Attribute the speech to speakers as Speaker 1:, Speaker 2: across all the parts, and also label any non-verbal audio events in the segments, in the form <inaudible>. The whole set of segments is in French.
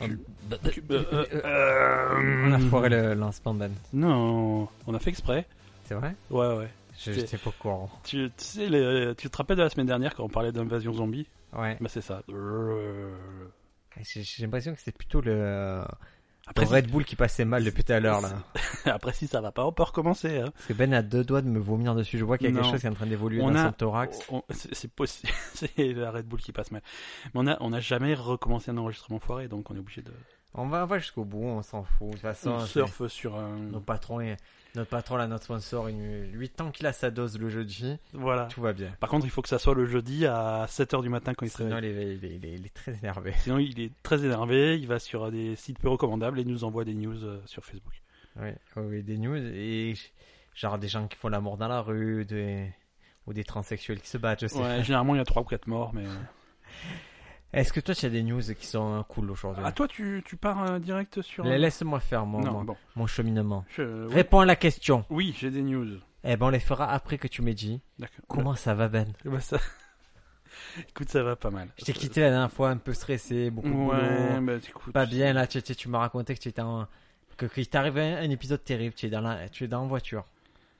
Speaker 1: Hein. Bah, euh,
Speaker 2: On a foiré le lancement Ben.
Speaker 1: Non, on a fait exprès.
Speaker 2: C'est vrai
Speaker 1: Ouais, ouais.
Speaker 2: Je
Speaker 1: C'est-
Speaker 2: J'étais pas au courant.
Speaker 1: Tu, tu sais, les- tu te rappelles de la semaine dernière quand on parlait d'invasion zombie
Speaker 2: Ouais.
Speaker 1: Bah c'est ça. Euh,
Speaker 2: J'ai j'ai l'impression que c'est plutôt le... le
Speaker 1: Après,
Speaker 2: Red Bull qui passait mal depuis tout à l'heure là.
Speaker 1: si- <laughs> après si ça va pas, on peut recommencer. hein.
Speaker 2: Parce que Ben a deux doigts de me vomir dessus. Je vois qu'il y a
Speaker 1: Non.
Speaker 2: quelque chose qui est en train d'évoluer
Speaker 1: On
Speaker 2: dans
Speaker 1: a-
Speaker 2: son thorax.
Speaker 1: On- C'est c'est possi- <laughs> c'est la Red Bull qui passe mal. Mais on a, on a jamais recommencé un enregistrement foiré, donc on est obligé de.
Speaker 2: On va, on va jusqu'au bout, on s'en fout. De toute façon,
Speaker 1: on
Speaker 2: c'est-
Speaker 1: surfe sur un.
Speaker 2: notre patron, est- notre patron là, notre sponsor, il- lui, tant qu'il a sa dose le jeudi,
Speaker 1: Voilà.
Speaker 2: tout va bien.
Speaker 1: Par contre, il faut que ça soit le jeudi à 7h du matin quand il se
Speaker 2: Sinon,
Speaker 1: réveille.
Speaker 2: il est, il est- il est- il est très énervé.
Speaker 1: Sinon, il est très énervé, il va sur euh, des sites peu recommandables et nous envoie des news euh, sur Facebook.
Speaker 2: Oui, oui, des news. Et genre des gens qui font la mort dans la rue, des... ou des transsexuels qui se battent, je sais.
Speaker 1: Ouais, généralement, il y a 3 ou 4 morts, mais. euh,
Speaker 2: Est-ce que toi, tu as des news qui sont euh, cool aujourd'hui
Speaker 1: Ah, toi, tu, tu pars euh, direct sur.
Speaker 2: La- Laisse-moi faire mon,
Speaker 1: Non, bah.
Speaker 2: mon-
Speaker 1: bon.
Speaker 2: mon cheminement.
Speaker 1: Je- Oui,
Speaker 2: Réponds à la question.
Speaker 1: Oui, j'ai des news.
Speaker 2: Eh ben, on les fera après que tu m'aies dit.
Speaker 1: D'accord.
Speaker 2: Comment ça va, Ben
Speaker 1: Bah, ça... <laughs> Écoute, ça va pas mal.
Speaker 2: Je t'ai quitté la dernière fois un peu stressé, beaucoup de boulot.
Speaker 1: Euh, Ouais, bah écoute.
Speaker 2: pas bien là, tu, tu, tu m'as raconté que tu étais en... que, que t'arrivait un, un épisode terrible, tu es dans la tu es dans en voiture.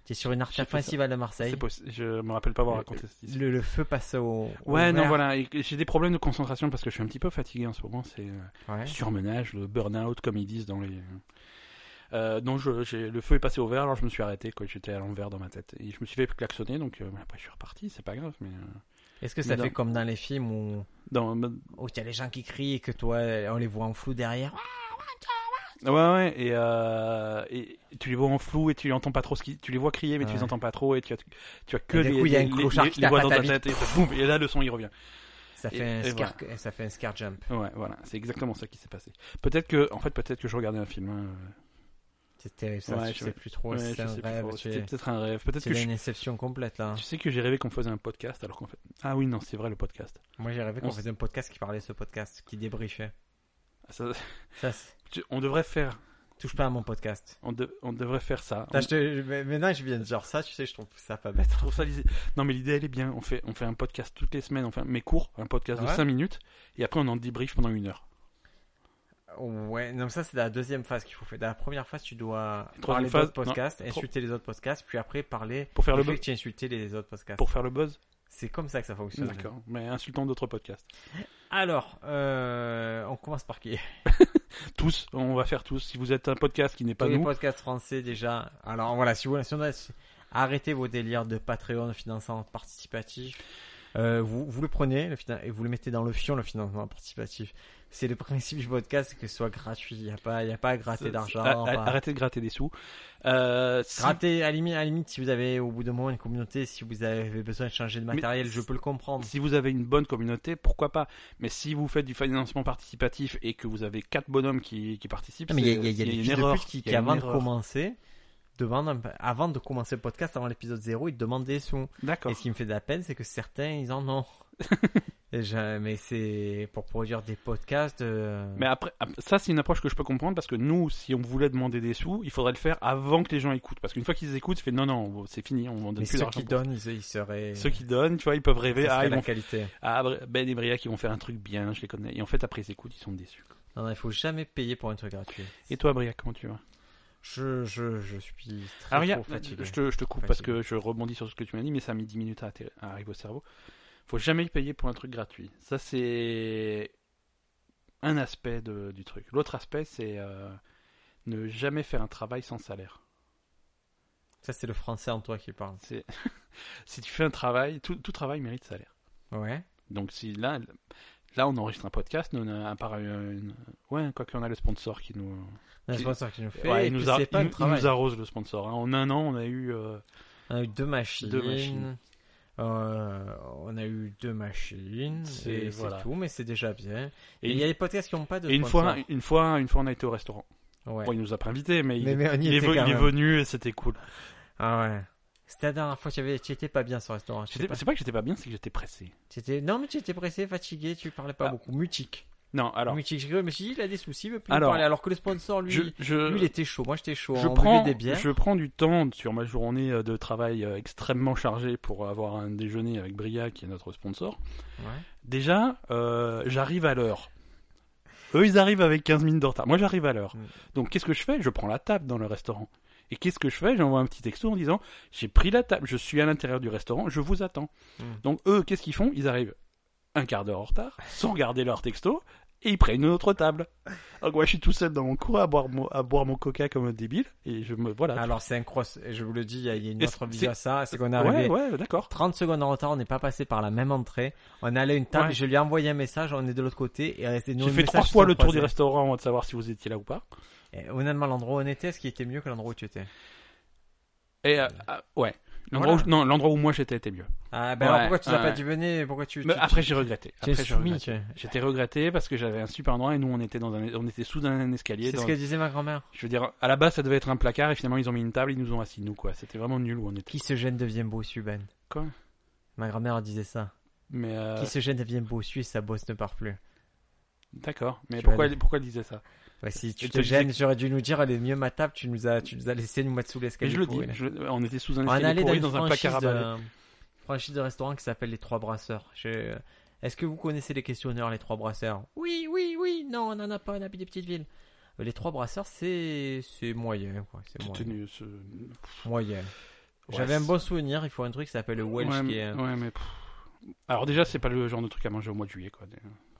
Speaker 2: Tu es sur une
Speaker 1: J'ai
Speaker 2: artère
Speaker 1: fait
Speaker 2: principale de
Speaker 1: C'est
Speaker 2: Marseille.
Speaker 1: possible. Je me rappelle pas avoir
Speaker 2: Euh,
Speaker 1: raconté cette histoire.
Speaker 2: Le, le feu passe au au
Speaker 1: Ouais, non,
Speaker 2: vert.
Speaker 1: voilà. et- et J'ai des problèmes de concentration parce que je suis un petit peu fatigué en ce moment. C'est euh,
Speaker 2: Ouais.
Speaker 1: surmenage, le burn-out, comme ils disent dans les. Euh, non, je, j'ai- le feu est passé au vert, alors je me suis arrêté. quoi. J'étais à l'envers dans ma tête. Et je me suis fait klaxonner, donc euh, après je suis reparti. C'est pas grave, mais. euh,
Speaker 2: Est-ce que ça
Speaker 1: Mais
Speaker 2: fait
Speaker 1: dans-
Speaker 2: comme dans les films où
Speaker 1: dans...
Speaker 2: où il y a les gens qui crient et que toi on les voit en flou derrière
Speaker 1: Ouais, ouais. Et, euh, et tu les vois en flou et tu entends pas trop ce qui. Tu les vois crier, mais tu les
Speaker 2: Ouais.
Speaker 1: entends pas trop et tu as, tu as que
Speaker 2: Et d'un
Speaker 1: les,
Speaker 2: coup, il y a un
Speaker 1: les,
Speaker 2: clochard
Speaker 1: les-
Speaker 2: qui
Speaker 1: les voix
Speaker 2: tape à
Speaker 1: dans ta
Speaker 2: ta vie.
Speaker 1: tête. Et, ça, boum, et là, le son il revient.
Speaker 2: Ça
Speaker 1: Et-
Speaker 2: fait un
Speaker 1: et
Speaker 2: scare ça fait un scare jump.
Speaker 1: Ouais, voilà, c'est exactement ça qui s'est passé. Peut-être que, en fait, peut-être que je regardais un film. hein.
Speaker 2: C'est terrible ça,
Speaker 1: Ouais,
Speaker 2: je
Speaker 1: je-
Speaker 2: sais plus trop
Speaker 1: Ouais,
Speaker 2: si
Speaker 1: je
Speaker 2: c'est un
Speaker 1: sais plus
Speaker 2: rêve,
Speaker 1: trop,
Speaker 2: tu
Speaker 1: C'était
Speaker 2: es-
Speaker 1: peut-être un rêve. Peut-être
Speaker 2: tu
Speaker 1: que
Speaker 2: es
Speaker 1: je...
Speaker 2: une inception complète là.
Speaker 1: tu sais que j'ai rêvé qu'on faisait un podcast, alors qu'en fait, ah oui, non, c'est vrai le podcast.
Speaker 2: Moi j'ai rêvé
Speaker 1: On
Speaker 2: qu'on
Speaker 1: s-
Speaker 2: faisait un podcast qui parlait de ce podcast, qui débriefait.
Speaker 1: Ah, Ça- <laughs>
Speaker 2: Ça c'est-
Speaker 1: tu- On devrait faire,
Speaker 2: touche pas à mon podcast.
Speaker 1: on, de- on devrait faire ça.
Speaker 2: Putain,
Speaker 1: On-
Speaker 2: je te- je- mais- Maintenant, je viens de dire ça, tu sais, je trouve ça pas bête.
Speaker 1: Je trouve ça lisé. Non, mais l'idée elle est bien. On fait, on fait un podcast toutes les semaines. On fait, un- mais court, un podcast de
Speaker 2: Ouais.
Speaker 1: 5 minutes, et après on en débrief pendant une heure.
Speaker 2: Ouais, non, mais ça, c'est la deuxième phase qu'il faut faire. Dans la première phase, tu dois
Speaker 1: Troisième
Speaker 2: parler
Speaker 1: phase,
Speaker 2: d'autres podcasts,
Speaker 1: non,
Speaker 2: insulter les autres podcasts, puis après parler
Speaker 1: Pour faire
Speaker 2: du
Speaker 1: le
Speaker 2: fait
Speaker 1: buzz.
Speaker 2: que tu as insulté les autres podcasts.
Speaker 1: Pour faire le buzz.
Speaker 2: C'est comme ça que ça fonctionne.
Speaker 1: D'accord. Mais insultant d'autres podcasts.
Speaker 2: Alors, euh, on commence par qui
Speaker 1: Tous, on va faire tous. Si vous êtes un podcast qui n'est pas
Speaker 2: Tous les
Speaker 1: nous,
Speaker 2: podcasts français, déjà. Alors, voilà, si vous si on a- si- Arrêtez vos délires de Patreon, financement participatif. Euh, vous, vous le prenez le finan- et vous le mettez dans le fion, le financement participatif. C'est le principe du podcast, c'est que ce soit gratuit. Il n'y a, pas- il y a pas à gratter d'argent.
Speaker 1: Ah, ah,
Speaker 2: pas-
Speaker 1: arrêtez de gratter des sous. Euh, si-
Speaker 2: Grattez, à la limite, à la limite, si vous avez au bout d'un moment une communauté, si vous avez besoin de changer de matériel, je peux le comprendre.
Speaker 1: Si vous avez une bonne communauté, pourquoi pas Mais si vous faites du financement participatif et que vous avez quatre bonhommes qui, qui participent,
Speaker 2: Non, mais il y a,
Speaker 1: c'est-
Speaker 2: il y a- il y a des
Speaker 1: une
Speaker 2: fils de
Speaker 1: erreur.
Speaker 2: pute qui,
Speaker 1: Il y a
Speaker 2: qui,
Speaker 1: une
Speaker 2: avant de
Speaker 1: erreur.
Speaker 2: commencer, demandent un peu- avant de commencer le podcast, avant l'épisode 0, ils demandent des sous.
Speaker 1: D'accord.
Speaker 2: Et ce qui me fait de la peine, c'est que certains, ils en
Speaker 1: <laughs>
Speaker 2: ont. Et je- mais c'est pour produire des podcasts. euh,
Speaker 1: Mais après, ap- ça c'est une approche que je peux comprendre parce que nous, si on voulait demander des sous, il faudrait le faire avant que les gens écoutent. Parce qu'une fois qu'ils écoutent, c'est fait non, non, c'est fini, on ne donne
Speaker 2: mais
Speaker 1: plus
Speaker 2: ceux
Speaker 1: d'argent.
Speaker 2: qui
Speaker 1: pour-
Speaker 2: donnent, ils, ils seraient.
Speaker 1: Ceux qui donnent, tu vois, ils peuvent rêver,
Speaker 2: ça
Speaker 1: ah,
Speaker 2: serait
Speaker 1: ils
Speaker 2: la
Speaker 1: vont...
Speaker 2: qualité.
Speaker 1: ah, Ben et Briac, ils vont faire un truc bien, je les connais. Et en fait, après, ils écoutent, ils sont déçus.
Speaker 2: Non, non, il faut jamais payer pour un truc gratuit.
Speaker 1: Et toi, Briac, comment tu vas
Speaker 2: Je, je, je suis très
Speaker 1: Alors, il y a-
Speaker 2: trop fatigué.
Speaker 1: je te, je te coupe
Speaker 2: Fatigué.
Speaker 1: parce que je rebondis sur ce que tu m'as dit, mais ça met 10 minutes à, atter- à arriver au cerveau. Faut jamais payer pour un truc gratuit. Ça, c'est un aspect de- du truc. L'autre aspect, c'est euh, ne jamais faire un travail sans salaire.
Speaker 2: Ça, c'est le français en toi qui parle.
Speaker 1: C'est- <laughs> si tu fais un travail, tout, tout travail mérite salaire.
Speaker 2: Ouais.
Speaker 1: Donc, si là, là on enregistre un podcast, nous, on a un par euh, une- Ouais, quoi qu'on a le sponsor qui nous.
Speaker 2: Un
Speaker 1: Qui-
Speaker 2: sponsor qui nous fait.
Speaker 1: Ouais,
Speaker 2: et
Speaker 1: il nous,
Speaker 2: puis
Speaker 1: a-
Speaker 2: c'est pas
Speaker 1: il
Speaker 2: un
Speaker 1: nous- il
Speaker 2: travail.
Speaker 1: nous arrose le sponsor. hein. En un an, on a eu. euh,
Speaker 2: On a eu deux machines.
Speaker 1: Deux machines.
Speaker 2: Euh, on a eu deux machines.
Speaker 1: C'est-
Speaker 2: Et
Speaker 1: voilà.
Speaker 2: c'est tout, mais c'est déjà bien. Et
Speaker 1: Et
Speaker 2: il
Speaker 1: une-
Speaker 2: y a des podcasts qui n'ont pas de.
Speaker 1: Et une fois,
Speaker 2: sponsor.
Speaker 1: une fois, une fois, on a été au restaurant.
Speaker 2: Ouais.
Speaker 1: Bon, il nous a pas invités, mais, il-
Speaker 2: mais, mais on y
Speaker 1: il, est,
Speaker 2: était
Speaker 1: ve-
Speaker 2: quand
Speaker 1: il est
Speaker 2: même.
Speaker 1: venu et c'était cool.
Speaker 2: Ah ouais. C'était la dernière fois que tu avais- tu étais pas bien sur le restaurant. tu sais
Speaker 1: J'étais-
Speaker 2: pas.
Speaker 1: C'est pas que j'étais pas bien, c'est que j'étais pressé.
Speaker 2: Tu étais- Non, mais tu étais pressé, fatigué, tu parlais pas
Speaker 1: Ah.
Speaker 2: beaucoup. Mutique.
Speaker 1: Non, alors,
Speaker 2: Mutique, je rigole, mais si, il a des soucis, il veut plus nous
Speaker 1: Alors,
Speaker 2: parler. Alors que le sponsor, lui,
Speaker 1: je,
Speaker 2: lui, il
Speaker 1: je,
Speaker 2: était chaud. Moi, j'étais chaud.
Speaker 1: je
Speaker 2: on
Speaker 1: prends,
Speaker 2: buvait des bières.
Speaker 1: je prends du temps sur ma journée euh, de travail euh, extrêmement chargée pour avoir un déjeuner avec Bria, qui est notre sponsor.
Speaker 2: Ouais.
Speaker 1: Déjà, euh, j'arrive à l'heure. Eux, ils arrivent avec 15 minutes de retard. Moi, j'arrive à l'heure.
Speaker 2: Mm.
Speaker 1: Donc, qu'est-ce que je fais Je prends la table dans le restaurant. Et qu'est-ce que je fais J'envoie un petit texto en disant J'ai pris la table, je suis à l'intérieur du restaurant, je vous attends.
Speaker 2: Mm.
Speaker 1: Donc, eux, qu'est-ce qu'ils font Ils arrivent un quart d'heure en retard, sans garder leur texto, et ils prennent une autre table. Donc, moi, je suis tout seul dans mon coin à boire mon, à boire mon coca comme un débile, et je me. Voilà.
Speaker 2: Alors c'est un cross, et je vous le dis, il y a- il y a une
Speaker 1: Et
Speaker 2: autre
Speaker 1: c'est-
Speaker 2: vie à ça, c'est qu'on est
Speaker 1: ouais,
Speaker 2: arrivé
Speaker 1: ouais, d'accord.
Speaker 2: 30 secondes en retard, on n'est pas passé par la même entrée, on allait à une table,
Speaker 1: Ouais.
Speaker 2: je lui ai envoyé un message, on est de l'autre côté, et resté nos
Speaker 1: J'ai fait
Speaker 2: messages
Speaker 1: trois
Speaker 2: se
Speaker 1: fois
Speaker 2: sont
Speaker 1: le tour du
Speaker 2: croisés.
Speaker 1: restaurant avant de savoir si vous étiez là ou pas.
Speaker 2: Et honnêtement, l'endroit où on était, ce qui était mieux que l'endroit où tu étais.
Speaker 1: Et euh, ah, ouais. L'endroit
Speaker 2: Voilà.
Speaker 1: où, non, l'endroit où moi j'étais était mieux.
Speaker 2: Ah ben
Speaker 1: Ouais,
Speaker 2: alors pourquoi tu n'as
Speaker 1: ouais.
Speaker 2: pas dit venez, pourquoi tu...
Speaker 1: Mais
Speaker 2: tu-
Speaker 1: après j'ai regretté.
Speaker 2: tu es
Speaker 1: Après j'ai
Speaker 2: soumis,
Speaker 1: regretté.
Speaker 2: tu es.
Speaker 1: J'étais regretté parce que j'avais un super endroit et nous on était dans un, on était sous un escalier.
Speaker 2: C'est ce
Speaker 1: dans-
Speaker 2: que disait ma grand-mère.
Speaker 1: Je veux dire, à la base ça devait être un placard et finalement ils ont mis une table, ils nous ont assis nous quoi. C'était vraiment nul où on était.
Speaker 2: Qui se gêne devient bossu, Ben.
Speaker 1: Quoi
Speaker 2: Ma grand-mère disait ça.
Speaker 1: Mais euh,
Speaker 2: Qui se gêne devient bossu et sa bosse ne part plus.
Speaker 1: d'accord. Mais
Speaker 2: Tu
Speaker 1: pourquoi
Speaker 2: vas-
Speaker 1: elle, pourquoi elle disait ça
Speaker 2: Ouais, si tu
Speaker 1: Elle
Speaker 2: te
Speaker 1: te disait
Speaker 2: gênes, j'aurais dû nous dire, elle est mieux ma table, tu nous as, tu nous as laissé nous mettre sous
Speaker 1: Mais
Speaker 2: l'escalier.
Speaker 1: je le dis.
Speaker 2: pourri, là.
Speaker 1: je- on était sous un
Speaker 2: On est
Speaker 1: escalier
Speaker 2: allé dans
Speaker 1: pourri
Speaker 2: une
Speaker 1: dans un placard à
Speaker 2: franchise
Speaker 1: balai.
Speaker 2: de, franchise de restaurant qui s'appelle les Trois Brasseurs. Je- Est-ce que vous connaissez les questionneurs, les Trois Brasseurs Oui, oui, oui. Non, on n'en a pas, on habite des petites villes. Euh, Les Trois Brasseurs, c'est c'est moyen, quoi. C'est
Speaker 1: C'était
Speaker 2: moyen.
Speaker 1: nul, ce-
Speaker 2: Moyen.
Speaker 1: Ouais,
Speaker 2: J'avais un
Speaker 1: c'est-
Speaker 2: bon souvenir, il faut un truc qui s'appelle le Welsh,
Speaker 1: Ouais,
Speaker 2: qui est... hein. un-
Speaker 1: ouais, mais pff. alors déjà c'est pas le genre de truc à manger au mois de juillet quoi.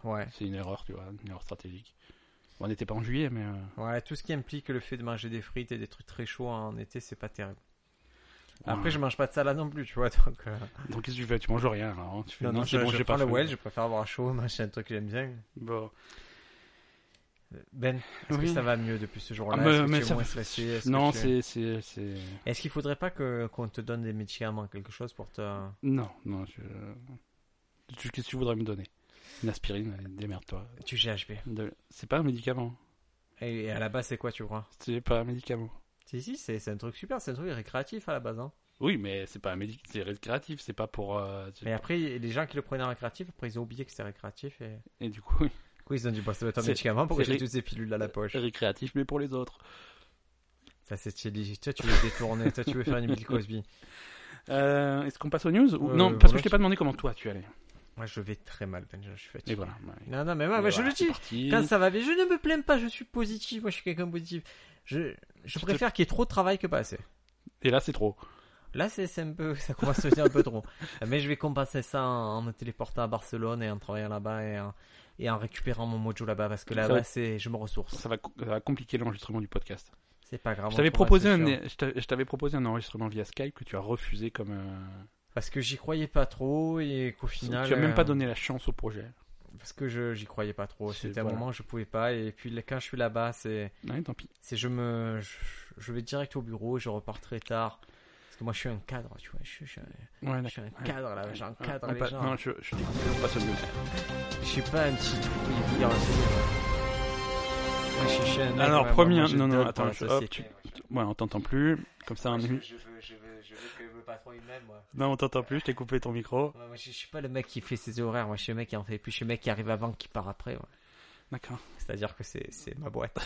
Speaker 2: Ouais.
Speaker 1: C'est une erreur, tu vois, une erreur stratégique. Bon, on n'était pas en juillet, mais. euh,
Speaker 2: Ouais, tout ce qui implique le fait de manger des frites et des trucs très chauds en été, c'est pas terrible. Après,
Speaker 1: Ouais.
Speaker 2: je mange pas de salade non plus, tu vois, <laughs> donc... euh,
Speaker 1: Donc, qu'est-ce que tu fais Tu manges rien, alors hein Tu fais,
Speaker 2: Non, non,
Speaker 1: c'est
Speaker 2: je,
Speaker 1: bon,
Speaker 2: je
Speaker 1: j'ai
Speaker 2: prends
Speaker 1: pas
Speaker 2: le
Speaker 1: faim.
Speaker 2: Welsh, je préfère avoir chaud, <laughs> machin, un truc que j'aime bien.
Speaker 1: Bon.
Speaker 2: Ben, est-ce
Speaker 1: Oui.
Speaker 2: que ça va mieux depuis ce jour-là
Speaker 1: Ah, mais-
Speaker 2: Est-ce que
Speaker 1: mais
Speaker 2: tu es
Speaker 1: ça-
Speaker 2: moins stressé Est-ce que
Speaker 1: Non,
Speaker 2: tu-
Speaker 1: c'est, c'est, c'est.
Speaker 2: Est-ce qu'il faudrait pas que qu'on te donne des médicaments, quelque chose pour te.
Speaker 1: Non, non, je. Tu- Qu'est-ce que tu voudrais me donner Une aspirine, allez, démerde-toi.
Speaker 2: Du GHB.
Speaker 1: De- C'est pas un médicament.
Speaker 2: Et, et à la base, c'est quoi, tu crois
Speaker 1: C'est pas un médicament.
Speaker 2: Si, si, c'est c'est un truc super, c'est un truc récréatif à la base. Hein.
Speaker 1: Oui, mais c'est pas un médicament. C'est récréatif, c'est pas pour. euh, c'est-
Speaker 2: Mais après, les gens qui le prenaient en récréatif, après, ils ont oublié que c'était récréatif. Et...
Speaker 1: Et du coup, oui,
Speaker 2: Du coup, ils se sont dit, bah, ça doit être un
Speaker 1: C'est-
Speaker 2: médicament, pourquoi
Speaker 1: c'est
Speaker 2: j'ai
Speaker 1: ré-
Speaker 2: toutes ces pilules à la poche
Speaker 1: récréatif, mais pour les autres.
Speaker 2: Ça, c'est Chili. Toi, tu veux détourner, toi, tu veux faire une Bill Cosby.
Speaker 1: Euh, est-ce qu'on passe aux news ou-
Speaker 2: Euh,
Speaker 1: Non, parce que
Speaker 2: voilà.
Speaker 1: je t'ai pas demandé comment toi tu allais.
Speaker 2: Moi, je vais très mal, Ben, je suis fatigué.
Speaker 1: Et voilà. ouais.
Speaker 2: Non, non, mais
Speaker 1: Et
Speaker 2: moi, moi, je
Speaker 1: voilà,
Speaker 2: le
Speaker 1: c'est
Speaker 2: dis,
Speaker 1: parti.
Speaker 2: Quand ça va bien, je ne me plains pas, je suis positif, moi je suis quelqu'un de positif. Je, je
Speaker 1: te-
Speaker 2: préfère qu'il y ait trop de travail que pas assez.
Speaker 1: Et là, c'est trop.
Speaker 2: Là, c'est c'est un peu, <laughs> ça commence à devenir un peu trop. Mais je vais compenser ça en, en me téléportant à Barcelone et en travaillant là-bas et en, et en récupérant mon mojo là-bas parce que
Speaker 1: Ça
Speaker 2: là-bas,
Speaker 1: va.
Speaker 2: c'est, je me ressource.
Speaker 1: Ça va, co- ça va compliquer l'enregistrement du podcast.
Speaker 2: C'est pas grave.
Speaker 1: Je
Speaker 2: on
Speaker 1: t'avais
Speaker 2: pourra
Speaker 1: proposé,
Speaker 2: se
Speaker 1: un,
Speaker 2: faire.
Speaker 1: je t'a- je t'avais proposé un enregistrement via Skype que tu as refusé comme. euh,
Speaker 2: Parce que j'y croyais pas trop et qu'au final.
Speaker 1: tu as même
Speaker 2: euh,
Speaker 1: pas donné la chance au projet.
Speaker 2: Parce que je, j'y croyais pas trop.
Speaker 1: C'est-
Speaker 2: C'était un
Speaker 1: voilà.
Speaker 2: moment où je pouvais pas. Et puis quand je suis là-bas, c'est.
Speaker 1: Ouais, tant pis.
Speaker 2: c'est je me je, je vais direct au bureau je repars très tard parce que moi je suis un cadre tu vois je, suis- je suis un-
Speaker 1: Ouais,
Speaker 2: je
Speaker 1: d'accord.
Speaker 2: suis un
Speaker 1: Ouais.
Speaker 2: cadre là
Speaker 1: Ouais.
Speaker 2: Ah, j'encadre
Speaker 1: On
Speaker 2: les
Speaker 1: pa-
Speaker 2: gens
Speaker 1: Non, je, je t'ai coupé, on passe au news.
Speaker 2: je suis pas un petit trouillard, c'est- Moi, je suis- je suis un mec,
Speaker 1: Alors,
Speaker 2: ouais, moi,
Speaker 1: premier-
Speaker 2: moi, je
Speaker 1: non, non,
Speaker 2: donne pour
Speaker 1: attends,
Speaker 2: la
Speaker 1: je- hop,
Speaker 2: société,
Speaker 1: tu-
Speaker 2: ouais.
Speaker 1: Voilà, on t'entend plus. Comme ça, on...
Speaker 2: Moi, je, je veux, je, veux, je veux que le patron il m'aime, moi.
Speaker 1: non, on t'entend plus. Je t'ai coupé ton micro.
Speaker 2: Ouais, moi, je, je suis pas le mec qui fait ses horaires, moi je suis le mec qui en fait plus, je suis le mec qui arrive avant, qui part après. ouais.
Speaker 1: D'accord.
Speaker 2: C'est-à-dire que c'est c'est ma boîte.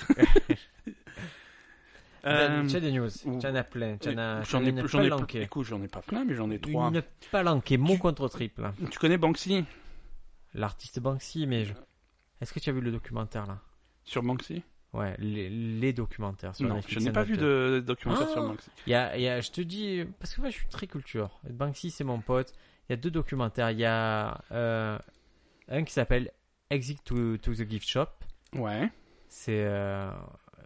Speaker 1: Euh,
Speaker 2: Ben, Tu as des news,
Speaker 1: ou-
Speaker 2: tu en as plein, tu en as
Speaker 1: J'en
Speaker 2: t'en as
Speaker 1: ai,
Speaker 2: une
Speaker 1: j'en ai,
Speaker 2: palanquée.
Speaker 1: écoute, j'en ai pas plein, mais j'en ai trois.
Speaker 2: Une palanquée, mot
Speaker 1: Tu-
Speaker 2: contre triple.
Speaker 1: Tu connais Banksy
Speaker 2: L'artiste Banksy, mais je- est-ce que tu as vu le documentaire là
Speaker 1: sur Banksy
Speaker 2: Ouais, les, les documentaires. Sur
Speaker 1: Non,
Speaker 2: Netflix,
Speaker 1: je n'ai
Speaker 2: il y en
Speaker 1: pas
Speaker 2: a
Speaker 1: vu
Speaker 2: deux.
Speaker 1: de documentaire
Speaker 2: Ah
Speaker 1: sur Banksy.
Speaker 2: Il y a, il y a- je te dis, parce que moi je suis très culture. Banksy, c'est mon pote. Il y a deux documentaires. Il y a euh, un qui s'appelle Exit to, to the Gift Shop.
Speaker 1: Ouais.
Speaker 2: C'est, euh,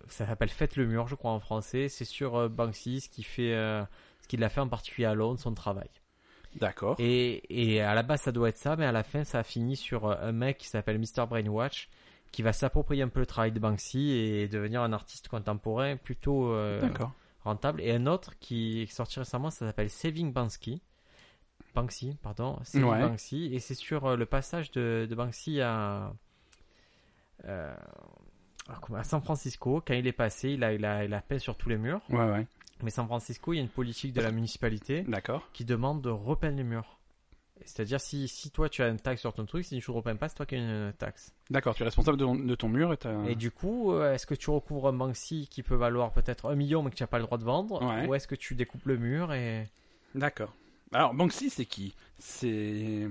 Speaker 2: ça s'appelle Faites le mur, je crois en français. C'est sur euh, Banksy, ce qui fait, euh, ce qu'il a fait en particulier à Londres, son travail.
Speaker 1: D'accord.
Speaker 2: Et, et à la base, ça doit être ça, mais à la fin, ça a fini sur euh, un mec qui s'appelle Mr. Brainwatch, qui va s'approprier un peu le travail de Banksy et devenir un artiste contemporain plutôt euh,
Speaker 1: D'accord.
Speaker 2: rentable. Et un autre qui est sorti récemment, ça s'appelle Saving Banksy. Banksy, pardon. Saving
Speaker 1: Ouais.
Speaker 2: Banksy. Et c'est sur euh, le passage de, de Banksy à, euh, à comment- à San Francisco. Quand il est passé, il a, il a, il a peint sur tous les murs.
Speaker 1: Ouais, ouais.
Speaker 2: Mais San Francisco, il y a une politique de la municipalité
Speaker 1: D'accord.
Speaker 2: qui demande de repeindre les murs. C'est-à-dire, si, si toi tu as une taxe sur ton truc, si tu ne repeins pas, c'est toi qui as une taxe.
Speaker 1: D'accord, tu es responsable de ton, de ton mur et t'as...
Speaker 2: Et du coup, euh, est-ce que tu recouvres un Banksy qui peut valoir peut-être un million mais que tu n'as pas le droit de vendre
Speaker 1: Ouais.
Speaker 2: Ou est-ce que tu découpes le mur et.
Speaker 1: D'accord. Alors, Banksy, c'est qui C'est...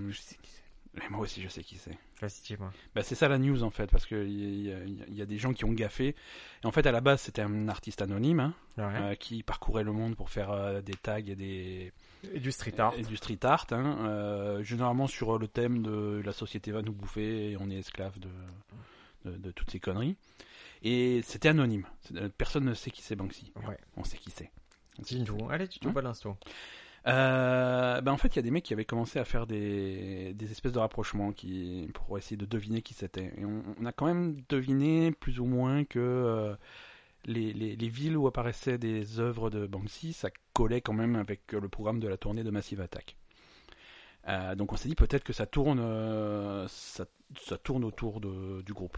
Speaker 1: Mais moi aussi, je sais qui c'est.
Speaker 2: Classiquement.
Speaker 1: Bah, c'est ça la news en fait, parce que il y, a- il y a- il y a des gens qui ont gaffé. Et en fait, à la base, c'était un artiste anonyme hein,
Speaker 2: Ouais.
Speaker 1: euh, qui parcourait le monde pour faire euh, des tags et des
Speaker 2: Et du street art.
Speaker 1: et du street art, hein, euh, généralement sur le thème de la société va nous bouffer et on est esclave de, de, de toutes ces conneries. Et c'était anonyme. C'est- euh, Personne ne sait qui c'est Banksy.
Speaker 2: Ouais.
Speaker 1: On sait qui c'est.
Speaker 2: Dis tout. Allez, tu te
Speaker 1: Ouais.
Speaker 2: balances tout.
Speaker 1: Euh, ben en fait, il y a des mecs qui avaient commencé à faire des, des espèces de rapprochements qui, pour essayer de deviner qui c'était. Et on, on a quand même deviné plus ou moins que euh, les, les- les villes où apparaissaient des œuvres de Banksy, ça collait quand même avec euh, le programme de la tournée de Massive Attack. Euh, donc on s'est dit peut-être que ça tourne, euh, ça, ça tourne autour de- du groupe.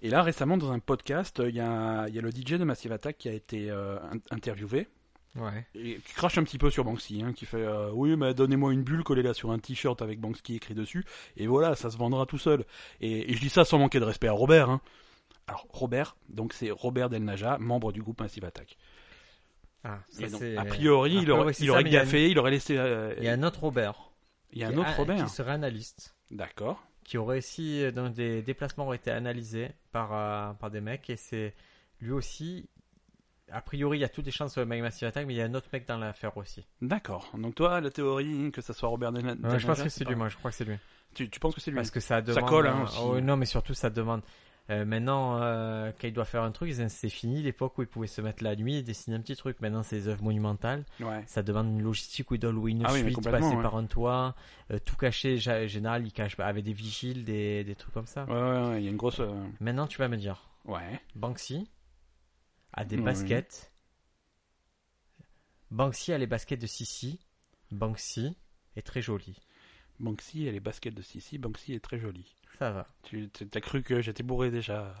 Speaker 1: Et là, récemment, dans un podcast, il y a, il y a le DJ de Massive Attack qui a été euh, in- interviewé
Speaker 2: Ouais.
Speaker 1: et qui crache un petit peu sur Banksy, hein, qui fait euh, oui mais donnez-moi une bulle, collez-la sur un t-shirt avec Banksy écrit dessus, et voilà, ça se vendra tout seul. Et, et je dis ça sans manquer de respect à Robert. hein. Alors Robert, donc c'est Robert Del Naja, membre du groupe Massive Attack.
Speaker 2: Ah,
Speaker 1: Et
Speaker 2: ça
Speaker 1: donc,
Speaker 2: c'est. Ah,
Speaker 1: a priori, il aurait,
Speaker 2: ouais, c'est
Speaker 1: il
Speaker 2: ça,
Speaker 1: aurait
Speaker 2: mais il y a une-
Speaker 1: gaffé, il aurait laissé. euh,
Speaker 2: Il y a un autre Robert.
Speaker 1: un
Speaker 2: qui-
Speaker 1: autre
Speaker 2: ah,
Speaker 1: Robert, hein.
Speaker 2: Qui serait analyste.
Speaker 1: d'accord.
Speaker 2: Qui aurait aussi. euh, Donc des déplacements auraient été analysés par, euh, par des mecs. Et c'est. Lui aussi. A priori, il y a toutes les chances sur le Mega Massive Attack, mais il y a un autre mec dans l'affaire aussi.
Speaker 1: D'accord. Donc toi, la théorie que ça soit Robert Del, Del Naja,
Speaker 2: je pense que c'est
Speaker 1: pas-
Speaker 2: lui, moi, je crois que c'est lui.
Speaker 1: Tu, tu penses que c'est lui
Speaker 2: Parce que ça demande.
Speaker 1: colle, hein,
Speaker 2: euh,
Speaker 1: aussi.
Speaker 2: oh, non, mais surtout, ça demande. Euh, maintenant, euh, quand il doit faire un truc, ils disent, c'est fini l'époque où ils pouvaient se mettre la nuit et dessiner un petit truc. Maintenant, c'est des œuvres monumentales.
Speaker 1: Ouais.
Speaker 2: Ça demande une logistique où ils doivent louer une
Speaker 1: Ah oui, mais
Speaker 2: suite,
Speaker 1: complètement,
Speaker 2: passer
Speaker 1: ouais.
Speaker 2: par un toit, euh, tout cacher. Gé- Général, ils cachent bah, avec des vigiles, des, des trucs comme ça.
Speaker 1: Ouais, ouais, ouais, il y a une grosse. euh,
Speaker 2: Maintenant, tu vas me dire,
Speaker 1: Ouais.
Speaker 2: Banksy a des
Speaker 1: Oui.
Speaker 2: baskets. Banksy a les baskets de Sissi. Banksy est très joli.
Speaker 1: Banksy, elle est basket de Sissi. Banksy est très jolie.
Speaker 2: Ça va.
Speaker 1: Tu t'as cru que j'étais bourré déjà.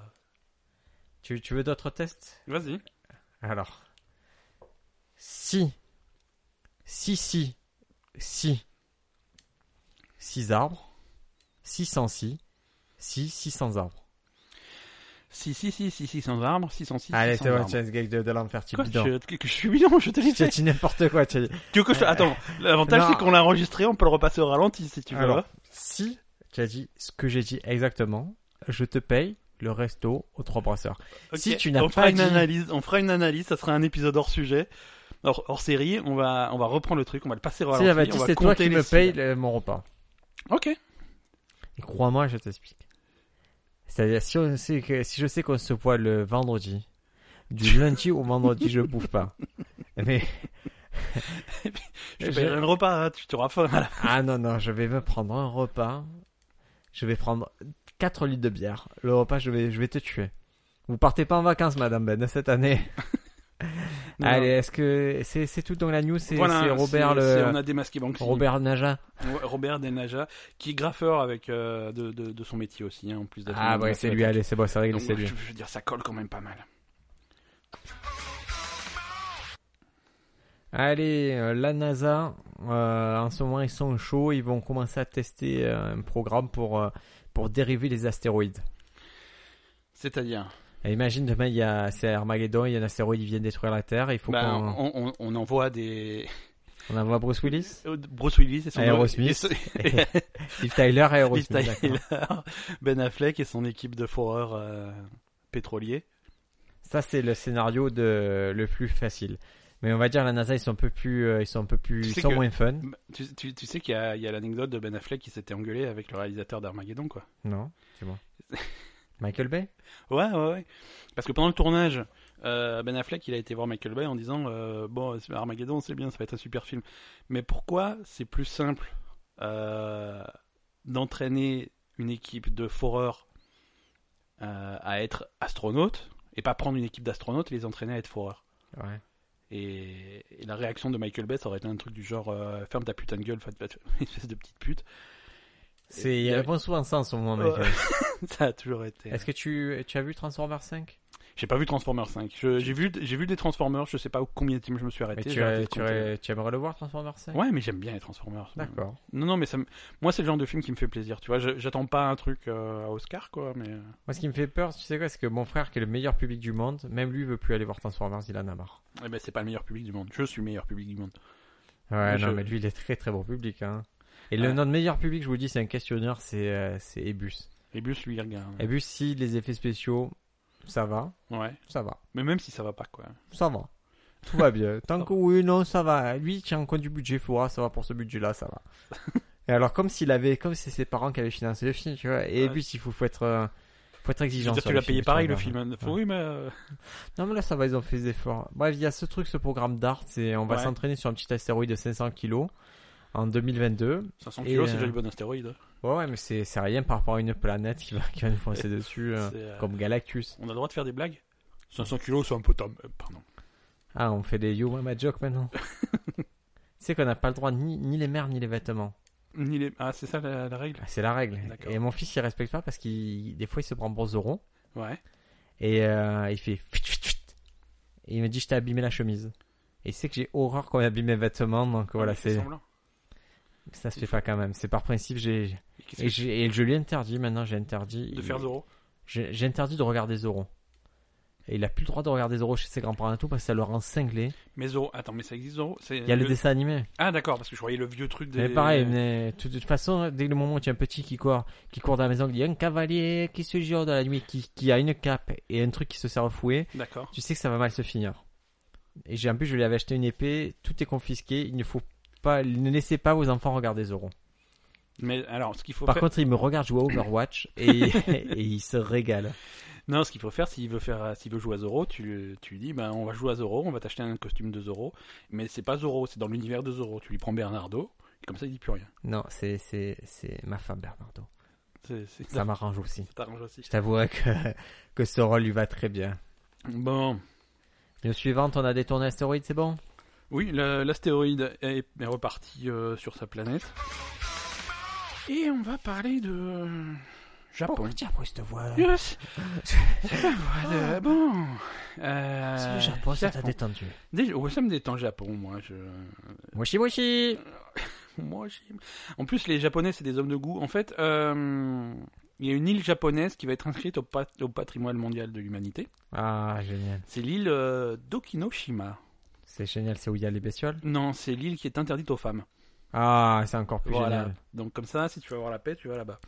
Speaker 2: Tu, tu veux d'autres tests
Speaker 1: Vas-y.
Speaker 2: Alors, si, si, si, si, six arbres, 600 si, si, 600 arbres.
Speaker 1: Si, si, si, si, si, sans arbre, 606.
Speaker 2: Allez, c'est bon,
Speaker 1: tu
Speaker 2: tiens, ce gag de, de l'enfer, tu bidon.
Speaker 1: je, que- que je suis bidon, je te l'ai
Speaker 2: <laughs> Tu
Speaker 1: dit.
Speaker 2: dis n'importe quoi, tu dis.
Speaker 1: Tu veux que je... Attends, l'avantage
Speaker 2: Non.
Speaker 1: c'est qu'on l'a enregistré, on peut le repasser au ralenti si tu veux.
Speaker 2: Alors, si, tu as dit ce que j'ai dit exactement, je te paye le resto aux trois brasseurs.
Speaker 1: Ok,
Speaker 2: si tu n'as
Speaker 1: on fera
Speaker 2: pas
Speaker 1: une
Speaker 2: dit-
Speaker 1: analyse, on fera une analyse, ça sera un épisode hors sujet, hors, hors série, on va, on va reprendre le truc, on va le passer au
Speaker 2: Si
Speaker 1: ralenti,
Speaker 2: j'avais dit
Speaker 1: on va
Speaker 2: c'est toi
Speaker 1: compter
Speaker 2: qui
Speaker 1: les
Speaker 2: me paye
Speaker 1: syllabes.
Speaker 2: le- mon repas.
Speaker 1: Ok.
Speaker 2: Et Crois-moi, je t'explique. C'est-à-dire, si, on sait que- si je sais qu'on se voit le vendredi,
Speaker 1: <laughs>
Speaker 2: du lundi au vendredi, je bouffe pas. Mais,
Speaker 1: Je
Speaker 2: Je-
Speaker 1: paierai un repas, hein, tu tu auras faim. à la-
Speaker 2: ah non, non, je vais me prendre un repas. Je vais prendre 4 litres de bière. Le repas, je vais, je vais te tuer. Vous partez pas en vacances, madame Ben, cette année.
Speaker 1: Non.
Speaker 2: Allez, est-ce que c'est c'est tout dans la news C'est
Speaker 1: Voilà,
Speaker 2: c'est Robert
Speaker 1: c'est- c'est- On
Speaker 2: le
Speaker 1: a démasqué Banksy.
Speaker 2: Robert Naja.
Speaker 1: Ouais, Robert Del Naja, qui est graffeur avec, euh, de, de, de son métier aussi, hein, en plus d'être
Speaker 2: Ah
Speaker 1: un
Speaker 2: ouais, c'est
Speaker 1: graffeur.
Speaker 2: lui. Allez, c'est bon, c'est réglé,
Speaker 1: Donc,
Speaker 2: c'est
Speaker 1: je,
Speaker 2: lui.
Speaker 1: Ah je veux dire, ça colle quand même pas mal.
Speaker 2: Allez, euh, la NASA, euh, en ce moment ils sont chauds, ils vont commencer à tester euh, un programme pour, euh, pour dériver les astéroïdes.
Speaker 1: C'est-à-dire,
Speaker 2: Et imagine demain, il y a, c'est Armageddon, il y a un astéroïde qui vient détruire la Terre, il faut
Speaker 1: bah,
Speaker 2: qu'on
Speaker 1: on, on- on envoie des
Speaker 2: on envoie Bruce Willis,
Speaker 1: Bruce Willis et son
Speaker 2: Aerosmith.
Speaker 1: et son-
Speaker 2: Steve Tyler et
Speaker 1: Liv
Speaker 2: Aerosmith.
Speaker 1: Tyler,
Speaker 2: d'accord.
Speaker 1: Ben Affleck et son équipe de foreurs euh, pétroliers.
Speaker 2: Ça c'est le scénario de, le plus facile. Mais on va dire la NASA, ils sont un peu plus, euh, ils sont un peu plus,
Speaker 1: Tu sais
Speaker 2: ils sont
Speaker 1: que-
Speaker 2: moins fun,
Speaker 1: Bah, Tu, tu- tu sais qu'il y a, il y a l'anecdote de Ben Affleck qui s'était engueulé avec le réalisateur d'Armageddon, quoi.
Speaker 2: non C'est <laughs> bon. Michael Bay
Speaker 1: Ouais, ouais, ouais. Parce que pendant le tournage, euh, Ben Affleck, il a été voir Michael Bay en disant euh, Bon, c'est- Armageddon, c'est bien, ça va être un super film. Mais pourquoi c'est plus simple euh, d'entraîner une équipe de foreurs euh, à être astronautes et pas prendre une équipe d'astronautes et les entraîner à être foreurs
Speaker 2: Ouais.
Speaker 1: et, et la réaction de Michael Bay, ça aurait été un truc du genre euh, Ferme ta putain de gueule, fat- fat- espèce de petite pute.
Speaker 2: C'est, il
Speaker 1: y a-
Speaker 2: répond souvent ça en ce moment, Michael.
Speaker 1: ça a toujours été.
Speaker 2: Est-ce que tu, tu as vu Transformers 5
Speaker 1: J'ai pas vu Transformers 5. Je- J'ai vu, j'ai vu des Transformers, je sais pas où- combien de films je me suis
Speaker 2: Mais
Speaker 1: arrêté.
Speaker 2: tu,
Speaker 1: j'ai arrêté
Speaker 2: euh,
Speaker 1: de
Speaker 2: tu,
Speaker 1: compter.
Speaker 2: euh, tu aimerais le voir, Transformers 5
Speaker 1: Ouais, mais j'aime bien les Transformers.
Speaker 2: D'accord.
Speaker 1: Non, non, mais ça me- moi, c'est le genre de film qui me fait plaisir. Tu vois, Je- j'attends pas un truc euh, à Oscar, quoi. Mais
Speaker 2: Moi, ce qui me fait peur, tu sais quoi, c'est que mon frère, qui est le meilleur public du monde, même lui veut plus aller voir Transformers, il en a marre.
Speaker 1: eh ben, c'est pas le meilleur public du monde. Je suis le meilleur public du monde.
Speaker 2: Ouais,
Speaker 1: Je-
Speaker 2: non, mais lui, il est très très bon public. Hein. Et le notre meilleur public, je vous le dis, c'est un questionneur, c'est euh, c'est Ebus.
Speaker 1: Et Bus, lui, il regarde.
Speaker 2: Ebus, si les effets spéciaux, ça va,
Speaker 1: Ouais.
Speaker 2: ça va,
Speaker 1: Mais même si ça va pas, quoi.
Speaker 2: ça va. Tout
Speaker 1: <laughs>
Speaker 2: va bien. Tant que oui, non, ça va. Lui, il tient en compte du budget, Flora, ça va pour ce budget-là, ça
Speaker 1: <laughs>
Speaker 2: va. Et alors, comme s'il avait, comme c'est ses parents qui avaient financé le film, tu vois. Et
Speaker 1: Ouais.
Speaker 2: Ebus, il faut, faut être, euh, faut être
Speaker 1: Je veux
Speaker 2: exigeant.
Speaker 1: dire,
Speaker 2: sur
Speaker 1: tu
Speaker 2: les
Speaker 1: l'as payé
Speaker 2: films,
Speaker 1: pareil,
Speaker 2: sur
Speaker 1: le
Speaker 2: les-
Speaker 1: film. hein.
Speaker 2: Ouais.
Speaker 1: Oui, mais. euh,
Speaker 2: Non, mais là, ça va, ils ont fait des efforts. Bref, il y a ce truc, ce programme d'art, c'est on va
Speaker 1: Ouais.
Speaker 2: s'entraîner sur un petit astéroïde de 500 kilos en 2022.
Speaker 1: 500
Speaker 2: Et,
Speaker 1: kilos, c'est
Speaker 2: euh,
Speaker 1: déjà du bon astéroïde. hein.
Speaker 2: Ouais, ouais, mais c'est c'est rien par rapport à une planète qui va, qui va nous
Speaker 1: <laughs>
Speaker 2: foncer dessus, euh,
Speaker 1: C'est, euh,
Speaker 2: comme Galactus.
Speaker 1: On a le droit de faire des blagues 500 kilos, c'est un peu tom. euh, Pardon.
Speaker 2: Ah, on fait des yo mama
Speaker 1: <laughs>
Speaker 2: joke maintenant. tu sais qu'on n'a pas le droit ni, ni les mères ni les vêtements.
Speaker 1: Ni les- Ah, c'est ça la, la règle
Speaker 2: Ah, C'est la règle.
Speaker 1: D'accord.
Speaker 2: Et mon fils, il respecte pas parce qu'il des fois, il se prend pour Zoron
Speaker 1: Ouais.
Speaker 2: et euh, il fait fuit, fuit, fuit. Et il me dit, je t'ai abîmé la chemise. Et il sait que j'ai horreur quand il abîme mes vêtements, donc voilà,
Speaker 1: Ah, Il fait
Speaker 2: c'est
Speaker 1: semblant.
Speaker 2: ça se fait pas quand même. C'est par principe, j'ai
Speaker 1: Et qu'est-ce
Speaker 2: et,
Speaker 1: que-
Speaker 2: j'ai- et je lui ai interdit maintenant, j'ai interdit
Speaker 1: De faire
Speaker 2: il-
Speaker 1: Zoro
Speaker 2: J'ai j'ai interdit de regarder Zoro. Et il a plus le droit de regarder Zoro chez ses grands-parents et tout parce que ça le rend cinglé.
Speaker 1: Mais Zoro, attends, mais ça existe Zoro C'est
Speaker 2: Il y a le
Speaker 1: le-
Speaker 2: dessin animé.
Speaker 1: Ah, d'accord, parce que je voyais le vieux truc des.
Speaker 2: Mais pareil, mais tout- de toute façon, dès le moment où tu as un petit qui court, qui court dans la maison, il y a un cavalier qui se jure dans la nuit, qui, qui a une cape et un truc qui se sert au fouet,
Speaker 1: D'accord.
Speaker 2: tu sais que ça va mal se finir. Et j'ai en plus, je lui avais acheté une épée, tout est confisqué, il ne faut pas, ne laissez pas vos enfants regarder Zoro.
Speaker 1: Mais alors, ce qu'il faut
Speaker 2: Par
Speaker 1: faire.
Speaker 2: contre, il me regarde jouer à Overwatch et, et il <laughs> se régale.
Speaker 1: Non, ce qu'il faut faire, s'il veut faire, euh, s'il veut jouer à Zoro, tu, tu lui dis, ben, on va jouer à Zoro, on va t'acheter un costume de Zoro, mais c'est pas Zoro, c'est dans l'univers de Zoro. Tu lui prends Bernardo, et comme ça, il dit plus rien.
Speaker 2: Non, c'est, c'est, c'est ma femme Bernardo.
Speaker 1: C'est, c'est-
Speaker 2: Ça m'arrange aussi.
Speaker 1: <laughs> ça t'arrange aussi.
Speaker 2: Je t'avouerai que, que ce rôle lui va très bien.
Speaker 1: Bon,
Speaker 2: Le suivant, on a détourné l'astéroïde, c'est bon
Speaker 1: oui, la- l'astéroïde est, est reparti euh, sur sa planète, et on va parler de euh, Japon.
Speaker 2: diable cette voix
Speaker 1: Yes Voilà, Ah, bon. Euh, Japon.
Speaker 2: détendu.
Speaker 1: Déjà, ouais, ça me détend Japon, moi. Je...
Speaker 2: Moshi moshi
Speaker 1: Moi, j'ai- en plus, les Japonais, c'est des hommes de goût. En fait, euh, il y a une île japonaise qui va être inscrite au, pat- au patrimoine mondial de l'humanité.
Speaker 2: Ah, génial.
Speaker 1: C'est l'île euh, d'Okinoshima.
Speaker 2: C'est génial, c'est où il y a les bestioles
Speaker 1: Non, c'est l'île qui est interdite aux femmes.
Speaker 2: Ah, c'est encore plus
Speaker 1: Voilà.
Speaker 2: génial.
Speaker 1: Donc comme ça, si tu veux avoir la paix, tu vas là-bas.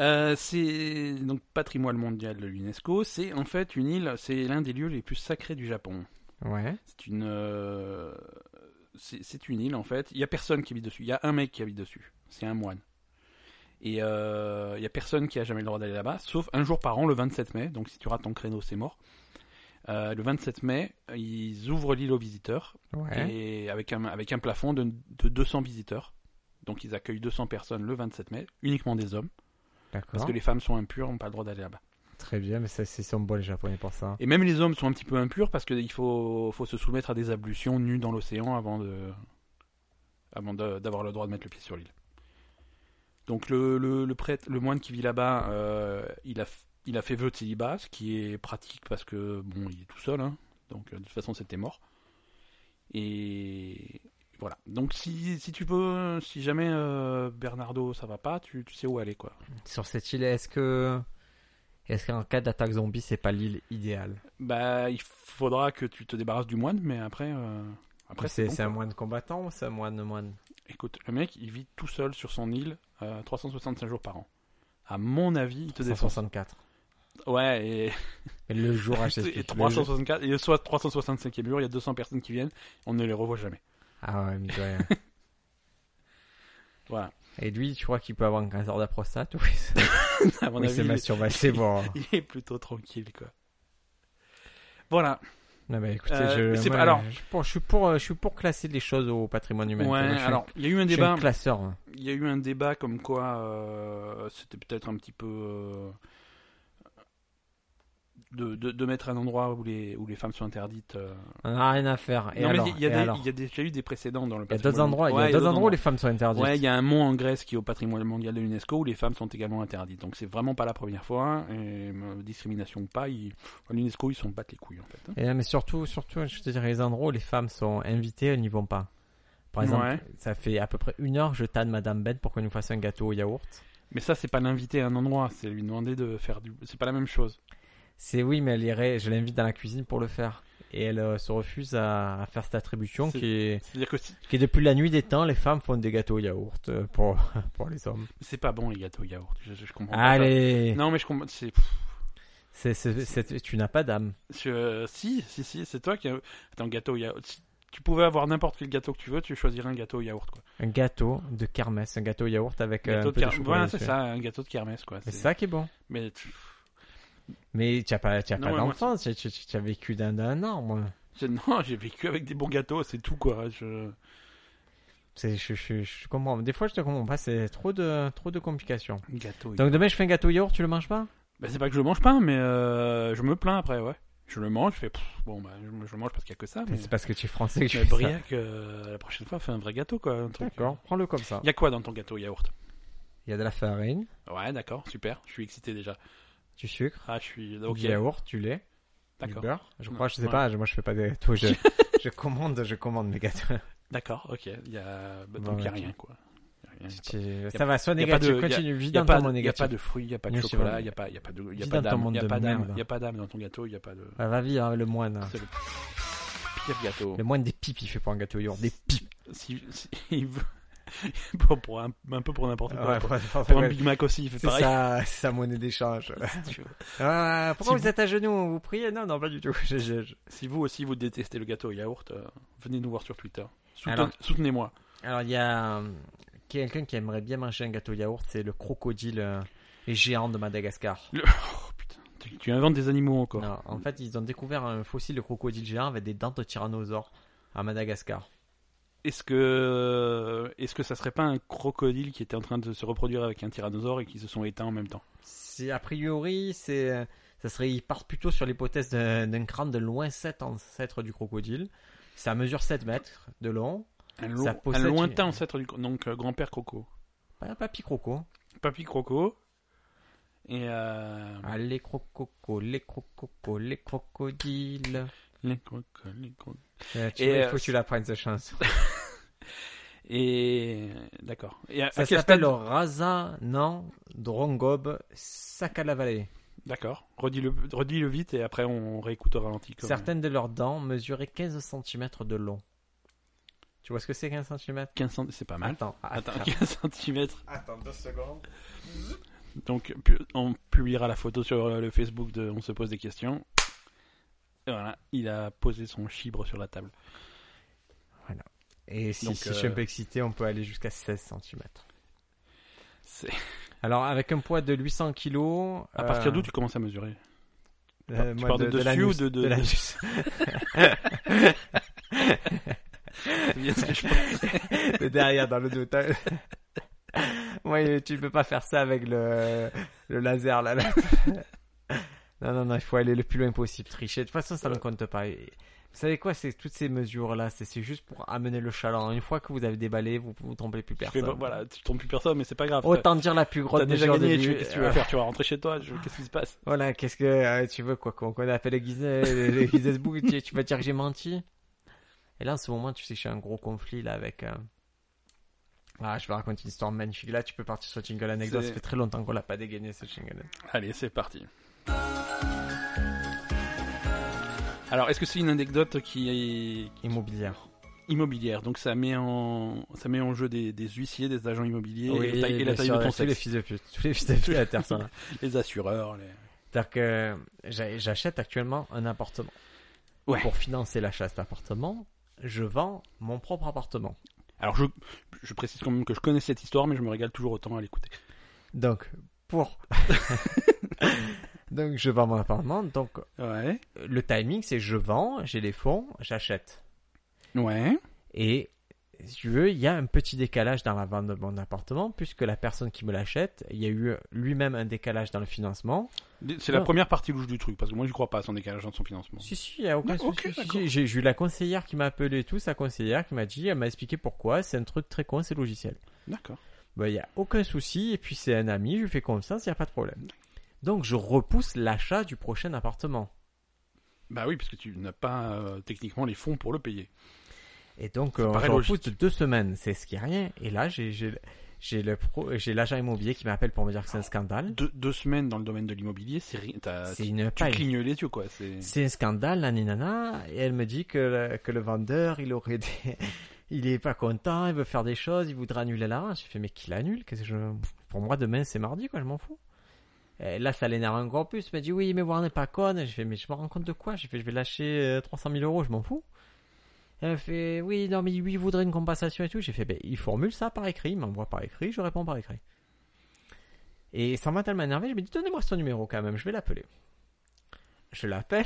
Speaker 1: Euh, c'est donc patrimoine mondial de l'UNESCO. C'est en fait une île. C'est l'un des lieux les plus sacrés du Japon.
Speaker 2: Ouais.
Speaker 1: C'est une, euh, c'est c'est une île en fait. Il y a personne qui habite dessus. Il y a un mec qui habite dessus. C'est un moine. Et euh, il y a personne qui a jamais le droit d'aller là-bas, sauf un jour par an, le 27 mai. Donc si tu rates ton créneau, c'est mort. Euh, le 27 mai, ils ouvrent l'île aux visiteurs
Speaker 2: Ouais.
Speaker 1: et avec un avec un plafond de, de 200 visiteurs. Donc ils accueillent 200 personnes le 27 mai, uniquement des hommes, parce
Speaker 2: D'accord.
Speaker 1: que les femmes sont impures, n'ont pas le droit d'aller là-bas.
Speaker 2: Très bien, mais ça, c'est sont bons les japonais pour ça.
Speaker 1: Et même les hommes sont un petit peu impurs parce qu'il faut, faut se soumettre à des ablutions nues dans l'océan avant de avant de- d'avoir le droit de mettre le pied sur l'île. Donc le, le, le prêtre, le moine qui vit là-bas, euh, il, a, f- il a fait vœu de célibat, ce qui est pratique parce que bon, il est tout seul, hein. donc euh, de toute façon c'était mort. Et voilà. Donc si, si tu veux, si jamais euh, Bernardo ça va pas, tu, tu sais où aller quoi.
Speaker 2: Sur cette île, est-ce que. Est-ce qu'en cas d'attaque zombie, c'est pas l'île idéale
Speaker 1: Bah il faudra que tu te débarrasses du moine, mais après. euh, Après,
Speaker 2: C'est
Speaker 1: bon,
Speaker 2: c'est un
Speaker 1: quoi.
Speaker 2: moine combattant ou c'est un moine moine
Speaker 1: Écoute, le mec, il vit tout seul sur son île euh, 365 jours par an. À mon avis, il te défonce.
Speaker 2: 364.
Speaker 1: Ouais, et,
Speaker 2: Et le
Speaker 1: <laughs>
Speaker 2: jour à
Speaker 1: et 364, et soit 365e jour, il y a 200 personnes qui viennent, on ne les revoit jamais.
Speaker 2: Ah ouais, mais ouais.
Speaker 1: <laughs> Voilà. <laughs>
Speaker 2: Et lui, tu crois qu'il peut avoir un cancer de la prostate Oui, c'est-
Speaker 1: À mon
Speaker 2: oui,
Speaker 1: avis,
Speaker 2: c'est
Speaker 1: il,
Speaker 2: ma surveille, c'est bon.
Speaker 1: est, il est plutôt tranquille, quoi. Voilà.
Speaker 2: Non, mais Ah bah, écoutez,
Speaker 1: Euh, mais
Speaker 2: je,
Speaker 1: c'est
Speaker 2: moi,
Speaker 1: pas- alors-
Speaker 2: je, suis pour, je, suis pour, euh, je suis pour classer les choses au patrimoine humain.
Speaker 1: ouais,
Speaker 2: Moi, je suis-
Speaker 1: alors, il y a eu un
Speaker 2: je suis
Speaker 1: débat.
Speaker 2: un classeur. hein.
Speaker 1: Il y a eu un débat comme quoi euh, c'était peut-être un petit peu euh, de, de, de mettre un endroit où les, où les femmes sont interdites. euh.
Speaker 2: On n'a rien à faire. Et
Speaker 1: non,
Speaker 2: alors,
Speaker 1: mais il y a,
Speaker 2: et
Speaker 1: des-
Speaker 2: alors
Speaker 1: il y a déjà eu des précédents dans le
Speaker 2: Il y a d'autres endroits, il y
Speaker 1: Ouais,
Speaker 2: a d'autres endroits où
Speaker 1: endroits.
Speaker 2: les femmes sont interdites.
Speaker 1: Ouais, il y a un mont en Grèce qui est au patrimoine mondial de l'UNESCO où les femmes sont également interdites. Donc c'est vraiment pas la première fois. Et, euh, discrimination ou pas, ils- à l'UNESCO ils s'en battent les couilles en fait. hein.
Speaker 2: Et, euh, mais surtout, surtout, je te dirais, les endroits où les femmes sont invitées, elles n'y vont pas. Par exemple,
Speaker 1: Ouais.
Speaker 2: ça fait à peu près une heure que je tanne Madame Ben pour qu'elle nous fasse un gâteau au yaourt.
Speaker 1: Mais ça c'est pas l'inviter à un endroit, c'est lui demander de faire du. C'est pas la même chose.
Speaker 2: C'est oui, mais elle irait, je l'invite dans la cuisine pour le faire. et elle euh, se refuse à, à faire cette attribution
Speaker 1: C'est-
Speaker 2: qui est,
Speaker 1: C'est-à-dire que si-
Speaker 2: qui est depuis la nuit des temps, les femmes font des gâteaux au yaourt euh, pour, <laughs> pour les hommes.
Speaker 1: c'est pas bon les gâteaux au yaourt. Je, je comprends pas.
Speaker 2: Allez,
Speaker 1: Non, mais je comprends. c'est-
Speaker 2: C'est- c'est- c'est- tu n'as pas d'âme.
Speaker 1: Je- euh, si, si, si, c'est toi qui. a- Attends, gâteau au yaourt. Si tu pouvais avoir n'importe quel gâteau que tu veux, tu choisirais un gâteau au yaourt. Quoi.
Speaker 2: Un gâteau de kermesse, un gâteau au yaourt avec euh,
Speaker 1: Gâteau
Speaker 2: un
Speaker 1: de
Speaker 2: peu de
Speaker 1: ker-
Speaker 2: chocolat.
Speaker 1: Voilà,
Speaker 2: dessus.
Speaker 1: c'est ça, un gâteau de kermesse. Quoi.
Speaker 2: C'est
Speaker 1: C'est-
Speaker 2: ça qui est bon.
Speaker 1: Mais tu-
Speaker 2: Mais tu n'as pas, tu as
Speaker 1: Non,
Speaker 2: pas
Speaker 1: mais moi,
Speaker 2: d'enfance, tu- tu tu as vécu d'un d'un an, moi.
Speaker 1: je- <laughs> non, j'ai vécu avec des bons gâteaux, c'est tout quoi. Je...
Speaker 2: C'est- Je, je, je comprends. Des fois, je te comprends pas. C'est trop de, trop de complications.
Speaker 1: Gâteau. au
Speaker 2: Donc demain, je fais un gâteau au yaourt, tu le manges pas
Speaker 1: Bah, c'est pas que je le mange pas, mais euh, je me plains après, ouais. Je le mange, je fais. pff, bon, bah, je, je le mange parce qu'il y a que ça. Mais,
Speaker 2: C'est parce que tu es français que tu
Speaker 1: mais
Speaker 2: fais ça.
Speaker 1: Briac, euh, la prochaine fois, fais un vrai gâteau quoi. Un truc.
Speaker 2: D'accord, prends-le comme ça.
Speaker 1: Il y a quoi dans ton gâteau au yaourt
Speaker 2: Il y a de la farine,
Speaker 1: Ouais, d'accord, super. Je suis excité déjà.
Speaker 2: du sucre,
Speaker 1: Ah, je suis. Ok,
Speaker 2: du yaourt, du lait, du
Speaker 1: d'accord.
Speaker 2: beurre. Je crois, je sais
Speaker 1: Ouais.
Speaker 2: pas, je- moi je fais pas des gâteaux.
Speaker 1: <laughs>
Speaker 2: Je, je commande, je commande mes gâteaux.
Speaker 1: D'accord, ok. Il y a... bah,
Speaker 2: Bon,
Speaker 1: donc, il y a
Speaker 2: ok.
Speaker 1: rien, quoi. Il y a rien.
Speaker 2: Tu- tu-
Speaker 1: pas-
Speaker 2: Ça va, sois
Speaker 1: y a pas
Speaker 2: négatif,
Speaker 1: de- y a-
Speaker 2: continue, vis
Speaker 1: Il y a
Speaker 2: dans
Speaker 1: pas
Speaker 2: ton
Speaker 1: de- il
Speaker 2: monde
Speaker 1: y a pas
Speaker 2: négatif.
Speaker 1: de fruits, il n'y a pas de
Speaker 2: Nous, c'est
Speaker 1: chocolat,
Speaker 2: vrai.
Speaker 1: il n'y a pas, il y a pas de, il y a
Speaker 2: Vis
Speaker 1: pas
Speaker 2: dans ton
Speaker 1: d'âme,
Speaker 2: monde
Speaker 1: il y a
Speaker 2: de
Speaker 1: pas d'âme,
Speaker 2: merde.
Speaker 1: il y a pas d'âme dans ton gâteau, il n'y a pas de.
Speaker 2: Ah, Va vivre avec le moine.
Speaker 1: C'est le pire gâteau.
Speaker 2: Le moine des pipes, il fait pas un gâteau au yaourt, des pipes.
Speaker 1: Si, si- <laughs> il veut- pour, pour un, un peu pour n'importe quoi.
Speaker 2: Ah Ouais,
Speaker 1: pour,
Speaker 2: ouais, ouais,
Speaker 1: pour un
Speaker 2: ouais.
Speaker 1: Big Mac aussi, il fait
Speaker 2: C'est
Speaker 1: pareil.
Speaker 2: ça, c'est sa monnaie <laughs> d'échange.
Speaker 1: Si vous-
Speaker 2: Ah, pourquoi
Speaker 1: Si
Speaker 2: vous êtes à genoux Vous priez Non, non, pas du tout. <laughs> Je- je- je-
Speaker 1: Si vous aussi vous détestez le gâteau au yaourt, euh, venez nous voir sur Twitter. Souten-
Speaker 2: Alors-
Speaker 1: Soutenez-moi.
Speaker 2: Alors, il y a euh, quelqu'un qui aimerait bien manger un gâteau yaourt, c'est le crocodile euh, géant de Madagascar.
Speaker 1: Le- Oh, putain, tu, tu inventes des animaux encore.
Speaker 2: Non, en fait, ils ont découvert un fossile de crocodile géant avec des dents de tyrannosaure à Madagascar.
Speaker 1: Est-ce que est-ce que ça serait pas un crocodile qui était en train de se reproduire avec un tyrannosaure et qui se sont éteints en même temps
Speaker 2: C'est a priori, c'est ça serait ils partent plutôt sur l'hypothèse d'un d'un crâne de loin 7 ancêtre du crocodile. Ça mesure 7 mètres de long.
Speaker 1: Un, lo-
Speaker 2: Ça
Speaker 1: un
Speaker 2: possède-
Speaker 1: lointain ancêtre du cro- donc euh, grand-père croco,
Speaker 2: Pas papy croco.
Speaker 1: papy croco et euh,
Speaker 2: Ah, les crococo, les crococo, les crocodiles.
Speaker 1: les croco- les croco-
Speaker 2: Euh, tu
Speaker 1: Et,
Speaker 2: vois, il
Speaker 1: euh,
Speaker 2: faut que tu la prennes cette chance.
Speaker 1: et d'accord. Et à- à
Speaker 2: Ça
Speaker 1: quel
Speaker 2: s'appelle
Speaker 1: stade-
Speaker 2: Raza Nan Drongob Sakalavale.
Speaker 1: D'accord. Redis le redis le vite et après on réécoute au ralenti. comme-
Speaker 2: Certaines de leurs dents mesuraient 15 cm de long. Tu vois ce que c'est 15 cm
Speaker 1: 15 cent- c'est pas mal.
Speaker 2: Attends, attends.
Speaker 1: Attends, 15 cm.
Speaker 2: Attends deux secondes.
Speaker 1: Donc pu- on publiera la photo sur euh, le Facebook de On se pose des questions. Et voilà, il a posé son chibre sur la table.
Speaker 2: Et si,
Speaker 1: Donc,
Speaker 2: si je suis
Speaker 1: euh,
Speaker 2: un peu excité, on peut aller jusqu'à 16 cm.
Speaker 1: C'est-
Speaker 2: Alors, avec un poids de 800 kg.
Speaker 1: À partir d'où tu commences à mesurer tu pars de
Speaker 2: euh, de,
Speaker 1: dessus
Speaker 2: l'anus,
Speaker 1: ou de- de-
Speaker 2: l'anus.
Speaker 1: <laughs> C'est bien ce que je pense.
Speaker 2: De derrière, dans le dos. t'as- ouais, tu peux pas faire ça avec le, le laser, là. là. non, non, non, il faut aller le plus loin possible, tricher. De toute façon, ça ne compte pas. Et- Vous savez quoi, c'est toutes ces mesures-là, c'est c'est juste pour amener le chaland. Une fois que vous avez déballé, vous vous trompez plus
Speaker 1: Tu fais,
Speaker 2: personne.
Speaker 1: bah, voilà, tu trompes plus personne, mais c'est pas grave.
Speaker 2: Autant dire la plus grosse
Speaker 1: T'as déjà
Speaker 2: mesure de
Speaker 1: gagné,
Speaker 2: vie.
Speaker 1: tu- qu'est-ce que tu vas faire Tu vas rentrer chez toi, je- qu'est-ce qui se passe
Speaker 2: Voilà, qu'est-ce que euh, tu veux, quoi Qu'on qu'on appelle les Guinness tu, tu vas dire que j'ai menti Et là, en ce moment, tu sais que j'ai un gros conflit là avec. euh, Ah, je vais raconter une histoire magnifique. Là, tu peux partir sur Jingle Anecdote.
Speaker 1: C'est-
Speaker 2: Ça fait très longtemps qu'on l'a pas dégainé, ce Jingle.
Speaker 1: Allez, c'est parti. Alors, est-ce que c'est une anecdote qui est
Speaker 2: Immobilière.
Speaker 1: immobilière Donc ça met en, ça met en jeu des, des huissiers, des agents immobiliers et, la taille- et
Speaker 2: bien
Speaker 1: la taille
Speaker 2: sûr,
Speaker 1: de ton
Speaker 2: tous les
Speaker 1: sexe.
Speaker 2: fils de pute. <laughs> Tous les fils de pute à terre sont là.
Speaker 1: Les assureurs, les...
Speaker 2: C'est-à-dire que j'a- j'achète actuellement un appartement.
Speaker 1: Ouais.
Speaker 2: Pour financer l'achat de cet appartement, je vends mon propre appartement.
Speaker 1: Alors je, je précise quand même que je connais cette histoire, mais je me régale toujours autant à l'écouter.
Speaker 2: Donc, <laughs> pour. donc, je vends mon appartement. Donc,
Speaker 1: Ouais.
Speaker 2: le timing, c'est je vends, j'ai les fonds, j'achète.
Speaker 1: Ouais.
Speaker 2: Et si tu veux, il y a un petit décalage dans la vente de mon appartement, puisque la personne qui me l'achète, il y a eu lui-même un décalage dans le financement.
Speaker 1: C'est la
Speaker 2: Ah.
Speaker 1: première partie louche du truc, parce que moi je crois pas à son décalage dans son financement.
Speaker 2: Si, si, il n'y a aucun
Speaker 1: Ah, ok,
Speaker 2: souci. Si, si,
Speaker 1: d'accord.
Speaker 2: J'ai j'ai eu la conseillère qui m'a appelé et tout, sa conseillère qui m'a dit, elle m'a expliqué pourquoi, c'est un truc très con, c'est logiciel.
Speaker 1: D'accord.
Speaker 2: Bah, il n'y a aucun souci, et puis c'est un ami, je lui fais confiance, il n'y a pas de problème. Donc, je repousse l'achat du prochain appartement.
Speaker 1: Bah oui, parce que tu n'as pas euh, techniquement les fonds pour le payer.
Speaker 2: Et donc,
Speaker 1: Ça
Speaker 2: euh,
Speaker 1: paraît
Speaker 2: je repousse
Speaker 1: logique.
Speaker 2: de deux semaines, c'est ce qui est rien. Et là, j'ai j'ai- j'ai j'ai le pro, j'ai l'agent immobilier qui m'appelle pour me dire que c'est un scandale.
Speaker 1: Deux, deux semaines dans le domaine de l'immobilier, c'est ri- t'as-
Speaker 2: C'est
Speaker 1: tu-
Speaker 2: une
Speaker 1: Euh, tu
Speaker 2: paille.
Speaker 1: clignes les yeux, quoi. C'est
Speaker 2: C'est un scandale, naninana. Et elle me dit que le, que le vendeur, il aurait des... <laughs> Il est pas content, il veut faire des choses, il voudrait annuler la vente. Je fais, mais qui l'annule Qu'est-ce que je... Pour moi, demain, c'est mardi, quoi, je m'en fous. Et là, ça l'énerve encore plus. Elle me dit, oui, mais voilà, on n'est pas conne. Je fais, mais je me rends compte de quoi Je fais, je vais lâcher euh, 300 000 euros, je m'en fous. Elle me fait, oui, non, mais lui, il voudrait une compensation et tout. J'ai fait, ben, il formule ça par écrit, il m'envoie par écrit, je réponds par écrit. Et ça m'a tellement énervé, je me dis, donnez-moi son numéro quand même, je vais l'appeler. Je l'appelle.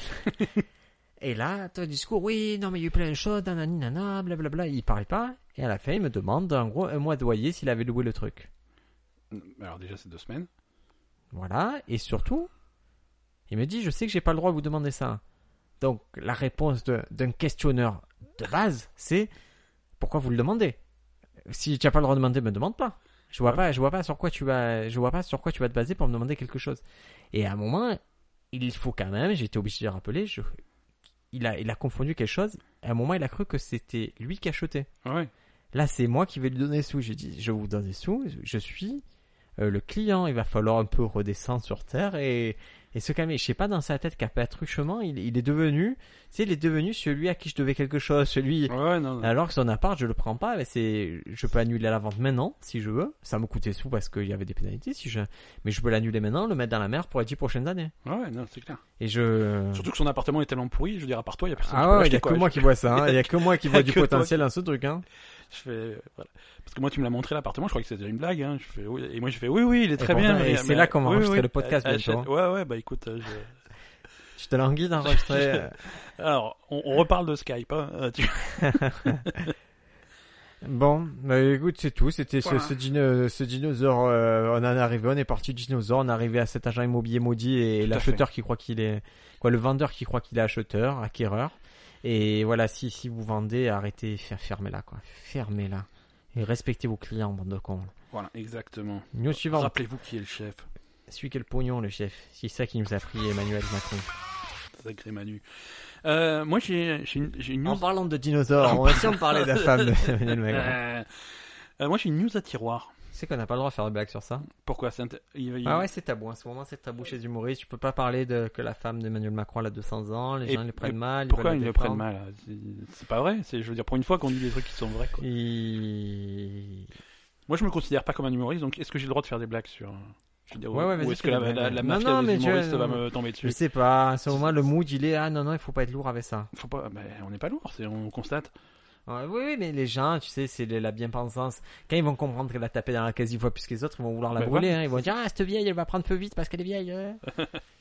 Speaker 2: et là, t'as le discours, oui, non, mais il y a eu plein de choses, nanani, nana, blablabla, il parlait pas. Et à la fin, il me demande, en gros, un mois de loyer s'il avait loué le truc.
Speaker 1: alors déjà c'est deux semaines.
Speaker 2: Voilà, et surtout, il me dit, je sais que j'ai pas le droit de vous demander ça. Donc, la réponse de- d'un questionneur de base, c'est pourquoi vous le demandez Si tu n'as pas le droit de demander, me demande pas. Je vois
Speaker 1: Ouais.
Speaker 2: pas, je vois pas sur quoi tu vas, je vois pas sur quoi tu vas te baser pour me demander quelque chose. Et à un moment, il faut quand même, j'étais obligé de le rappeler, je- il a, il a confondu quelque chose. À un moment, il a cru que c'était lui qui achetait.
Speaker 1: Ouais.
Speaker 2: Là, c'est moi qui vais lui donner des sous. J'ai dit, je vous donne des sous, je suis euh, le client. Il va falloir un peu redescendre sur terre et, et se calmer. Je sais pas dans sa tête qu'à patruchement, il, il est devenu, tu sais, il est devenu celui à qui je devais quelque chose, celui.
Speaker 1: Ouais, non. non.
Speaker 2: Alors que son appart, je le prends pas, mais c'est, je peux annuler la vente maintenant, si je veux. Ça me coûtait sous parce qu'il y avait des pénalités, si je, mais je peux l'annuler maintenant, le mettre dans la mer pour les 10 prochaines années.
Speaker 1: Ouais, non, c'est clair.
Speaker 2: Et je,
Speaker 1: Surtout que son appartement est tellement pourri, je veux dire, à part toi, il y a personne qui
Speaker 2: ah
Speaker 1: peut
Speaker 2: ouais, il y
Speaker 1: l'acheter,
Speaker 2: a que
Speaker 1: quoi.
Speaker 2: moi qui vois ça, hein. Il y a que moi qui
Speaker 1: Y a
Speaker 2: vois du
Speaker 1: que toi
Speaker 2: potentiel dans ce truc, hein.
Speaker 1: Je fais, euh, voilà. Parce que moi, tu me l'as montré l'appartement, je crois que c'était une blague. Hein. Je fais, oui. Et moi, je fais, oui, oui, il est très
Speaker 2: pourtant,
Speaker 1: bien.
Speaker 2: et
Speaker 1: mais-
Speaker 2: c'est
Speaker 1: mais-
Speaker 2: là qu'on va
Speaker 1: oui,
Speaker 2: enregistrer
Speaker 1: oui.
Speaker 2: le podcast
Speaker 1: Achète-
Speaker 2: bientôt. hein.
Speaker 1: Ouais, ouais, bah écoute. euh, je- <laughs>
Speaker 2: Je te languis d'enregistrer. euh,
Speaker 1: Alors, on, on reparle de Skype. hein. Euh, tu- <laughs>
Speaker 2: Bon, bah écoute, c'est tout. C'était ce,
Speaker 1: Voilà.
Speaker 2: ce, dino- ce dinosaure. euh, on en est arrivé, on est parti du dinosaure. On est arrivé à cet agent immobilier maudit et
Speaker 1: Tout à
Speaker 2: l'acheteur qui croit qu'il est. Quoi, le vendeur qui croit qu'il est acheteur, acquéreur. Et voilà, si, si vous vendez, arrêtez, fer- fermez-la, quoi. Fermez-la. Et respectez vos clients, bande de cons.
Speaker 1: Voilà, exactement.
Speaker 2: News suivante.
Speaker 1: Rappelez-vous qui est le chef.
Speaker 2: Suis quel pognon, le chef. C'est ça qui nous a pris Emmanuel Macron.
Speaker 1: Sacré Manu. Euh, moi, j'ai j'ai une, j'ai une
Speaker 2: En
Speaker 1: news.
Speaker 2: parlant de dinosaures, on va <laughs> si on parlait de la femme d'Emmanuel Macron.
Speaker 1: Euh, euh, moi, j'ai une news à tiroir.
Speaker 2: C'est qu'on n'a pas le droit de faire de blagues sur ça.
Speaker 1: Pourquoi c'est inté- il- il-
Speaker 2: Ah ouais, c'est tabou. En ce moment, c'est tabou chez les humoristes. Tu peux pas parler de que la femme d'Emmanuel Macron elle a 200 ans, les
Speaker 1: Et-
Speaker 2: gens ils le
Speaker 1: et
Speaker 2: prennent mal.
Speaker 1: Pourquoi
Speaker 2: veulent
Speaker 1: ils
Speaker 2: la
Speaker 1: le prennent
Speaker 2: défendre.
Speaker 1: mal hein C'est- C'est pas vrai. C'est, je veux dire, pour une fois qu'on dit des trucs qui sont vrais. Quoi.
Speaker 2: Ils-
Speaker 1: Moi, je me considère pas comme un humoriste, donc est-ce que j'ai le droit de faire des blagues sur je veux dire,
Speaker 2: Ouais, ouais, vas-y,
Speaker 1: Ou est-ce
Speaker 2: fais
Speaker 1: que la,
Speaker 2: des
Speaker 1: la,
Speaker 2: blagues.
Speaker 1: la
Speaker 2: Non,
Speaker 1: mafia
Speaker 2: non,
Speaker 1: des
Speaker 2: mais tu-
Speaker 1: humoristes va me tomber
Speaker 2: Je
Speaker 1: dessus
Speaker 2: sais pas. À ce moment, le mood, il est ah non non, il faut pas être lourd avec ça.
Speaker 1: Faut pas. ben, on n'est pas lourd, c'est on constate.
Speaker 2: Ouais, oui, oui, mais les gens, tu sais, c'est la bien-pensance. Quand ils vont comprendre qu'elle a tapé dans la quasi fois plus que les autres, ils vont vouloir la
Speaker 1: Ben
Speaker 2: brûler.
Speaker 1: voilà.
Speaker 2: hein. Ils vont dire ah cette vieille, elle va prendre feu vite parce qu'elle est
Speaker 1: <laughs>
Speaker 2: vieille. ouais.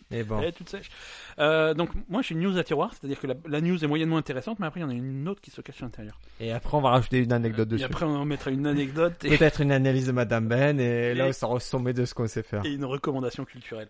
Speaker 2: mais bon.
Speaker 1: Elle est toute sèche. Euh, donc moi, j'ai une news à tiroir, c'est-à-dire que la, la news est moyennement intéressante, mais après il y en a une autre qui se cache à l'intérieur.
Speaker 2: Et après, on va rajouter une anecdote
Speaker 1: Et
Speaker 2: dessus.
Speaker 1: après, on en mettra une anecdote
Speaker 2: <laughs>
Speaker 1: et,
Speaker 2: Peut-être une analyse de Madame Ben et là,
Speaker 1: Et-
Speaker 2: on sera au sommet de ce qu'on sait faire.
Speaker 1: et une recommandation culturelle.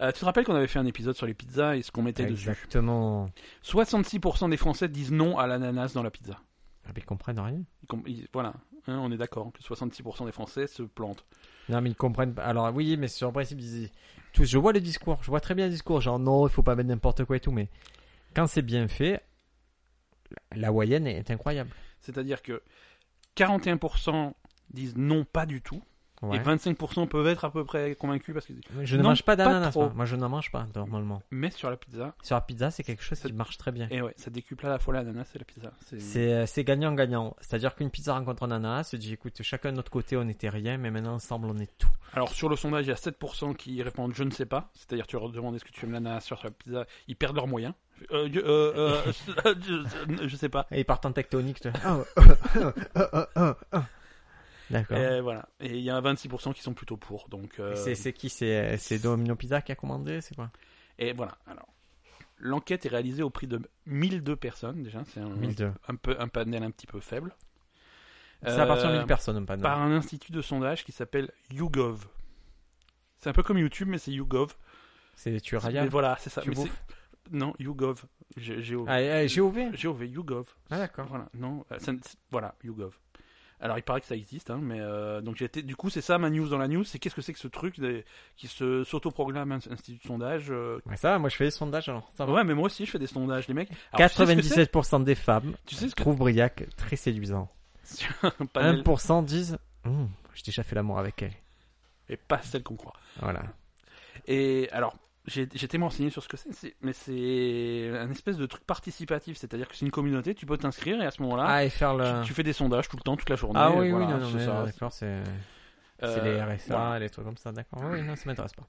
Speaker 1: Euh, tu te rappelles qu'on avait fait un épisode sur les pizzas et ce qu'on mettait dessus
Speaker 2: Exactement.
Speaker 1: 66% des Français disent non à l'ananas dans la pizza.
Speaker 2: Ah, mais Ils comprennent rien.
Speaker 1: Ils com- ils- voilà, Hein, on est d'accord que 66% des Français se plantent.
Speaker 2: Non, mais ils comprennent pas. Alors, oui, mais sur le principe, ils- tous, je vois le discours, je vois très bien le discours, genre non, il faut pas mettre n'importe quoi et tout, mais quand c'est bien fait, la- la Wayenne est incroyable.
Speaker 1: C'est-à-dire que 41% disent non pas du tout.
Speaker 2: Ouais.
Speaker 1: Et 25% peuvent être à peu près convaincus parce que
Speaker 2: Je ne
Speaker 1: non,
Speaker 2: mange pas
Speaker 1: pas
Speaker 2: d'ananas,
Speaker 1: trop.
Speaker 2: moi. Moi, je n'en mange pas, normalement.
Speaker 1: mais sur la pizza
Speaker 2: Sur la pizza, c'est quelque chose qui
Speaker 1: C'est-
Speaker 2: marche très bien.
Speaker 1: et ouais ça décuple à la fois l'ananas et la pizza. C'est-
Speaker 2: C'est euh, c'est gagnant-gagnant. C'est-à-dire qu'une pizza rencontre un ananas, se dit écoute, chacun de notre côté, on était rien, mais maintenant, ensemble, on est tout.
Speaker 1: Alors sur le sondage il y a 7% qui répondent je ne sais pas. C'est-à-dire tu leur demandes est-ce que tu aimes l'ananas sur la pizza ils perdent leurs moyens. Euh, je, euh,
Speaker 2: <laughs>
Speaker 1: euh, <laughs> je- je sais pas.
Speaker 2: Et ils partent en tectonique. tu vois. Ah, ah, ah, ah, ah, ah. D'accord.
Speaker 1: Et voilà et il y a 26% qui sont plutôt pour donc. euh,
Speaker 2: Et c'est- C'est qui C'est euh, c'est Domino Pizza qui a commandé C'est quoi
Speaker 1: Et voilà. Alors, l'enquête est réalisée au prix de 1002 personnes déjà. C'est un,
Speaker 2: 1002.
Speaker 1: un peu un panel un petit peu faible.
Speaker 2: C'est à partir de
Speaker 1: Euh,
Speaker 2: 1000 personnes, un panel.
Speaker 1: Par un institut de sondage qui s'appelle YouGov. C'est un peu comme YouTube, mais c'est YouGov.
Speaker 2: C'est tu
Speaker 1: Mais
Speaker 2: Raya.
Speaker 1: voilà, c'est ça.
Speaker 2: Tu
Speaker 1: Mais
Speaker 2: bouffes.
Speaker 1: c'est- Non, YouGov. G- G-O-
Speaker 2: Ah, ah, GOV
Speaker 1: GOV, YouGov.
Speaker 2: Ah, d'accord.
Speaker 1: Voilà, non, euh, ça ne- c'est- voilà, YouGov. Alors, il paraît que ça existe, hein, mais euh, donc j'ai été- du coup, c'est ça ma news dans la news. C'est qu'est-ce que c'est que ce truc des- qui se s'autoproclame un institut de sondage euh,
Speaker 2: Ouais, ça, va, moi je fais les sondages alors. Ça va.
Speaker 1: Ah Ouais, mais moi aussi, je fais des sondages, les mecs. Alors, tu sais ce que c'est <laughs>
Speaker 2: 97% des femmes
Speaker 1: Tu sais ce que
Speaker 2: trouvent Briac très séduisant.
Speaker 1: sur un panel,
Speaker 2: 1% disent Hmm, J'ai déjà fait l'amour avec elle.
Speaker 1: Et pas celle qu'on croit.
Speaker 2: Voilà.
Speaker 1: Et alors, j'ai j'ai tellement renseigné sur ce que c'est, c'est- mais c'est un espèce de truc participatif, c'est-à-dire que c'est une communauté, tu peux t'inscrire et à ce moment-là,
Speaker 2: Ah, et faire
Speaker 1: tu-
Speaker 2: le.
Speaker 1: tu, fais des sondages tout le temps, toute la journée.
Speaker 2: Ah oui,
Speaker 1: voilà,
Speaker 2: oui, non, non,
Speaker 1: c'est
Speaker 2: mais
Speaker 1: ça.
Speaker 2: d'accord, c'est
Speaker 1: Euh,
Speaker 2: c'est les RSA,
Speaker 1: voilà.
Speaker 2: les trucs comme ça, d'accord. Oui, non, ça m'intéresse
Speaker 1: <laughs>
Speaker 2: pas.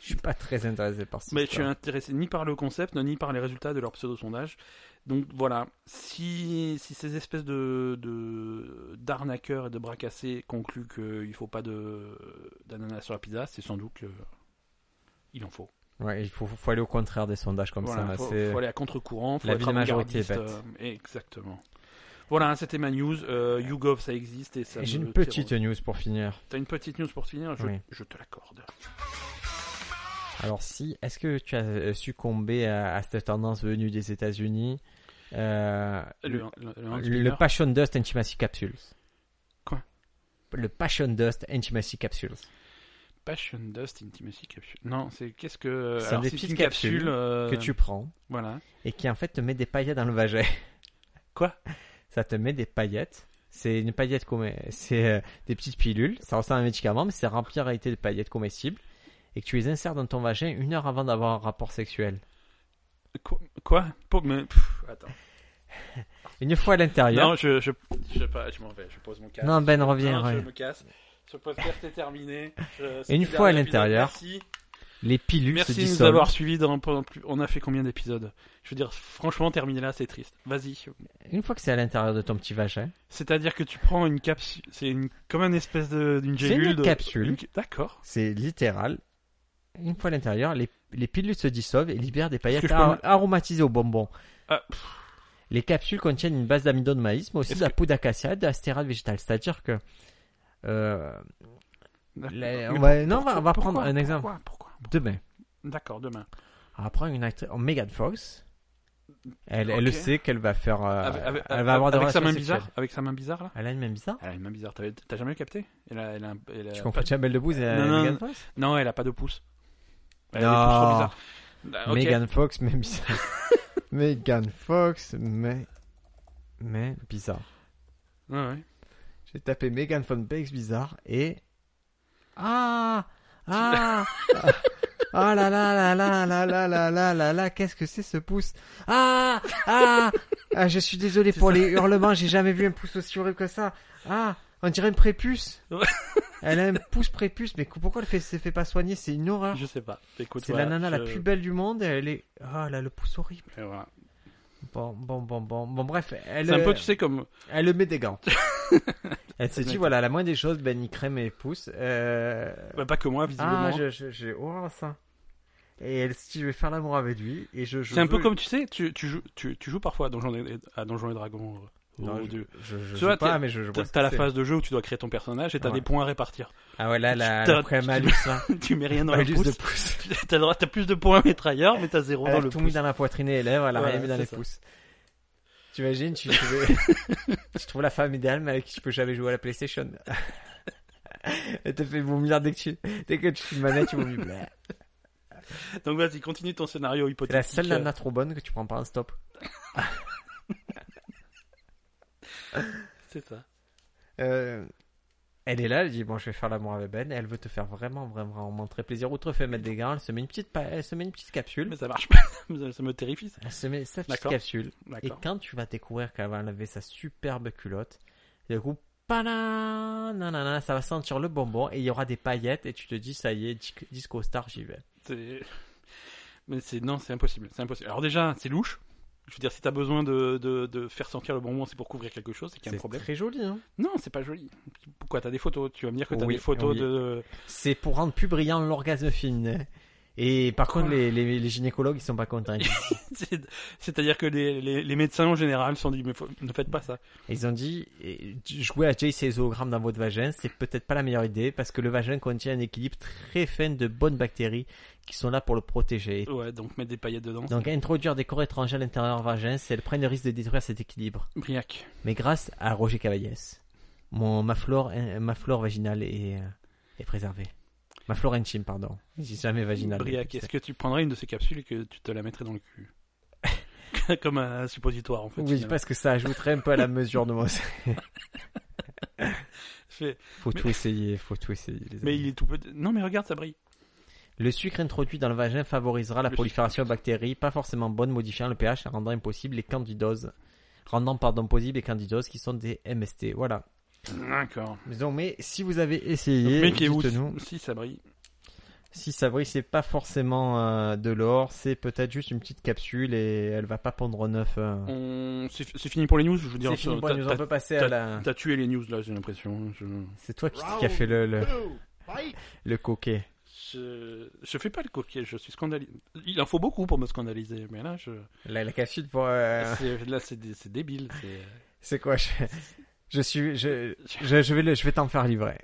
Speaker 2: Je suis pas très intéressé par ça.
Speaker 1: Mais je suis intéressé ni par le concept, ni par les résultats de leur pseudo-sondage. Donc voilà, si, si ces espèces de de- d'arnaqueurs et de bras cassés concluent qu'il ne faut pas de- d'ananas sur la pizza, c'est sans doute qu'il en faut.
Speaker 2: Ouais, il faut, faut aller au contraire des sondages comme
Speaker 1: Voilà,
Speaker 2: ça.
Speaker 1: faut,
Speaker 2: c'est-
Speaker 1: faut aller à contre-courant, faut
Speaker 2: la
Speaker 1: être
Speaker 2: vie de majorité est
Speaker 1: avant-gardiste, euh, exactement. Voilà, hein, c'était ma news. Euh, YouGov, ça existe et ça.
Speaker 2: Et J'ai
Speaker 1: me
Speaker 2: une petite
Speaker 1: terrorise.
Speaker 2: news pour finir.
Speaker 1: T'as une petite news pour finir. Je,
Speaker 2: Oui.
Speaker 1: je te l'accorde.
Speaker 2: Alors si, est-ce que tu as euh, succombé à, à cette tendance venue des États-Unis euh,
Speaker 1: Le, hein, le, le hand
Speaker 2: le
Speaker 1: spinner.
Speaker 2: Passion Dust Intimacy Capsules.
Speaker 1: Quoi
Speaker 2: Le Passion Dust Intimacy Capsules.
Speaker 1: Passion Dust Intimacy Capsule. Non, c'est qu'est-ce que.
Speaker 2: C'est
Speaker 1: alors,
Speaker 2: des
Speaker 1: c'est
Speaker 2: petites
Speaker 1: une capsule
Speaker 2: capsules
Speaker 1: euh,
Speaker 2: Que tu prends
Speaker 1: Voilà.
Speaker 2: et qui en fait te met des paillettes dans le vagin.
Speaker 1: <laughs> Quoi
Speaker 2: Ça te met des paillettes. C'est une paillette comme c'est euh, des petites pilules. Ça ressemble à un médicament, mais c'est rempli en réalité de paillettes comestibles et que tu les insères dans ton vagin une heure avant d'avoir un rapport sexuel.
Speaker 1: Quoi, quoi Pour- mais, pff, Attends.
Speaker 2: Une fois à l'intérieur.
Speaker 1: Non, je, je, je, sais pas, je m'en vais. Je pose mon casque.
Speaker 2: Ah, Non, Ben revient.
Speaker 1: Non, je
Speaker 2: ouais.
Speaker 1: me casse. Ce podcast est terminé. Je-
Speaker 2: Une
Speaker 1: c'était
Speaker 2: fois à
Speaker 1: le dernier épisode.
Speaker 2: l'intérieur.
Speaker 1: Merci.
Speaker 2: Les pilules
Speaker 1: Merci
Speaker 2: se
Speaker 1: de nous
Speaker 2: dissolvent.
Speaker 1: avoir suivis dans, pendant plus. On a fait combien d'épisodes Je veux dire, franchement, terminer là, c'est triste. Vas-y.
Speaker 2: Une fois que c'est à l'intérieur de ton petit vagin,
Speaker 1: C'est-à-dire que tu prends une capsule. C'est une, comme une espèce de- d'une
Speaker 2: C'est
Speaker 1: gélule.
Speaker 2: une
Speaker 1: de-
Speaker 2: capsule.
Speaker 1: une- D'accord.
Speaker 2: c'est littéral. Une fois à l'intérieur, les, les pilules se dissolvent et libèrent des paillettes
Speaker 1: que je
Speaker 2: ar-
Speaker 1: peux
Speaker 2: aromatisées au bonbon.
Speaker 1: Ah,
Speaker 2: Les capsules contiennent une base d'amidon de maïs, mais aussi
Speaker 1: Est-ce
Speaker 2: de la
Speaker 1: que-
Speaker 2: poudre d'acacia et d'astérate végétale. C'est-à-dire que. euh,
Speaker 1: D'accord.
Speaker 2: les-
Speaker 1: Mais
Speaker 2: on va-
Speaker 1: pour-
Speaker 2: non, on va,
Speaker 1: pourquoi-
Speaker 2: on va prendre
Speaker 1: pourquoi-
Speaker 2: un exemple.
Speaker 1: Pourquoi, pourquoi
Speaker 2: Demain.
Speaker 1: D'accord, demain.
Speaker 2: On va prendre une actrice. en Megan Fox. Elle, elle
Speaker 1: Ok.
Speaker 2: le sait qu'elle va faire. euh,
Speaker 1: Avec, avec-
Speaker 2: elle va avoir des
Speaker 1: avec sa
Speaker 2: relations
Speaker 1: main
Speaker 2: sexuelles.
Speaker 1: bizarre Avec sa main bizarre là Ah,
Speaker 2: Elle a une main bizarre.
Speaker 1: Elle a une main bizarre, t'avais- t'as jamais capté elle a, elle a un- elle a
Speaker 2: Tu
Speaker 1: Euh, pas-
Speaker 2: comprends Jamel Debbouze et
Speaker 1: Non, non,
Speaker 2: Megan
Speaker 1: non.
Speaker 2: Fox
Speaker 1: Non, elle a pas de pouce. Elle a des pouces trop
Speaker 2: Non.
Speaker 1: bizarres. Ah, ok.
Speaker 2: Megan Fox, mais
Speaker 1: <laughs>
Speaker 2: bizarre. Megan Fox, mais. Mais bizarre.
Speaker 1: Ouais, ouais.
Speaker 2: J'ai tapé Megan Fox Bakes bizarre et. Ah Ah Ah là là là là là là là là là là Qu'est-ce que c'est ce pouce ah, ah Ah Je suis désolé pour les hurlements, j'ai jamais vu un pouce aussi horrible que ça. Ah On dirait une prépuce
Speaker 1: Ouais.
Speaker 2: <laughs> Elle a un pouce prépuce, mais pourquoi elle fait, se fait pas soigner C'est une horreur.
Speaker 1: Je sais pas. Écoute,
Speaker 2: C'est
Speaker 1: voilà,
Speaker 2: la nana
Speaker 1: je-
Speaker 2: la plus belle du monde et elle est. Ah, elle a le pouce horrible.
Speaker 1: Et voilà.
Speaker 2: Bon, bon, bon, bon, bon, bref, elle,
Speaker 1: C'est un
Speaker 2: euh,
Speaker 1: peu, tu sais, comme.
Speaker 2: elle le met
Speaker 1: <laughs>
Speaker 2: des gants. elle s'est dit,
Speaker 1: Exactement.
Speaker 2: voilà, la moindre des choses, ben, il crée mes pouces. Euh...
Speaker 1: bah, pas que moi,
Speaker 2: Ah,
Speaker 1: visiblement.
Speaker 2: je- je- j'ai horreur à ça. Et elle s'est dit, je vais faire l'amour avec lui. Et je, je
Speaker 1: C'est un peu
Speaker 2: veux-
Speaker 1: comme, tu sais, tu, tu joues, tu, tu joues parfois à Donjons et, à Donjons et Dragons. euh,
Speaker 2: Non,
Speaker 1: ou
Speaker 2: je,
Speaker 1: de-
Speaker 2: je, je
Speaker 1: Tu
Speaker 2: joue
Speaker 1: vois,
Speaker 2: pas,
Speaker 1: t'es-
Speaker 2: mais je, je vois
Speaker 1: T'as
Speaker 2: ce
Speaker 1: t'as
Speaker 2: que
Speaker 1: la
Speaker 2: c'est.
Speaker 1: phase de jeu où tu dois créer ton personnage et t'as
Speaker 2: Ouais.
Speaker 1: des points à
Speaker 2: <laughs>
Speaker 1: répartir.
Speaker 2: Ah ouais, là, la,
Speaker 1: t'as-
Speaker 2: la après malus,
Speaker 1: <laughs>
Speaker 2: là.
Speaker 1: tu mets rien dans le
Speaker 2: malus
Speaker 1: pouce.
Speaker 2: de pouce.
Speaker 1: T'as le droit- t'as plus de points à mettre ailleurs, mais t'as zéro
Speaker 2: Elle
Speaker 1: dans
Speaker 2: a
Speaker 1: le
Speaker 2: tout mis
Speaker 1: pouce.
Speaker 2: dans la poitrine et les lèvres, elle a
Speaker 1: Voilà,
Speaker 2: rien mis dans
Speaker 1: c'est
Speaker 2: les
Speaker 1: ça.
Speaker 2: pouces.
Speaker 1: <laughs>
Speaker 2: T'imagines, tu trouves... <laughs> tu trouves la femme idéale, mais avec qui tu peux jamais jouer à la PlayStation. <laughs> Elle te fait vomir dès que tu, dès que tu fais une manette, tu vomis.
Speaker 1: <laughs>
Speaker 2: Blah.
Speaker 1: Donc vas-y, continue ton scénario
Speaker 2: C'est
Speaker 1: hypothétique. euh,
Speaker 2: la seule nana trop bonne que tu prends pas un stop.
Speaker 1: C'est ça.
Speaker 2: Euh, elle est là, elle dit bon je vais faire l'amour avec Ben, et elle veut te faire vraiment vraiment vraiment très plaisir. Outre fait mettre des gants, elle se met une petite pa- elle se met une petite capsule,
Speaker 1: Mais ça marche pas. <laughs> Ça- ça me terrifie. ça.
Speaker 2: elle se met sa petite
Speaker 1: D'accord.
Speaker 2: capsule. Et
Speaker 1: D'accord.
Speaker 2: quand tu vas découvrir qu'elle va enlever sa superbe culotte, le coup panan, nanana, ça va sentir le bonbon et il y aura des paillettes et tu te dis ça y est disc- disco star j'y vais.
Speaker 1: C'est- Mais c'est non, c'est impossible. C'est impossible. Alors déjà, c'est louche. Je veux dire, si t'as besoin de, de, de faire sentir le bonbon, c'est pour couvrir quelque chose, c'est qu'il y a un
Speaker 2: C'est
Speaker 1: problème.
Speaker 2: très joli. Hein
Speaker 1: Non, c'est pas joli. Pourquoi t'as des photos Tu vas me dire que t'as
Speaker 2: Oui,
Speaker 1: des photos
Speaker 2: oui.
Speaker 1: de. <laughs>
Speaker 2: C'est pour rendre plus brillant l'orgasme féminin. Et par
Speaker 1: Quoi
Speaker 2: contre les, les, les gynécologues ils sont pas
Speaker 1: <laughs>
Speaker 2: contents. Ils
Speaker 1: C'est- C'est-à-dire que les, les, les médecins en général sont dit, mais faut- ne faites pas ça.
Speaker 2: Et Ils ont dit, eh, jouer à Jace et les hologrammes dans votre vagin, c'est peut-être pas la meilleure idée parce que le vagin contient un équilibre très fin de bonnes bactéries qui sont là pour le protéger.
Speaker 1: Ouais, donc mettre des paillettes dedans.
Speaker 2: Donc introduire des corps étrangers à l'intérieur du vagin, c'est le prendre le risque de détruire cet équilibre.
Speaker 1: Briac.
Speaker 2: Mais grâce à Roger Cavaillès, mon, ma, flore, hein, ma flore vaginale est, euh, est préservée. Ma flore intime, pardon. J'ai jamais vaginale.
Speaker 1: Briac, est-ce que tu prendrais une de ces capsules et que tu te la mettrais dans le cul <laughs> Comme un suppositoire en fait.
Speaker 2: Oui,
Speaker 1: finalement. <laughs>
Speaker 2: parce que ça ajouterait un peu à la mesure de mon...
Speaker 1: Je fais,
Speaker 2: Faut
Speaker 1: Mais-
Speaker 2: tout essayer, faut tout essayer. les
Speaker 1: mais
Speaker 2: amis.
Speaker 1: il est tout petit. Non, mais regarde, ça brille.
Speaker 2: Le sucre introduit dans le vagin favorisera la
Speaker 1: Le
Speaker 2: prolifération de bactéries, pas forcément bonnes, modifiant le pH et rendant impossible les candidoses. Rendant, pardon, possible les candidoses qui sont des MST. Voilà.
Speaker 1: D'accord.
Speaker 2: Mais Donc, mais si vous avez
Speaker 1: Le
Speaker 2: essayé,
Speaker 1: mec est où
Speaker 2: dites-nous.
Speaker 1: Si, ça brille.
Speaker 2: Si ça brille, c'est pas forcément euh, de l'or, c'est peut-être juste une petite capsule et elle va pas pendre au neuf. hein.
Speaker 1: On... C'est c'est fini pour les news Je veux dire,
Speaker 2: C'est fini pour hein.
Speaker 1: t'as-
Speaker 2: nous, on
Speaker 1: t'as-
Speaker 2: peut passer à la...
Speaker 1: t'as tué les news là, j'ai l'impression. hein, Je...
Speaker 2: C'est toi qui, qui a fait le, le, le coquet.
Speaker 1: Je... je fais pas le coquet, je suis scandalisé. Il en faut beaucoup pour me scandaliser, mais là, je...
Speaker 2: La, la capsule pour... euh,
Speaker 1: c'est- là c'est dé- c'est débile. c'est-
Speaker 2: <laughs> C'est quoi je... je suis... Je, je, je vais, le- je vais t'en faire <laughs> livrer.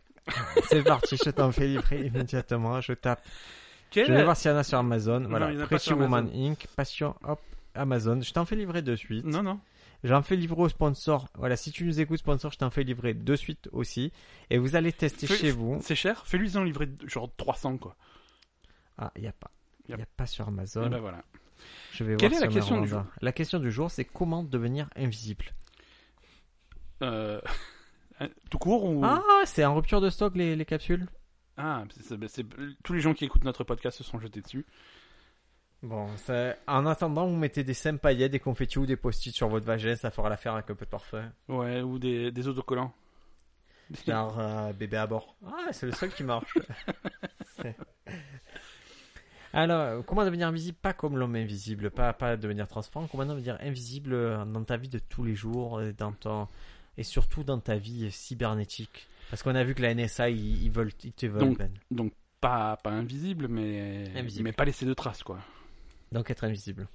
Speaker 2: C'est parti, je t'en fais livrer immédiatement. Je tape. Je vais voir s'il y en a sur Amazon.
Speaker 1: Non,
Speaker 2: voilà.
Speaker 1: il y en a pas
Speaker 2: Pretty
Speaker 1: sur
Speaker 2: Woman Inc. Passion, hop, Amazon. Je t'en fais livrer de suite.
Speaker 1: Non, non.
Speaker 2: J'en fais livrer au sponsor. Voilà, si tu nous écoutes, sponsor, je t'en fais livrer de suite aussi. Et vous allez tester
Speaker 1: Fais-
Speaker 2: chez vous.
Speaker 1: C'est cher. Fais-lui en livrer genre 300, quoi.
Speaker 2: Ah, il n'y a pas. Il
Speaker 1: Yep.
Speaker 2: n'y a pas sur
Speaker 1: Et
Speaker 2: Amazon.
Speaker 1: ben voilà.
Speaker 2: Je vais
Speaker 1: Quelle
Speaker 2: voir
Speaker 1: est la
Speaker 2: si on a
Speaker 1: question du
Speaker 2: Rwanda. La question du jour, c'est comment devenir invisible.
Speaker 1: Euh, <laughs> Tout court ou.
Speaker 2: Ah, c'est en rupture de stock les, les capsules
Speaker 1: Ah, c'est- c'est- c'est- tous les gens qui écoutent notre podcast se sont jetés dessus.
Speaker 2: Bon, ça- en attendant, vous mettez des sems paillettes, des confettis ou des post-it sur votre vagin, ça fera l'affaire avec un peu de parfum.
Speaker 1: Ouais, ou des, des autocollants.
Speaker 2: Genre euh, bébé à bord. Ah, c'est le seul qui marche. <laughs> C'est- Alors, comment devenir invisible Pas comme l'homme invisible, pas, pas devenir transparent. Comment devenir invisible euh, dans ta vie de tous les jours euh, dans ton... et surtout dans ta vie cybernétique Parce qu'on a vu que la NSA, ils, ils veulent, ils te veulent.
Speaker 1: Donc-
Speaker 2: Ben.
Speaker 1: Donc pas, pas invisible, mais
Speaker 2: Invisible.
Speaker 1: mais pas laisser de traces, quoi.
Speaker 2: Donc être invisible.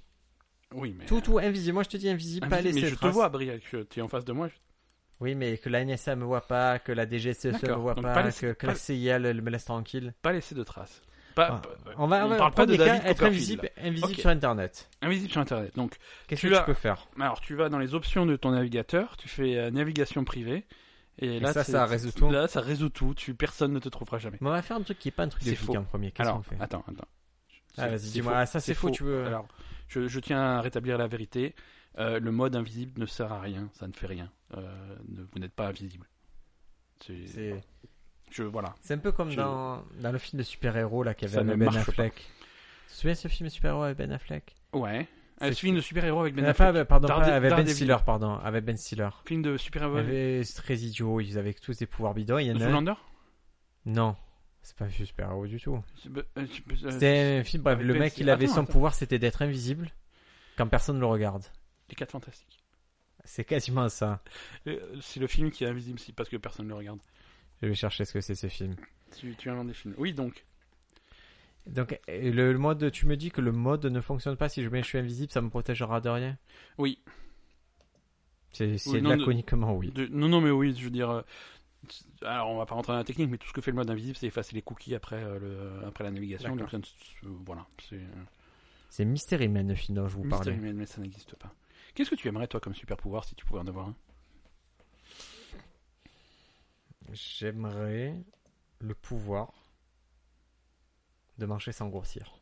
Speaker 1: Oui, mais.
Speaker 2: Tout, tout, invisible. Moi, je te dis invisible, pas
Speaker 1: Euh, Invisible,
Speaker 2: laisser
Speaker 1: mais
Speaker 2: de
Speaker 1: je te
Speaker 2: traces.
Speaker 1: vois, Briac, tu tu es en face de moi. je-
Speaker 2: Oui, mais que la NSA me voit pas, que la DGCE me
Speaker 1: D'accord.
Speaker 2: voit
Speaker 1: Donc
Speaker 2: pas,
Speaker 1: pas laisser-
Speaker 2: que, que la
Speaker 1: pas-
Speaker 2: CIA le- me laisse tranquille.
Speaker 1: Pas laisser de traces. Pas,
Speaker 2: Ah.
Speaker 1: pas-
Speaker 2: On va, on va
Speaker 1: parle pas
Speaker 2: prendre
Speaker 1: de
Speaker 2: des cas,
Speaker 1: David
Speaker 2: être
Speaker 1: Copperfield, là.
Speaker 2: invisible, invisible
Speaker 1: Ok.
Speaker 2: sur Internet.
Speaker 1: Invisible sur Internet. Donc,
Speaker 2: Qu'est-ce
Speaker 1: Tu
Speaker 2: que
Speaker 1: l'as.
Speaker 2: tu peux faire
Speaker 1: alors tu vas dans les options de ton navigateur, tu fais euh, navigation privée, et, là
Speaker 2: ça,
Speaker 1: c'est-
Speaker 2: ça résout tout.
Speaker 1: Là, ça résout tout. Tu personne ne te trouvera jamais.
Speaker 2: Mais on va faire un truc qui est pas un truc de
Speaker 1: C'est
Speaker 2: geek
Speaker 1: faux.
Speaker 2: en premier. Qu'est-ce qu'on
Speaker 1: Alors,
Speaker 2: fait
Speaker 1: attends, attends.
Speaker 2: Ah, vas-y,
Speaker 1: C'est
Speaker 2: dis-moi.
Speaker 1: faux.
Speaker 2: Ah, ça, c'est faux, tu veux-
Speaker 1: Alors, je, je tiens à rétablir la vérité. Euh, le mode invisible ne sert à rien, ça ne fait rien. Euh, ne- vous n'êtes pas invisible. C'est-
Speaker 2: C'est
Speaker 1: Je, voilà.
Speaker 2: c'est un peu comme
Speaker 1: Je-
Speaker 2: dans, dans le film de super-héros là qu'il y
Speaker 1: Ça
Speaker 2: avait
Speaker 1: ne
Speaker 2: avec Ben
Speaker 1: marche pas.
Speaker 2: Affleck. Tu te souviens de ce film de super-héros avec Ben Affleck
Speaker 1: Ouais. Un
Speaker 2: C'est-
Speaker 1: film de super-héros avec Ben
Speaker 2: Non,
Speaker 1: Affleck.
Speaker 2: pas, pardon, pas
Speaker 1: Darede-
Speaker 2: avec Ben
Speaker 1: Daredevil.
Speaker 2: Stiller, pardon, avec Ben Stiller.
Speaker 1: Film de
Speaker 2: Il
Speaker 1: super-héros
Speaker 2: y
Speaker 1: avec
Speaker 2: avait- C'est très idiot, ils avaient tous des pouvoirs bidons. Il y en a un...
Speaker 1: Zoolander
Speaker 2: Non, c'est pas un super-héros du tout.
Speaker 1: C'est- euh, c'est- euh,
Speaker 2: C'était un film, bref,
Speaker 1: avec
Speaker 2: le
Speaker 1: Ben
Speaker 2: mec,
Speaker 1: Stiller.
Speaker 2: il avait
Speaker 1: Attends,
Speaker 2: son
Speaker 1: attends.
Speaker 2: pouvoir, c'était d'être invisible quand personne ne le regarde.
Speaker 1: Les 4 Fantastiques.
Speaker 2: C'est quasiment ça.
Speaker 1: Euh, C'est le film qui est invisible si, parce que personne ne le regarde.
Speaker 2: Je vais chercher ce que c'est ce film.
Speaker 1: Tu, tu inventes des films. Oui, donc.
Speaker 2: Donc, euh, le, le mode, tu me dis que le mode ne fonctionne pas. Si je mets je suis invisible, ça me protégera de rien
Speaker 1: Oui.
Speaker 2: C'est c'est
Speaker 1: Oui, non, de-
Speaker 2: laconiquement oui.
Speaker 1: De- Non, non, mais oui, je veux dire. euh, Alors, on va pas rentrer dans la technique, mais tout ce que fait le mode invisible, c'est effacer les cookies après, euh, le, après la navigation.
Speaker 2: D'accord.
Speaker 1: Donc, ça ne se- voilà, c'est euh,
Speaker 2: C'est Mystery Man, le film dont je vous
Speaker 1: mystère
Speaker 2: parlais.
Speaker 1: humain, mais ça n'existe pas. Qu'est-ce que tu aimerais, toi, comme super pouvoir, si tu pouvais en avoir un
Speaker 2: J'aimerais le pouvoir de marcher sans grossir.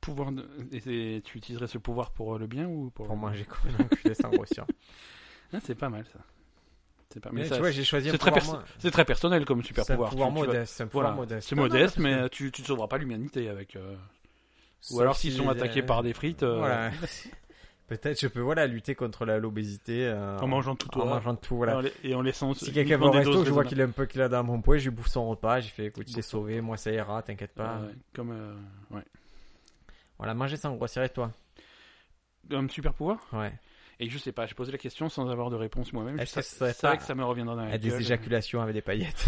Speaker 1: Pouvoir de- et- et tu utiliserais ce pouvoir pour euh, le bien ou pour,
Speaker 2: Pour manger comme un enculé
Speaker 1: <laughs>
Speaker 2: sans grossir.
Speaker 1: Ah, C'est pas mal, ça. C'est pas
Speaker 2: Mais
Speaker 1: ça-
Speaker 2: tu vois, j'ai choisi un
Speaker 1: c'est très,
Speaker 2: pouvoir,
Speaker 1: perso-
Speaker 2: moins-
Speaker 1: c'est très personnel comme super
Speaker 2: c'est un
Speaker 1: pouvoir.
Speaker 2: pouvoir
Speaker 1: Tu- tu vas-
Speaker 2: modeste. C'est un pouvoir
Speaker 1: Voilà,
Speaker 2: modeste.
Speaker 1: c'est
Speaker 2: Non, non,
Speaker 1: modeste,
Speaker 2: parce
Speaker 1: mais
Speaker 2: que-
Speaker 1: euh, tu, tu ne sauveras pas l'humanité avec. euh, Ou
Speaker 2: sauf
Speaker 1: alors s'ils sont
Speaker 2: si-
Speaker 1: attaqués par des frites, euh,
Speaker 2: Voilà. Peut-être je peux voilà lutter contre la- l'obésité euh,
Speaker 1: en mangeant tout
Speaker 2: en
Speaker 1: au
Speaker 2: mangeant tout voilà.
Speaker 1: et en les- et en laissant.
Speaker 2: Si quelqu'un va
Speaker 1: uniquement
Speaker 2: au
Speaker 1: des
Speaker 2: resto,
Speaker 1: doses
Speaker 2: je vois
Speaker 1: raisonnables.
Speaker 2: qu'il est un peu qu'il a dans mon poids, je lui bouffe son repas, j'ai fait écoute,
Speaker 1: Bouffe
Speaker 2: t'es
Speaker 1: son
Speaker 2: sauvé, moi ça ira, t'inquiète pas.
Speaker 1: Euh, comme euh, ouais.
Speaker 2: Voilà, manger sans grossir et toi.
Speaker 1: Comme super pouvoir
Speaker 2: Ouais.
Speaker 1: Et je sais pas, j'ai posé la question sans avoir de réponse moi-même.
Speaker 2: Est-ce
Speaker 1: Je-
Speaker 2: que ce serait
Speaker 1: c'est vrai
Speaker 2: pas-
Speaker 1: que ça me reviendra dans la
Speaker 2: À des
Speaker 1: gueule.
Speaker 2: éjaculations avec
Speaker 1: <laughs>
Speaker 2: des paillettes.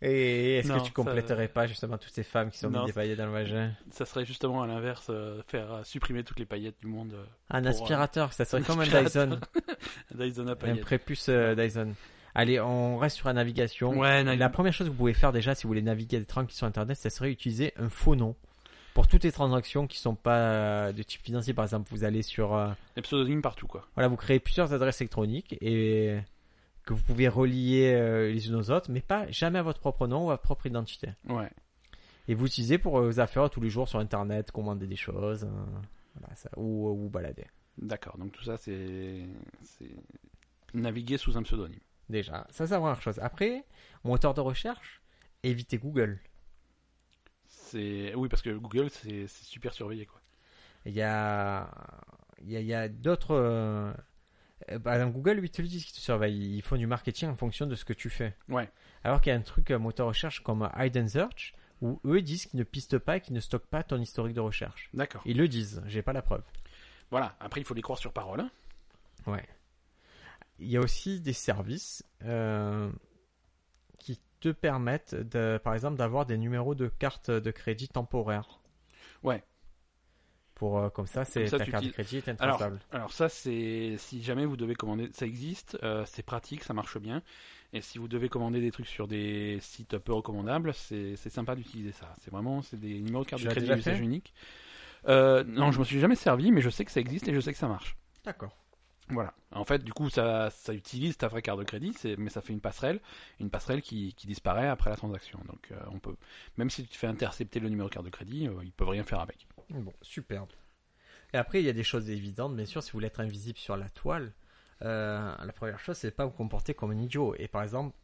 Speaker 2: et est-ce
Speaker 1: Non,
Speaker 2: que tu compléterais pas justement toutes ces femmes qui sont
Speaker 1: Non.
Speaker 2: mises des paillettes dans le vagin
Speaker 1: Ça serait justement à l'inverse, euh, faire euh, supprimer toutes les paillettes du monde. euh,
Speaker 2: Un
Speaker 1: Pour,
Speaker 2: aspirateur, ça serait
Speaker 1: un
Speaker 2: comme un
Speaker 1: aspirateur.
Speaker 2: Dyson,
Speaker 1: Dyson à
Speaker 2: un
Speaker 1: paillettes.
Speaker 2: prépuce euh, Dyson. Allez, on reste sur la navigation.
Speaker 1: Ouais, non,
Speaker 2: La première chose que vous pouvez faire déjà si vous voulez naviguer à des trains qui sont internet, ça serait utiliser un faux nom pour toutes les transactions qui sont pas euh, de type financier. Par exemple, vous allez sur euh,
Speaker 1: les pseudonymes partout quoi.
Speaker 2: Voilà, vous créez plusieurs adresses électroniques et que vous pouvez relier euh, les unes aux autres, mais pas jamais à votre propre nom ou à votre propre identité.
Speaker 1: Ouais.
Speaker 2: Et vous utilisez pour euh, vos affaires tous les jours sur Internet, commander des choses, hein, euh, voilà, ça, ou, ou balader.
Speaker 1: D'accord, donc tout ça c'est. c'est- Naviguer sous un pseudonyme.
Speaker 2: Déjà, ça c'est la première chose. Après, moteur de recherche, évitez Google.
Speaker 1: C'est oui parce que Google c'est c'est super surveillé quoi.
Speaker 2: Il y a, il y a, il y a d'autres. euh, euh, Par exemple, Google, lui, ils te le disent qu'ils te surveillent. Ils font du marketing en fonction de ce que tu fais.
Speaker 1: Ouais.
Speaker 2: Alors qu'il y a un truc euh, moteur recherche comme Hide and Search où eux ils disent qu'ils ne pistent pas et qu'ils ne stockent pas ton historique de recherche.
Speaker 1: D'accord.
Speaker 2: Ils le disent, j'ai pas la preuve.
Speaker 1: Voilà. Après il faut les croire sur parole. hein.
Speaker 2: Ouais. Il y a aussi des services euh, qui te permettent, de, par exemple, d'avoir des numéros de carte de crédit temporaires.
Speaker 1: Ouais.
Speaker 2: Pour, euh, comme ça, c'est
Speaker 1: ça,
Speaker 2: ta
Speaker 1: tu
Speaker 2: carte de
Speaker 1: utilises-
Speaker 2: crédit est intraçable.
Speaker 1: Alors ça c'est si jamais vous devez commander ça existe, euh, c'est pratique, ça marche bien. Et si vous devez commander des trucs sur des sites peu recommandables, c'est c'est sympa d'utiliser ça. C'est vraiment c'est des numéros de carte
Speaker 2: Tu
Speaker 1: de
Speaker 2: l'as
Speaker 1: crédit
Speaker 2: déjà
Speaker 1: à usage
Speaker 2: fait
Speaker 1: unique. Euh, non, je me suis jamais servi, mais je sais que ça existe et je sais que ça marche.
Speaker 2: D'accord.
Speaker 1: Voilà. En fait, du coup, ça, ça utilise ta vraie carte de crédit, c'est- mais ça fait une passerelle, une passerelle qui, qui disparaît après la transaction. Donc, euh, on peut, même si tu te fais intercepter le numéro de carte de crédit, euh, ils peuvent rien faire avec.
Speaker 2: Bon, superbe. Et après, il y a des choses évidentes, bien sûr, si vous voulez être invisible sur la toile, euh, la première chose, c'est de pas vous comporter comme un idiot. Et par exemple,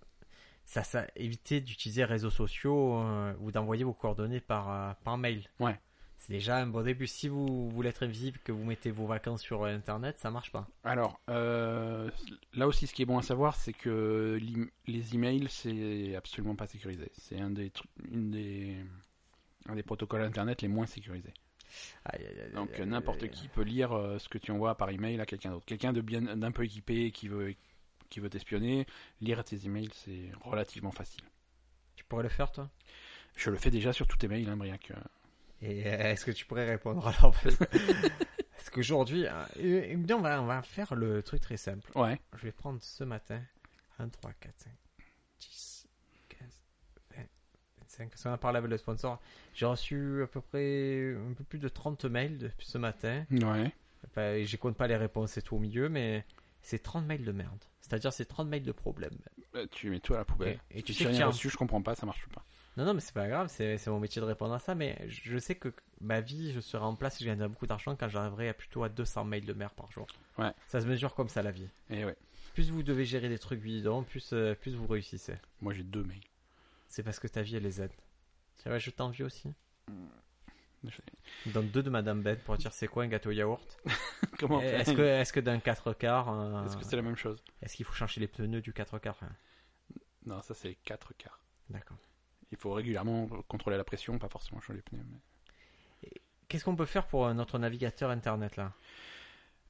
Speaker 2: ça, ça éviter d'utiliser les réseaux sociaux euh, ou d'envoyer vos coordonnées par, euh, par mail.
Speaker 1: Ouais.
Speaker 2: C'est déjà un bon début. Si vous voulez être invisible, que vous mettez vos vacances sur euh, Internet, ça marche pas.
Speaker 1: Alors, euh, là aussi, ce qui est bon à savoir, c'est que l'im- les emails, c'est absolument pas sécurisé. C'est un des, tru- une des, un des protocoles internet les moins sécurisés.
Speaker 2: Aïe, aïe, aïe,
Speaker 1: Donc,
Speaker 2: aïe,
Speaker 1: euh, n'importe
Speaker 2: aïe,
Speaker 1: qui peut lire euh, ce que tu envoies par email à quelqu'un d'autre. Quelqu'un de bien, d'un peu équipé qui veut, qui veut t'espionner, lire tes emails, c'est relativement facile.
Speaker 2: Tu pourrais le faire, toi
Speaker 1: Je le fais déjà sur tous tes mails, hein, Briac. Euh,
Speaker 2: Et euh, est-ce que tu pourrais
Speaker 1: <laughs>
Speaker 2: répondre alors Parce que- parce qu'aujourd'hui, euh, euh, bien, on va, on va faire le truc très simple.
Speaker 1: Ouais.
Speaker 2: Je vais prendre ce matin 1, 3, 4, 5, 10, 15, 20, 25. Parce qu'on a parlé avec le sponsor. J'ai reçu à peu près un peu plus de 30 mails depuis ce matin.
Speaker 1: Ouais.
Speaker 2: Enfin, et je compte pas les réponses et tout au milieu, mais c'est 30 mails de merde. C'est-à-dire, c'est 30 mails de problèmes.
Speaker 1: Euh, tu mets tout à la poubelle.
Speaker 2: Et, et
Speaker 1: Tu
Speaker 2: tu
Speaker 1: sais
Speaker 2: sais que
Speaker 1: rien
Speaker 2: tiens,
Speaker 1: reçu, je comprends pas, ça marche pas.
Speaker 2: Non, non, mais c'est pas grave, c'est c'est mon métier de répondre à ça. Mais je sais que ma vie, je serai en place et je gagnerai beaucoup d'argent quand j'arriverai à plutôt à 200 mails de merde par jour.
Speaker 1: Ouais.
Speaker 2: Ça se mesure comme ça, la vie.
Speaker 1: Et Eh ouais.
Speaker 2: Plus vous devez gérer des trucs bidons, plus, euh, plus vous réussissez.
Speaker 1: Moi j'ai deux mails. <laughs>
Speaker 2: C'est parce que ta vie, elle les aide. Tu vois, je t'envie aussi.
Speaker 1: Je-
Speaker 2: Dans deux de Madame Bête pour dire c'est quoi un gâteau yaourt
Speaker 1: <laughs> Comment faire
Speaker 2: Eh, Est-ce que, est que d'un 4 quarts, euh,
Speaker 1: <laughs> Est-ce que c'est la même chose
Speaker 2: est-ce qu'il faut changer les pneus du 4 quarts hein
Speaker 1: Non, ça c'est 4 quarts.
Speaker 2: D'accord.
Speaker 1: Il faut régulièrement contrôler la pression, pas forcément changer les pneus. mais-
Speaker 2: Qu'est-ce qu'on peut faire pour euh, notre navigateur internet là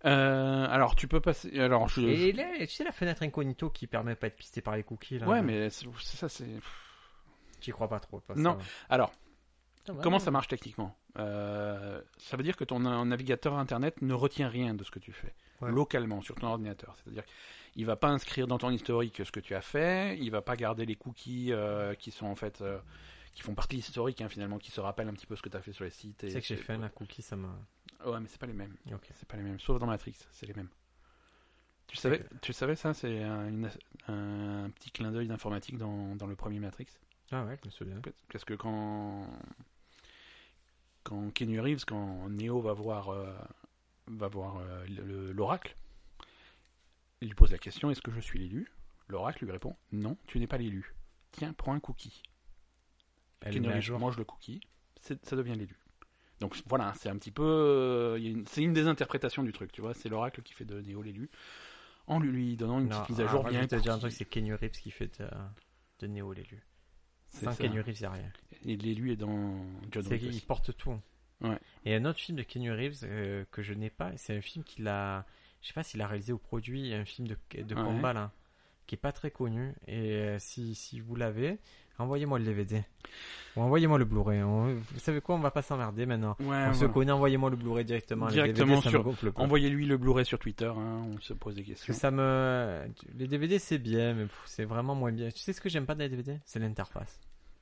Speaker 1: Euh, alors tu peux passer. Alors je.
Speaker 2: Et là, tu sais la fenêtre incognito qui permet pas de pisté par les cookies là
Speaker 1: Ouais, mais c'est- c'est ça c'est.
Speaker 2: J'y crois pas trop. pas
Speaker 1: Non.
Speaker 2: ça.
Speaker 1: Alors
Speaker 2: Putain, ouais,
Speaker 1: comment
Speaker 2: ouais.
Speaker 1: ça marche techniquement Euh, Ça veut dire que ton euh, navigateur internet ne retient rien de ce que tu fais.
Speaker 2: Ouais.
Speaker 1: localement sur ton ordinateur. C'est-à-dire qu'il va pas inscrire dans ton historique ce que tu as fait, il va pas garder les cookies euh, qui sont en fait euh, qui font partie de l'historique hein, finalement, qui se rappellent un petit peu ce que tu as fait sur les sites. Et,
Speaker 2: Tu sais que j'ai fait un cookie, ça m'a.
Speaker 1: Ouais, mais c'est pas les mêmes.
Speaker 2: Ok.
Speaker 1: C'est pas les mêmes. Sauf dans Matrix, c'est les mêmes. Tu savais, tu savais ça, c'est un, une- un petit clin d'œil d'informatique dans, dans le premier Matrix.
Speaker 2: Ah ouais, je me souviens.
Speaker 1: Parce que quand quand Keanu Reeves, quand Neo va voir euh, va voir euh, le- le- l'oracle, il lui pose la question est-ce que je suis l'élu L'oracle lui répond non, tu n'es pas l'élu. Tiens, prends un cookie.
Speaker 2: Elle le
Speaker 1: Keanu
Speaker 2: met à
Speaker 1: Reeves
Speaker 2: jour.
Speaker 1: mange le cookie, c'est- ça devient l'élu. Donc voilà, c'est un petit peu, euh, il y a une- c'est une des interprétations du truc, tu vois. C'est l'oracle qui fait de Neo l'élu en lui, lui donnant une
Speaker 2: Non,
Speaker 1: petite mise à jour
Speaker 2: alors,
Speaker 1: bien.
Speaker 2: Je vais te dire un truc,
Speaker 1: cookie.
Speaker 2: c'est Kenny Reeves qui fait de, de Néo l'élu.
Speaker 1: C'est
Speaker 2: Sans
Speaker 1: ça.
Speaker 2: Kenny Reeves, y'a rien.
Speaker 1: Et l'élu est dans John
Speaker 2: C'est
Speaker 1: Wick
Speaker 2: qu'il
Speaker 1: aussi.
Speaker 2: porte tout. hein.
Speaker 1: Ouais.
Speaker 2: Et un autre film de Keanu Reeves euh, que je n'ai pas, c'est un film qu'il a, je sais pas s'il a réalisé au produit, un film de, de
Speaker 1: Ouais.
Speaker 2: combat là, qui est pas très connu. Et euh, si, si vous l'avez, envoyez-moi le DVD. Ou envoyez-moi le Blu-ray. On- Vous savez quoi, on va pas s'emmerder maintenant.
Speaker 1: Ouais,
Speaker 2: On se
Speaker 1: Ah, voilà.
Speaker 2: connaît, envoyez-moi le Blu-ray directement. Les
Speaker 1: Directement
Speaker 2: DVD, ça
Speaker 1: sur-
Speaker 2: me gonfle pas.
Speaker 1: Envoyez-lui le Blu-ray sur Twitter, hein, on se pose des
Speaker 2: Parce que
Speaker 1: questions.
Speaker 2: ça me, les DVD c'est bien, mais pff, c'est vraiment moins bien. Tu sais ce que j'aime pas des DVD C'est l'interface.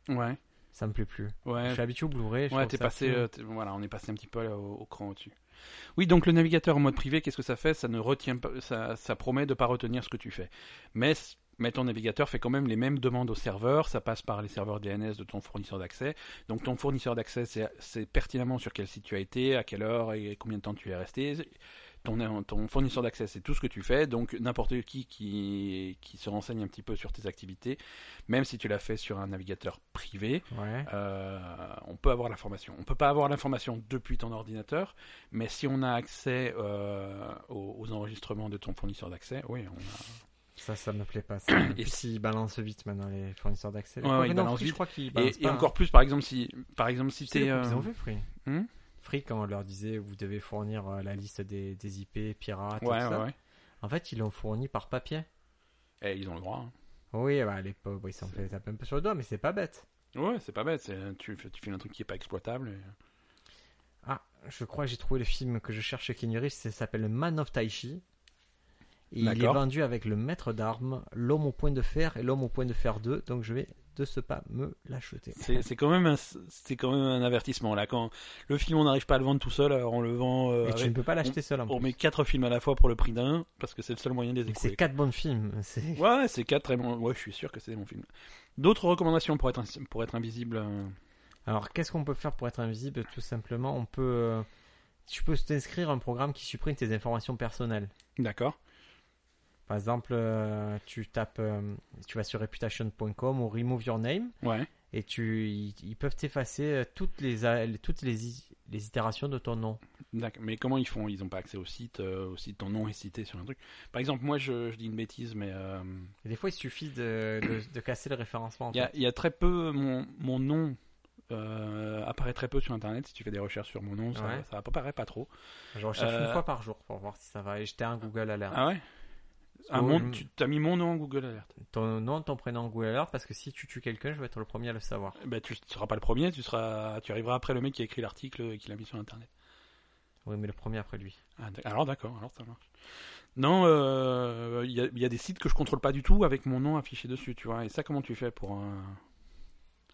Speaker 1: Ouais,
Speaker 2: Ça me plaît plus. Je
Speaker 1: ouais.
Speaker 2: suis habitué au Blu-ray. je
Speaker 1: Ouais,
Speaker 2: trouve
Speaker 1: t'es
Speaker 2: ça
Speaker 1: passé,
Speaker 2: plus-
Speaker 1: euh, t'es- voilà, on est passé un petit peu là, au, au cran au-dessus. Oui, donc le navigateur en mode privé, qu'est-ce que ça fait Ça ne retient pas, ça, ça promet de pas retenir ce que tu fais. Mais, c- mais ton navigateur fait quand même les mêmes demandes au serveur, ça passe par les serveurs DNS de ton fournisseur d'accès. Donc ton fournisseur d'accès, c'est c'est pertinemment sur quel site tu as été, à quelle heure et combien de temps tu es resté. ton, ton fournisseur d'accès, c'est tout ce que tu fais. Donc n'importe qui, qui qui se renseigne un petit peu sur tes activités, même si tu l'as fait sur un navigateur privé,
Speaker 2: Ouais.
Speaker 1: euh, on peut avoir l'information. On peut pas avoir l'information depuis ton ordinateur, mais si on a accès euh, aux, aux enregistrements de ton fournisseur d'accès, oui, on a...
Speaker 2: Ça, ça me plaît pas. Ça.
Speaker 1: <coughs>
Speaker 2: Et
Speaker 1: Et-
Speaker 2: puis, s'ils balancent vite maintenant les fournisseurs d'accès.
Speaker 1: Ouais, ouais,
Speaker 2: Quoique
Speaker 1: ils
Speaker 2: non,
Speaker 1: balancent
Speaker 2: Free, Je
Speaker 1: vite.
Speaker 2: crois qu'ils
Speaker 1: Et,
Speaker 2: balancent
Speaker 1: et
Speaker 2: pas, hein.
Speaker 1: encore plus, par exemple, si, par exemple, si
Speaker 2: C'est
Speaker 1: t'es,
Speaker 2: le coup qu'ils
Speaker 1: euh,
Speaker 2: ont fait Free.
Speaker 1: hmm
Speaker 2: Free, quand on leur disait vous devez fournir euh, la liste des, des IP pirates, et
Speaker 1: ouais,
Speaker 2: tout
Speaker 1: ouais,
Speaker 2: ça.
Speaker 1: ouais.
Speaker 2: en fait, ils l'ont fourni par papier.
Speaker 1: Eh, ils ont le droit. hein.
Speaker 2: Oui, bah, les pauvres, ils s'en fait taper un peu sur le doigt, mais c'est pas bête.
Speaker 1: Ouais, c'est pas bête. c'est- Tu, fais- tu fais un truc qui est pas exploitable. et-
Speaker 2: Ah, je crois que j'ai trouvé le film que je cherche chez Keanu Reeves, ça s'appelle Man of Taichi. Et il est
Speaker 1: D'accord.
Speaker 2: vendu avec le maître d'armes, l'homme au point de fer et l'homme au point de fer 2, donc je vais de ce pas me l'acheter.
Speaker 1: C'est c'est quand même un, c'est quand même un avertissement là. Quand le film on n'arrive pas à le vendre tout seul, alors on le vend. euh,
Speaker 2: Et tu
Speaker 1: avec-
Speaker 2: ne peux pas l'acheter seul en
Speaker 1: on
Speaker 2: plus.
Speaker 1: met quatre films à la fois pour le prix d'un parce que c'est le seul moyen de les
Speaker 2: Mais C'est
Speaker 1: écouler.
Speaker 2: quatre bons films. C'est...
Speaker 1: Ouais, ouais, c'est quatre très bons. Ouais, je suis sûr que c'est des bons films. D'autres recommandations pour être ins- pour être invisible. euh,
Speaker 2: Alors, qu'est-ce qu'on peut faire pour être invisible Tout simplement, on peut. euh, Tu peux t'inscrire à un programme qui supprime tes informations personnelles.
Speaker 1: D'accord.
Speaker 2: Par exemple, euh, tu tapes, euh, tu vas sur reputation.com ou remove your name
Speaker 1: Ouais.
Speaker 2: et tu, ils, ils peuvent t'effacer euh, toutes les, a- toutes les, i- les itérations de ton nom.
Speaker 1: D'accord. Mais comment ils font Ils n'ont pas accès au site. euh, au site, ton nom est cité sur un truc. Par exemple, moi, je, je dis une bêtise, mais euh,
Speaker 2: Et des fois, il suffit de, de- de casser le référencement. en
Speaker 1: il y, a-
Speaker 2: fait.
Speaker 1: il y a très peu mon, mon nom. euh, apparaît très peu sur internet si tu fais des recherches sur mon nom ça,
Speaker 2: Ouais.
Speaker 1: ça apparaît pas trop
Speaker 2: Je recherche une
Speaker 1: Euh,
Speaker 2: fois par jour pour voir si ça va. Et j'étais un Google Alert.
Speaker 1: ah ouais Ah,
Speaker 2: Oh,
Speaker 1: mon-
Speaker 2: je-
Speaker 1: tu as mis mon nom en Google Alert.
Speaker 2: Ton nom, ton prénom, Google Alert, parce que si tu tues quelqu'un, je vais être le premier à le savoir.
Speaker 1: Bah, tu ne seras pas le premier, tu, seras, tu arriveras après le mec qui a écrit l'article et qui l'a mis sur Internet.
Speaker 2: Oui, mais le premier après lui.
Speaker 1: Ah, d'ac- alors d'accord, alors ça marche. Non, euh, il y, a- il y a des sites que je contrôle pas du tout avec mon nom affiché dessus, tu vois. Et ça, comment tu fais pour euh, un-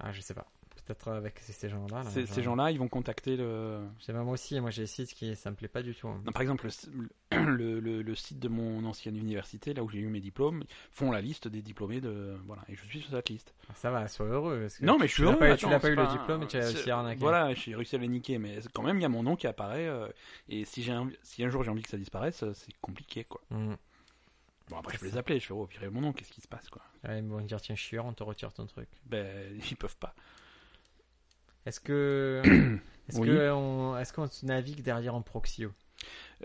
Speaker 2: Ah, je sais pas. Peut-être avec ces- ces gens-là. là,
Speaker 1: ces,
Speaker 2: genre-
Speaker 1: ces gens-là, ils vont contacter le.
Speaker 2: Je sais pas, moi aussi, moi j'ai des sites qui ça me plaît pas du tout. hein.
Speaker 1: Non, par exemple, le, le- le- le site de mon ancienne université, là où j'ai eu mes diplômes, font la liste des diplômés de. Voilà, et je suis sur cette liste.
Speaker 2: Ah, Ça va, sois heureux. parce que
Speaker 1: Non, mais je suis
Speaker 2: tu l'as
Speaker 1: heureux,
Speaker 2: pas eu-
Speaker 1: attends,
Speaker 2: tu l'as pas
Speaker 1: c'est
Speaker 2: eu le diplôme et tu as
Speaker 1: c'est-
Speaker 2: réussi à arnaquer.
Speaker 1: Voilà, j'ai réussi à le niquer, mais quand même, il y a mon nom qui apparaît. euh, et si, j'ai un... si un jour j'ai envie que ça disparaisse, euh, c'est compliqué, quoi.
Speaker 2: Mm.
Speaker 1: Bon, après,
Speaker 2: C'est
Speaker 1: je peux les
Speaker 2: ça.
Speaker 1: appeler, je fais, oh, virer mon nom, qu'est-ce qui se passe, quoi.
Speaker 2: Ouais, ils vont dire tiens, chiant, on te retire ton truc.
Speaker 1: Ben, <laughs> ils peuvent pas.
Speaker 2: Est-ce
Speaker 1: <clears throat>
Speaker 2: que. Est-ce
Speaker 1: Oui.
Speaker 2: que on... Est-ce qu'on se navigue derrière un proxyo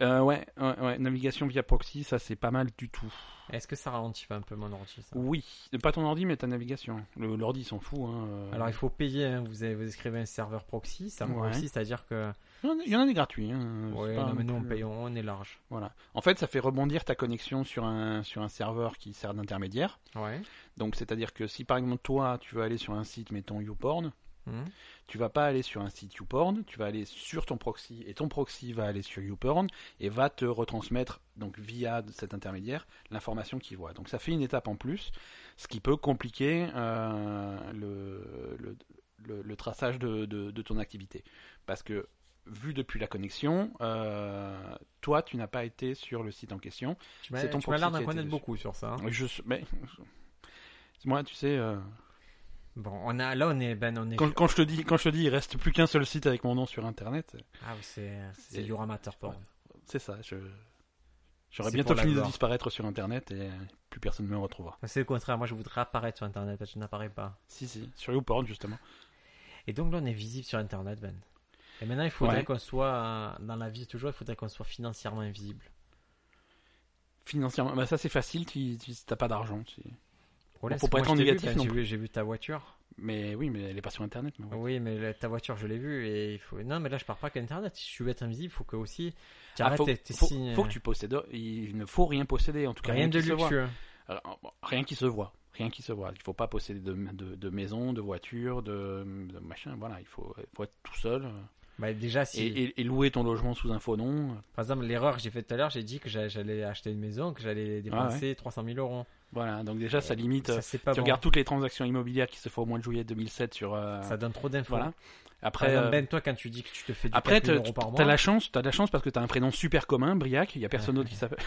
Speaker 1: Euh, ouais, ouais, ouais, navigation via proxy, ça, c'est pas mal du tout.
Speaker 2: Est-ce que ça ralentit pas un peu mon ordi ça
Speaker 1: Oui, pas ton ordi, mais ta navigation. Le- L'ordi, il s'en fout, hein. euh.
Speaker 2: Alors il faut payer, hein, vous, avez- vous écrivez un serveur proxy, ça
Speaker 1: Ouais.
Speaker 2: proxy, c'est-à-dire que.
Speaker 1: Il y en a- il y en a des gratuits, hein.
Speaker 2: Ouais,
Speaker 1: c'est pas
Speaker 2: non, mais
Speaker 1: non
Speaker 2: nous on
Speaker 1: plus-
Speaker 2: paye, on on est large.
Speaker 1: Voilà. En fait, ça fait rebondir ta connexion sur un, sur un serveur qui sert d'intermédiaire.
Speaker 2: Ouais.
Speaker 1: Donc c'est-à-dire que si par exemple toi tu veux aller sur un site mettons YouPorn,
Speaker 2: Mm.
Speaker 1: tu vas pas aller sur un site YouPorn, tu vas aller sur ton proxy et ton proxy va aller sur YouPorn et va te retransmettre donc via cet intermédiaire l'information qu'il voit. Donc ça fait une étape en plus, ce qui peut compliquer euh, le, le, le- le traçage de, de- de ton activité parce que vu depuis la connexion, euh, toi tu n'as pas été sur le site en question
Speaker 2: Tu m'as
Speaker 1: C'est ton
Speaker 2: tu m'as l'air
Speaker 1: proxy
Speaker 2: d'en
Speaker 1: qui a été
Speaker 2: connaître
Speaker 1: dessus.
Speaker 2: beaucoup sur ça. hein.
Speaker 1: Je, mais, <laughs> moi, tu sais, euh,
Speaker 2: Bon, on a, là on est. Ben, on est...
Speaker 1: quand, quand je te dis, quand je te dis, il reste plus qu'un seul site avec mon nom sur Internet.
Speaker 2: Ah oui, c'est c'est
Speaker 1: C'est-
Speaker 2: Yoramateur Porn.
Speaker 1: C'est ça. Je, j'aurais
Speaker 2: C'est
Speaker 1: bientôt
Speaker 2: pour la
Speaker 1: fini de
Speaker 2: gloire.
Speaker 1: disparaître sur Internet et euh, plus personne ne me retrouvera.
Speaker 2: C'est le contraire, moi je voudrais apparaître sur internet, je n'apparais pas.
Speaker 1: Si, si, sur YouPorn justement.
Speaker 2: Et donc là on est visible sur internet, Ben. Et maintenant il faudrait
Speaker 1: Ouais.
Speaker 2: qu'on soit, euh, dans la vie toujours, il faudrait qu'on soit financièrement invisible.
Speaker 1: Financièrement, bah ça c'est facile. Tu, tu t'as pas d'argent. tu-
Speaker 2: Le problème,
Speaker 1: Bon, faut
Speaker 2: c'est
Speaker 1: pas
Speaker 2: que
Speaker 1: être
Speaker 2: moi,
Speaker 1: en
Speaker 2: je t'ai vu,
Speaker 1: négatif
Speaker 2: Ben,
Speaker 1: non
Speaker 2: j'ai vu- J'ai vu ta voiture.
Speaker 1: Mais oui, mais elle est pas sur Internet. mais ouais.
Speaker 2: Oui, mais la- ta voiture je l'ai vue et il faut... Non mais là je pars pas qu'internet, si je veux être invisible, faut que aussi... Tu
Speaker 1: Ah,
Speaker 2: arrêtes
Speaker 1: faut,
Speaker 2: tes- tes
Speaker 1: faut-
Speaker 2: signes,
Speaker 1: faut que tu possèdes. Il ne faut rien posséder en tout cas.
Speaker 2: Rien de
Speaker 1: qui se voit.
Speaker 2: luxueux.
Speaker 1: Alors, bon, Rien qui se voit. Rien qui se voit. Il faut pas posséder de, de, de maison, de voiture, de, de machin. Voilà, il faut, faut être tout seul.
Speaker 2: Bah déjà si...
Speaker 1: Et, et- et louer ton logement sous un faux nom.
Speaker 2: Par exemple l'erreur que j'ai faite tout à l'heure, j'ai dit que j'a- j'allais acheter une maison, que
Speaker 1: Ah
Speaker 2: j'allais dépenser 300 000 euros.
Speaker 1: Voilà, donc déjà ça limite.
Speaker 2: Ça
Speaker 1: euh,
Speaker 2: c'est pas
Speaker 1: tu
Speaker 2: bon.
Speaker 1: regardes toutes les transactions immobilières qui se font au mois de juillet 2007 sur. euh,
Speaker 2: Ça donne trop d'infos.
Speaker 1: voilà.
Speaker 2: Par
Speaker 1: Après,
Speaker 2: exemple,
Speaker 1: euh,
Speaker 2: Ben, toi, quand tu dis que tu te fais du
Speaker 1: après
Speaker 2: 4
Speaker 1: t'as
Speaker 2: 000 euros par mois,
Speaker 1: t'as la chance, t'as de la chance parce que t'as un prénom super commun, Briac. Il y a personne d'autre qui
Speaker 2: <laughs>
Speaker 1: s'appelle. <laughs>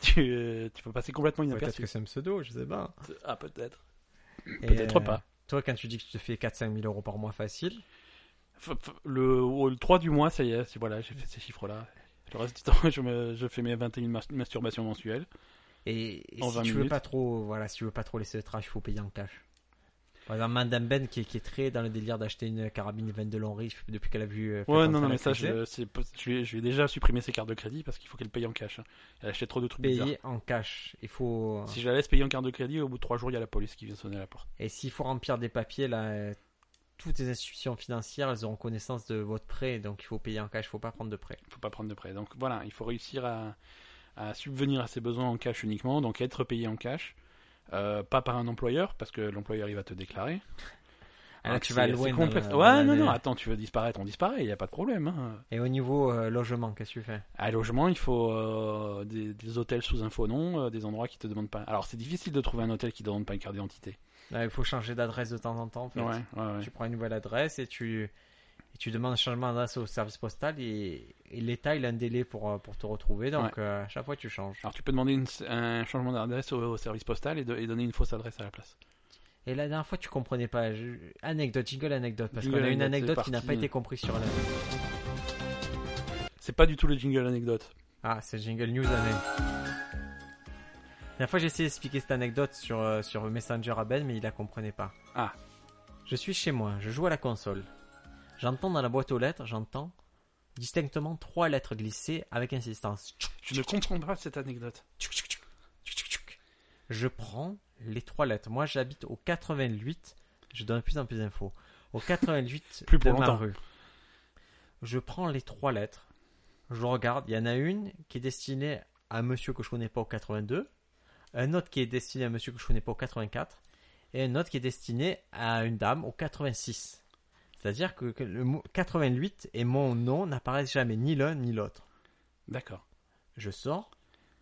Speaker 1: tu, euh, tu peux passer complètement
Speaker 2: peut-être
Speaker 1: inaperçu.
Speaker 2: que c'est un pseudo, je sais pas.
Speaker 1: Ah peut-être.
Speaker 2: Et,
Speaker 1: Peut-être
Speaker 2: euh,
Speaker 1: pas.
Speaker 2: Toi, quand tu dis que tu te fais 4-5 000 euros par mois facile,
Speaker 1: F- f- Le, au- le 3 du mois, ça y est, c'est- voilà, j'ai fait ces chiffres-là. Le reste du <laughs> temps, je, me- je fais mes 21 mas- masturbations mensuelles.
Speaker 2: Et, et
Speaker 1: En
Speaker 2: si
Speaker 1: 20
Speaker 2: tu veux
Speaker 1: minutes.
Speaker 2: pas trop, voilà, si tu veux pas trop laisser le trash, faut payer en cash. Par exemple, Madame Ben qui est, qui est très dans le délire d'acheter une carabine 22 long rifle depuis qu'elle a vu. euh,
Speaker 1: Ouais,
Speaker 2: Fréquence
Speaker 1: non,
Speaker 2: à
Speaker 1: non,
Speaker 2: la
Speaker 1: mais ça,
Speaker 2: QG,
Speaker 1: je, c'est pas- je, lui ai- je lui ai déjà supprimé ses cartes de crédit parce qu'il faut qu'elle paye en cash. hein. Elle achetait trop de trucs bizarres.
Speaker 2: Payer hein. en cash. Il faut.
Speaker 1: Si je la laisse payer en carte de crédit, au bout de 3 jours, il y a la police qui vient sonner à la porte.
Speaker 2: Et s'il faut remplir des papiers, là, euh, toutes les institutions financières, elles auront connaissance de votre prêt, donc il faut payer en cash, faut pas prendre de prêt.
Speaker 1: faut pas prendre de prêt. Donc voilà, il faut réussir à, à subvenir à ses besoins en cash uniquement, donc être payé en cash, Euh, pas par un employeur, parce que l'employeur il va te déclarer.
Speaker 2: Ah, là,
Speaker 1: Donc,
Speaker 2: tu
Speaker 1: c'est-
Speaker 2: vas
Speaker 1: c'est
Speaker 2: loin. dans
Speaker 1: complexe.
Speaker 2: la-
Speaker 1: ouais,
Speaker 2: dans
Speaker 1: non,
Speaker 2: la-
Speaker 1: non, attends, tu veux disparaître, on disparaît, il n'y a pas de problème. hein.
Speaker 2: Et au niveau euh, logement, qu'est-ce que tu fais
Speaker 1: À logement, il faut euh, des, des hôtels sous un faux nom, euh, des endroits qui te demandent pas. Alors c'est difficile de trouver un hôtel qui ne demande pas une carte d'identité.
Speaker 2: Là, Il faut changer d'adresse de temps en temps. en fait.
Speaker 1: Ouais, ouais, ouais.
Speaker 2: Tu prends une nouvelle adresse et tu, et tu demandes un changement d'adresse au service postal et, et l'État il a un délai pour, euh, pour te retrouver donc euh, à chaque fois tu changes.
Speaker 1: Alors tu peux demander une- un changement d'adresse au, au service postal et, de- et donner une fausse adresse à la place.
Speaker 2: Et la dernière fois tu comprenais pas. Je- Anecdote, jingle anecdote parce
Speaker 1: Jingle
Speaker 2: qu'on a une
Speaker 1: anecdote, c'est
Speaker 2: anecdote qui n'a pas
Speaker 1: parti.
Speaker 2: été comprise sur la.
Speaker 1: C'est pas du tout le jingle anecdote.
Speaker 2: Ah c'est jingle news année. La dernière fois j'ai essayé d'expliquer cette anecdote sur, euh, sur Messenger à Ben mais il la comprenait pas.
Speaker 1: Ah.
Speaker 2: Je suis chez moi, je joue à la console. J'entends dans la boîte aux lettres, j'entends distinctement trois lettres glissées avec insistance.
Speaker 1: Je ne comprends pas cette anecdote.
Speaker 2: Tchouk, tchouk, tchouk, tchouk, tchouk, tchouk. Je prends les trois lettres. Moi, j'habite au 88. Je donne de plus en plus d'infos. Au <laughs> 88
Speaker 1: Plus pour
Speaker 2: de ma
Speaker 1: longtemps.
Speaker 2: rue. Je prends les trois lettres. Je regarde. Il y en a une qui est destinée à un monsieur que je connais pas au 82. Un autre qui est destiné à un monsieur que je connais pas au 84. Et un autre qui est destiné à une dame au 86. C'est-à-dire que, que le mot 88 et mon nom n'apparaissent jamais ni l'un ni l'autre.
Speaker 1: D'accord.
Speaker 2: Je sors.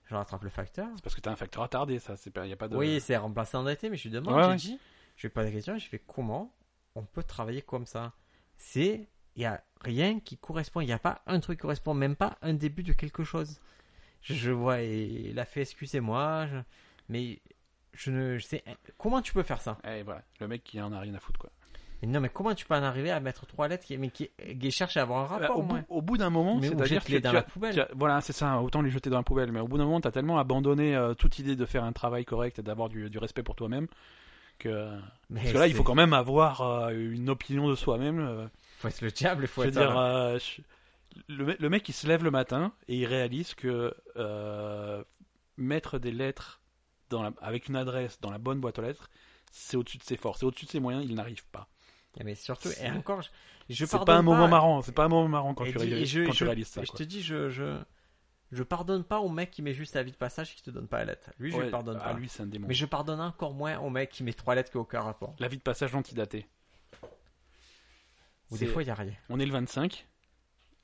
Speaker 2: Je rattrape le facteur.
Speaker 1: C'est parce que t'as un facteur attardé, ça. C'est pas, y a pas de.
Speaker 2: Oui, c'est remplacé en été, mais je lui demande,
Speaker 1: Ouais,
Speaker 2: j'ai
Speaker 1: ouais.
Speaker 2: dit, je lui pose la question, j'ai fait comment on peut travailler comme ça C'est, il n'y a rien qui correspond, il n'y a pas un truc qui correspond, même pas un début de quelque chose. Je, je vois, et il a fait, excusez-moi, je- mais je ne je sais, comment tu peux faire ça
Speaker 1: Eh, voilà, le mec qui en a rien à foutre quoi.
Speaker 2: Mais Non, mais comment tu peux en arriver à mettre trois lettres, qui, mais qui, qui cherche à avoir un
Speaker 1: Bah,
Speaker 2: rapport
Speaker 1: au,
Speaker 2: au moins
Speaker 1: bout, au bout d'un moment,
Speaker 2: Mais ou
Speaker 1: c'est-à-dire que
Speaker 2: jette-les dans
Speaker 1: tu
Speaker 2: la
Speaker 1: as-
Speaker 2: poubelle.
Speaker 1: tu as- voilà, c'est ça. Autant les jeter dans la poubelle. Mais au bout d'un moment, t'as tellement abandonné euh, toute idée de faire un travail correct et d'avoir du, du respect pour toi-même que euh,
Speaker 2: Mais
Speaker 1: parce que là, il
Speaker 2: Eh, c'est-
Speaker 1: faut quand même avoir euh, une opinion de soi-même. euh.
Speaker 2: faut être le diable, il
Speaker 1: je
Speaker 2: faut
Speaker 1: veux
Speaker 2: être.
Speaker 1: dire, euh, je- le, me- le mec, il se lève le matin et il réalise que euh, mettre des lettres dans la- avec une adresse dans la bonne boîte aux lettres, c'est au-dessus de ses forces, c'est au-dessus de ses moyens. Il n'arrive pas.
Speaker 2: Mais surtout, et
Speaker 1: c'est-
Speaker 2: encore, je, je
Speaker 1: euh, C'est
Speaker 2: pardonne
Speaker 1: pas un moment
Speaker 2: pas
Speaker 1: marrant, c'est pas un moment marrant quand,
Speaker 2: Et
Speaker 1: tu,
Speaker 2: dis-
Speaker 1: réalises-
Speaker 2: et je-
Speaker 1: quand
Speaker 2: je-
Speaker 1: tu réalises ça.
Speaker 2: et Je
Speaker 1: quoi.
Speaker 2: te dis, je, je, je pardonne pas au mec qui met juste la vie de passage et qui te donne pas la lettre. Lui, je
Speaker 1: Ouais,
Speaker 2: lui pardonne
Speaker 1: ah,
Speaker 2: pas.
Speaker 1: lui, c'est un démon.
Speaker 2: Mais je pardonne encore moins au mec qui met trois lettres qui n'ont aucun rapport.
Speaker 1: La vie de passage antidatée.
Speaker 2: Ou des
Speaker 1: C'est-
Speaker 2: fois, il n'y a rien.
Speaker 1: On est le 25,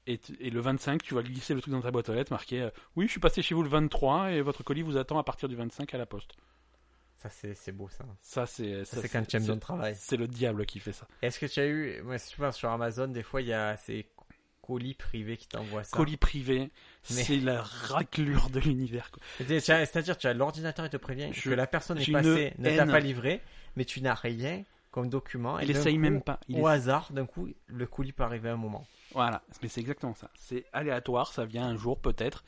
Speaker 1: et, tu- et le 25, tu vas glisser le truc dans ta boîte aux lettres marqué euh, Oui, je suis passé chez vous le 23 et votre colis vous attend à partir du 25 à la poste.
Speaker 2: Ça, c'est c'est beau, ça.
Speaker 1: Ça, c'est.
Speaker 2: Ça, c'est quand tu aimes ton travail.
Speaker 1: C'est le diable qui fait ça.
Speaker 2: Est-ce que tu as eu. Moi, je sais pas, sur Amazon, des fois, il y a ces colis privés qui t'envoient ça.
Speaker 1: Colis privé,
Speaker 2: Mais-
Speaker 1: c'est la raclure de l'univers. quoi.
Speaker 2: C'est- c'est- C'est-à-dire, tu as l'ordinateur, il te prévient
Speaker 1: Je-
Speaker 2: que la personne est
Speaker 1: j'ai
Speaker 2: passée,
Speaker 1: une
Speaker 2: ne t'a
Speaker 1: haine.
Speaker 2: pas livré, mais tu n'as rien comme document.
Speaker 1: Ah, Il
Speaker 2: et d'un
Speaker 1: essaye
Speaker 2: coup,
Speaker 1: même pas. Il
Speaker 2: Au
Speaker 1: essaye-
Speaker 2: hasard, d'un coup, le colis peut arriver à un moment.
Speaker 1: Voilà, mais c'est exactement ça. C'est aléatoire, ça vient un jour peut-être.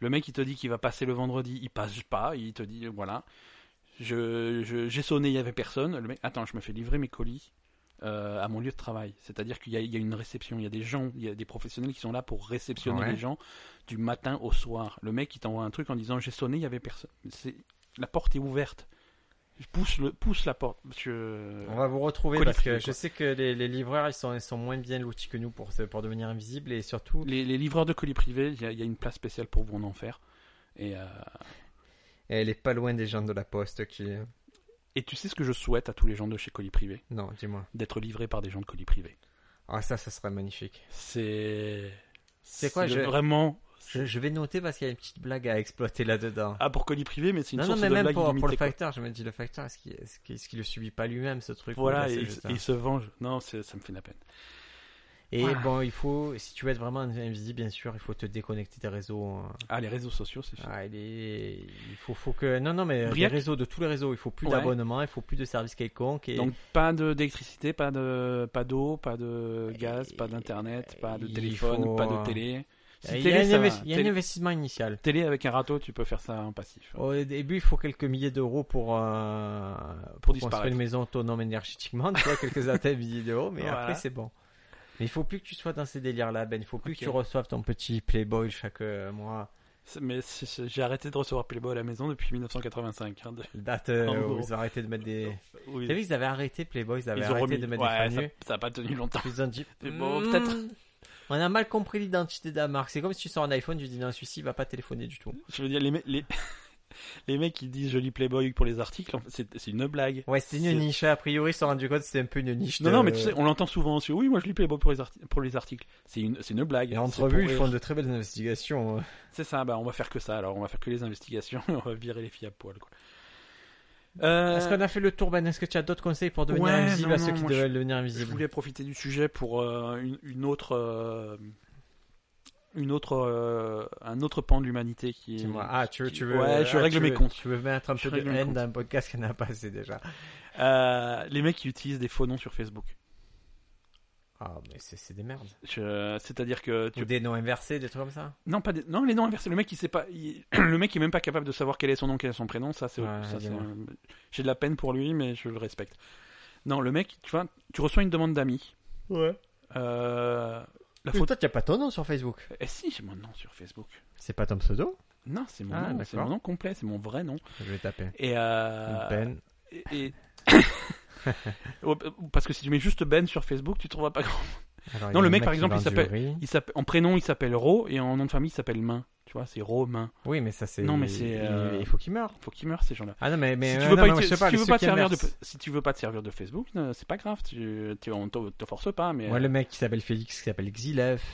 Speaker 1: Le mec il te dit qu'il va passer le vendredi, il passe pas, il te dit voilà. Je je- j'ai sonné, il y avait personne. Le mec, attends, je me fais livrer mes colis euh, à mon lieu de travail. C'est-à-dire qu'il y, a- il y a une réception, il y a des gens, il y a des professionnels qui sont là pour réceptionner
Speaker 2: Ouais.
Speaker 1: les gens du matin au soir. Le mec il t'envoie un truc en disant j'ai sonné, il y avait personne. C'est la porte est ouverte. Je pousse le pousse la porte. Je...
Speaker 2: On va vous retrouver
Speaker 1: colis
Speaker 2: parce que
Speaker 1: privé,
Speaker 2: je
Speaker 1: quoi.
Speaker 2: sais que les, les livreurs ils sont, ils sont moins bien lotis que nous pour, se- pour devenir invisibles et surtout
Speaker 1: Les, les livreurs de colis privés, il y, a- il y a une place spéciale pour vous en enfer. Et euh,
Speaker 2: elle est pas loin des gens de la poste qui.
Speaker 1: Et tu sais ce que je souhaite à tous les gens de chez Colis Privé
Speaker 2: Non, dis-moi.
Speaker 1: D'être livrés par des gens de Colis Privé.
Speaker 2: Ah, ça, ça serait magnifique.
Speaker 1: C'est.
Speaker 2: C'est quoi,
Speaker 1: le-
Speaker 2: je-
Speaker 1: Vraiment.
Speaker 2: Je, je vais noter parce qu'il y a une petite blague à exploiter là-dedans.
Speaker 1: Ah, pour Colis Privé, mais c'est une
Speaker 2: non, non,
Speaker 1: source
Speaker 2: mais
Speaker 1: de
Speaker 2: même
Speaker 1: blague
Speaker 2: pour, pour le
Speaker 1: illimitée, quoi.
Speaker 2: facteur, je me dis le facteur, est-ce qu'il est le subit pas lui-même ce truc
Speaker 1: Voilà, et,
Speaker 2: Ou là, c'est
Speaker 1: il-
Speaker 2: juste
Speaker 1: et
Speaker 2: un-
Speaker 1: il se venge. Non, c'est- ça me fait de la peine.
Speaker 2: Et
Speaker 1: Voilà.
Speaker 2: bon, il faut, si tu veux être vraiment invisible, bien sûr, il faut te déconnecter des réseaux. hein.
Speaker 1: Ah, les réseaux sociaux, c'est fini.
Speaker 2: Ah, il, est- il faut, faut que. Non, non, mais les
Speaker 1: Briac-
Speaker 2: réseaux, de tous les réseaux, il faut plus
Speaker 1: Ouais.
Speaker 2: d'abonnement, il faut plus de service quelconque. Et...
Speaker 1: Donc, pas de- d'électricité, pas de pas d'eau, pas de gaz,
Speaker 2: Et-
Speaker 1: pas d'internet, pas de
Speaker 2: il
Speaker 1: téléphone,
Speaker 2: faut,
Speaker 1: pas
Speaker 2: euh,
Speaker 1: de télé. Si
Speaker 2: Il y
Speaker 1: télé,
Speaker 2: a, un,
Speaker 1: ça va.
Speaker 2: investi- il y a un
Speaker 1: Télé-
Speaker 2: investissement initial.
Speaker 1: Télé avec un râteau, tu peux faire ça en passif.
Speaker 2: Au début, il faut quelques milliers d'euros pour, euh,
Speaker 1: Pour
Speaker 2: construire
Speaker 1: disparaître.
Speaker 2: une maison autonome énergétiquement, tu vois,
Speaker 1: <laughs>
Speaker 2: quelques centaines de milliers d'euros, mais
Speaker 1: Voilà.
Speaker 2: après, c'est bon. Mais il faut plus que tu sois dans ces délires-là, Ben. Il faut plus
Speaker 1: Ok.
Speaker 2: que tu reçoives ton petit Playboy chaque euh, mois.
Speaker 1: C'est- Mais c'est- c'est- j'ai arrêté de recevoir Playboy à la maison depuis 1985. hein, de-
Speaker 2: Date euh,
Speaker 1: En
Speaker 2: où
Speaker 1: gros.
Speaker 2: ils ont arrêté de mettre des.
Speaker 1: où ils-
Speaker 2: T'as vu, ils avaient arrêté Playboy, ils avaient
Speaker 1: ils ont
Speaker 2: arrêté
Speaker 1: remis.
Speaker 2: de mettre
Speaker 1: Ouais,
Speaker 2: des
Speaker 1: ça-
Speaker 2: panniers.
Speaker 1: ça n'a pas tenu longtemps.
Speaker 2: Ils ont dit.
Speaker 1: Mais bon,
Speaker 2: hmm,
Speaker 1: peut-être.
Speaker 2: On a mal compris l'identité de la marque. C'est comme si tu sors un iPhone, tu dis non, celui-ci il va pas téléphoner du tout.
Speaker 1: <laughs> Je veux dire, les, me- les... <laughs> les mecs qui disent je lis Playboy pour les articles, en fait, c'est c'est une blague.
Speaker 2: Ouais, c'était une
Speaker 1: C'est-
Speaker 2: niche. A priori, ils se sont rendus compte que c'était un peu une niche.
Speaker 1: Non,
Speaker 2: de-
Speaker 1: non, mais tu sais, on l'entend souvent aussi. Oui, moi je lis Playboy pour les, arti- pour les articles. C'est une, c'est une blague.
Speaker 2: Et
Speaker 1: C'est pour
Speaker 2: entrevue, ils
Speaker 1: rire.
Speaker 2: font de très belles investigations. euh.
Speaker 1: C'est ça, bah on va faire que ça alors. On va faire que les investigations <laughs> et on va virer les filles à poil. Quoi. Euh,
Speaker 2: Est-ce qu'on a fait le tour, Ben Est-ce que tu as d'autres conseils pour devenir
Speaker 1: Ouais,
Speaker 2: invisible
Speaker 1: non,
Speaker 2: à ceux
Speaker 1: non,
Speaker 2: qui
Speaker 1: moi,
Speaker 2: devraient devenir
Speaker 1: Je
Speaker 2: invisibles
Speaker 1: voulais profiter du sujet pour euh, une, une autre. euh, une autre. euh, un autre pan de l'humanité qui est.
Speaker 2: Dis-moi. Ah, tu veux, tu veux.
Speaker 1: Ouais, je
Speaker 2: ah,
Speaker 1: règle
Speaker 2: tu
Speaker 1: mes
Speaker 2: veux-
Speaker 1: comptes.
Speaker 2: Tu veux mettre un
Speaker 1: Je
Speaker 2: peu de
Speaker 1: règle mes
Speaker 2: haine
Speaker 1: comptes.
Speaker 2: d'un podcast qui n'a pas assez déjà.
Speaker 1: Euh, les mecs qui utilisent des faux noms sur Facebook.
Speaker 2: Ah, mais c'est c'est des merdes.
Speaker 1: Je- C'est-à-dire que. Tu...
Speaker 2: Ou des noms inversés, des trucs comme ça.
Speaker 1: Non, pas des- non, les noms inversés. Le mec, il sait pas. il- <clears throat> Le mec, il est même pas capable de savoir quel est son nom, quel est son prénom. Ça, c'est.
Speaker 2: Ouais,
Speaker 1: ça, c'est-
Speaker 2: dis-moi.
Speaker 1: J'ai de la peine pour lui, mais je le respecte. Non, le mec, tu vois, tu reçois une demande d'amis.
Speaker 2: Ouais.
Speaker 1: Euh, la
Speaker 2: Mais
Speaker 1: photo.
Speaker 2: toi, tu as pas ton nom sur Facebook.
Speaker 1: Eh si, j'ai mon nom sur Facebook.
Speaker 2: C'est pas ton pseudo
Speaker 1: Non, c'est mon
Speaker 2: Ah,
Speaker 1: nom. C'est
Speaker 2: d'accord.
Speaker 1: mon nom complet. C'est mon vrai nom.
Speaker 2: Je vais taper.
Speaker 1: Et. Euh...
Speaker 2: Ben.
Speaker 1: et- et- <laughs> Ouais, Parce que si tu mets juste Ben sur Facebook, tu trouveras pas grand. Non,
Speaker 2: Alors, il y a
Speaker 1: le
Speaker 2: un
Speaker 1: mec, par
Speaker 2: qui
Speaker 1: exemple, il
Speaker 2: vend du
Speaker 1: s'appelle-
Speaker 2: riz.
Speaker 1: Il s'appelle- en prénom, il s'appelle Ro et en nom de famille, il s'appelle Main. Tu vois, c'est Romain.
Speaker 2: Oui, mais ça c'est.
Speaker 1: Non, mais c'est,
Speaker 2: il-
Speaker 1: euh,
Speaker 2: Il faut qu'il meure.
Speaker 1: Faut qu'ils meurent ces gens-là.
Speaker 2: Ah non, mais, mais
Speaker 1: si
Speaker 2: euh,
Speaker 1: tu veux
Speaker 2: non,
Speaker 1: pas,
Speaker 2: non,
Speaker 1: uti-
Speaker 2: mais je sais
Speaker 1: si
Speaker 2: pas,
Speaker 1: tu
Speaker 2: les
Speaker 1: veux
Speaker 2: ceux
Speaker 1: pas te
Speaker 2: qui
Speaker 1: servir de,
Speaker 2: inversent.
Speaker 1: si tu veux pas te servir de Facebook, euh, c'est pas grave. Tu, tu- on te, te force pas, mais.
Speaker 2: Moi, le mec qui s'appelle Félix, qui s'appelle Xilef,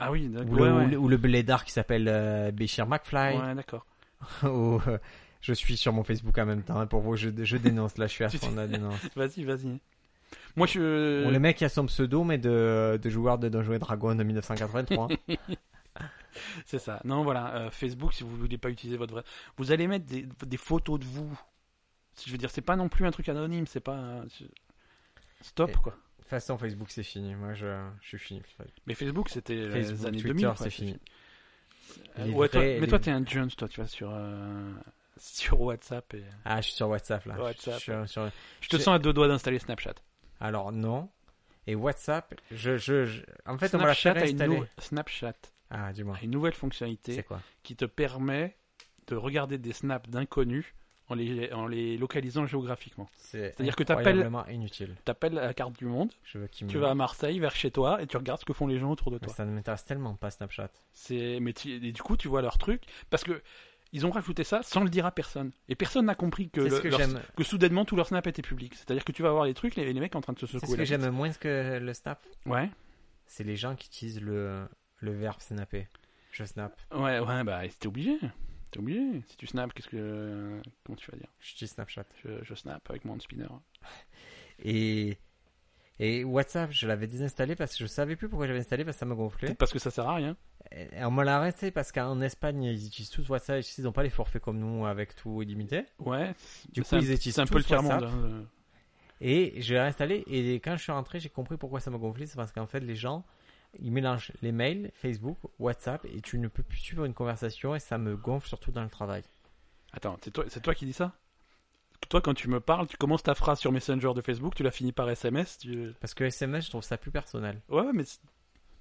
Speaker 1: Ah oui, d'accord.
Speaker 2: ou, le,
Speaker 1: Ouais, ouais.
Speaker 2: ou le- ou le blédard qui s'appelle euh, Béchir McFly,
Speaker 1: Ouais, d'accord.
Speaker 2: <laughs> ou euh, je suis sur mon Facebook en même temps, hein, pour vous, je, je dénonce, là, je suis à
Speaker 1: <laughs> Tu Euh.
Speaker 2: fond, là, dénonce.
Speaker 1: Vas-y, vas-y. Moi,
Speaker 2: Ou le
Speaker 1: je.
Speaker 2: mec qui a son pseudo, mais de, de joueur de Donjons et Dragons
Speaker 1: <laughs>
Speaker 2: de 1983.
Speaker 1: C'est ça. Non, voilà. euh, Facebook, si vous voulez pas utiliser votre vrai. Vous allez mettre des, des photos de vous. Je veux dire, c'est pas non plus un truc anonyme. C'est pas. un- je- Stop,
Speaker 2: Et-
Speaker 1: quoi.
Speaker 2: de toute façon, Facebook, c'est fini. Moi, je, je suis fini.
Speaker 1: Mais Facebook, c'était euh, les
Speaker 2: Facebook,
Speaker 1: années
Speaker 2: Twitter,
Speaker 1: 2000. quoi,
Speaker 2: c'est fini.
Speaker 1: Euh,
Speaker 2: Les
Speaker 1: ouais, toi-
Speaker 2: vrais-
Speaker 1: mais
Speaker 2: les-
Speaker 1: toi, t'es un Jones, toi, tu vois, sur, euh, <laughs> sur WhatsApp. Et...
Speaker 2: Ah, je suis sur WhatsApp, là.
Speaker 1: WhatsApp.
Speaker 2: Je suis sur-
Speaker 1: Je te
Speaker 2: J'ai-
Speaker 1: sens à deux doigts d'installer Snapchat.
Speaker 2: Alors, non. Et WhatsApp, je, je, je- En fait, on va la
Speaker 1: Snapchat,
Speaker 2: faire
Speaker 1: a une
Speaker 2: installer.
Speaker 1: nou- Snapchat
Speaker 2: Ah, dis-moi.
Speaker 1: a une nouvelle
Speaker 2: C'est
Speaker 1: fonctionnalité
Speaker 2: quoi
Speaker 1: qui te permet de regarder des snaps d'inconnus en les, en les localisant géographiquement.
Speaker 2: C'est-à-dire
Speaker 1: C'est-à-dire
Speaker 2: que
Speaker 1: que
Speaker 2: tu
Speaker 1: t'appelles-
Speaker 2: incroyablement inutile.
Speaker 1: T'appelles la carte du monde,
Speaker 2: Je veux qu'il me-
Speaker 1: tu vas à Marseille, vers chez toi, et tu regardes ce que font les gens autour de
Speaker 2: Mais
Speaker 1: toi.
Speaker 2: ça ne m'intéresse tellement pas Snapchat.
Speaker 1: C'est, mais tu- et du coup, tu vois leur truc, parce que ils ont rajouté ça sans le dire à personne. Et personne n'a compris que,
Speaker 2: C'est ce
Speaker 1: le-
Speaker 2: que
Speaker 1: leur-
Speaker 2: j'aime.
Speaker 1: que soudainement tout leur snap était public. C'est-à-dire que tu vas voir les trucs, les, les mecs en train de se
Speaker 2: C'est
Speaker 1: secouer.
Speaker 2: ce que
Speaker 1: la
Speaker 2: j'aime moins que le snap.
Speaker 1: tête. Ouais.
Speaker 2: C'est les gens qui utilisent le, le verbe snapper. Je snap,
Speaker 1: Ouais, ouais, bah, t'es obligé. T'es obligé. Si tu snaps, qu'est-ce que. Comment tu vas dire
Speaker 2: je dis Snapchat.
Speaker 1: je, je snap avec mon spinner.
Speaker 2: Et, et WhatsApp, je l'avais désinstallé parce que je savais plus pourquoi j'avais installé parce que ça me
Speaker 1: Peut-être
Speaker 2: gonflait.
Speaker 1: parce que ça sert à rien.
Speaker 2: Et on me l'a arrêté parce qu'en Espagne, ils utilisent tous WhatsApp. Ils n'ont pas les forfaits comme nous avec tout illimité.
Speaker 1: Ouais.
Speaker 2: Du
Speaker 1: c'est
Speaker 2: coup,
Speaker 1: un-
Speaker 2: ils utilisent
Speaker 1: C'est un peu le
Speaker 2: tous
Speaker 1: tiers-monde.
Speaker 2: WhatsApp.
Speaker 1: hein, le-
Speaker 2: Et je l'ai installé et quand je suis rentré, j'ai compris pourquoi ça m'a gonflé. C'est parce qu'en fait, les gens, ils mélangent les mails, Facebook, WhatsApp et tu ne peux plus suivre une conversation et ça me gonfle surtout dans le travail.
Speaker 1: Attends, c'est toi, c'est toi qui dis ça Toi, quand tu me parles, tu commences ta phrase sur Messenger de Facebook, tu la finis par SMS. Tu...
Speaker 2: Parce que SMS, je trouve ça plus personnel.
Speaker 1: Ouais, ouais, mais. c'est-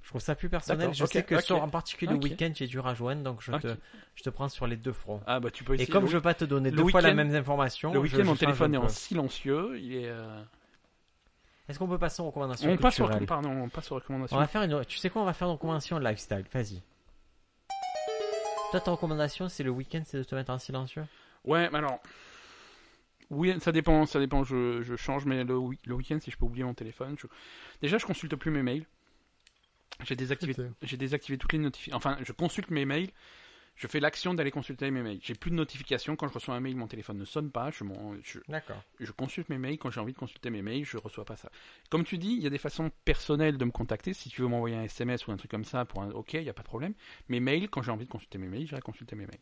Speaker 2: Je trouve ça plus personnel.
Speaker 1: D'accord,
Speaker 2: Je
Speaker 1: ok,
Speaker 2: sais que
Speaker 1: ok.
Speaker 2: sur en particulier
Speaker 1: Ok.
Speaker 2: le week-end, j'ai dû rejoindre, donc je,
Speaker 1: Ok.
Speaker 2: te, je te prends sur les deux fronts.
Speaker 1: Ah, bah, tu peux
Speaker 2: Et
Speaker 1: essayer.
Speaker 2: comme
Speaker 1: le...
Speaker 2: je veux pas te donner
Speaker 1: le
Speaker 2: deux fois la
Speaker 1: week-end-
Speaker 2: même information,
Speaker 1: le
Speaker 2: je-
Speaker 1: week-end,
Speaker 2: je
Speaker 1: mon
Speaker 2: change
Speaker 1: téléphone est
Speaker 2: un
Speaker 1: en
Speaker 2: peu.
Speaker 1: silencieux. Il est. euh,
Speaker 2: Est-ce qu'on peut passer aux recommandations
Speaker 1: On passe, aux...
Speaker 2: culturelles
Speaker 1: pardon, on passe aux recommandations.
Speaker 2: On va faire une. Tu sais quoi On va faire une recommandation lifestyle. Vas-y. Toi, ta recommandation, c'est le week-end, c'est de te mettre en silencieux.
Speaker 1: Ouais, mais alors. Oui, ça dépend, ça dépend. Je, je change, mais le, wi- le week-end, si je peux oublier mon téléphone. je- Déjà, je consulte plus mes mails. J'ai désactivé,
Speaker 2: Ok.
Speaker 1: j'ai désactivé toutes les notifications. Enfin, je consulte mes mails. Je fais l'action d'aller consulter mes mails. J'ai plus de notifications. Quand je reçois un mail, mon téléphone ne sonne pas. Je, m'en- je,
Speaker 2: D'accord.
Speaker 1: je consulte mes mails. Quand j'ai envie de consulter mes mails, je reçois pas ça. Comme tu dis, il y a des façons personnelles de me contacter. Si tu veux m'envoyer un SMS ou un truc comme ça, pour un OK, il n'y a pas de problème. Mes mails, quand j'ai envie de consulter mes mails, j'irai consulter mes mails.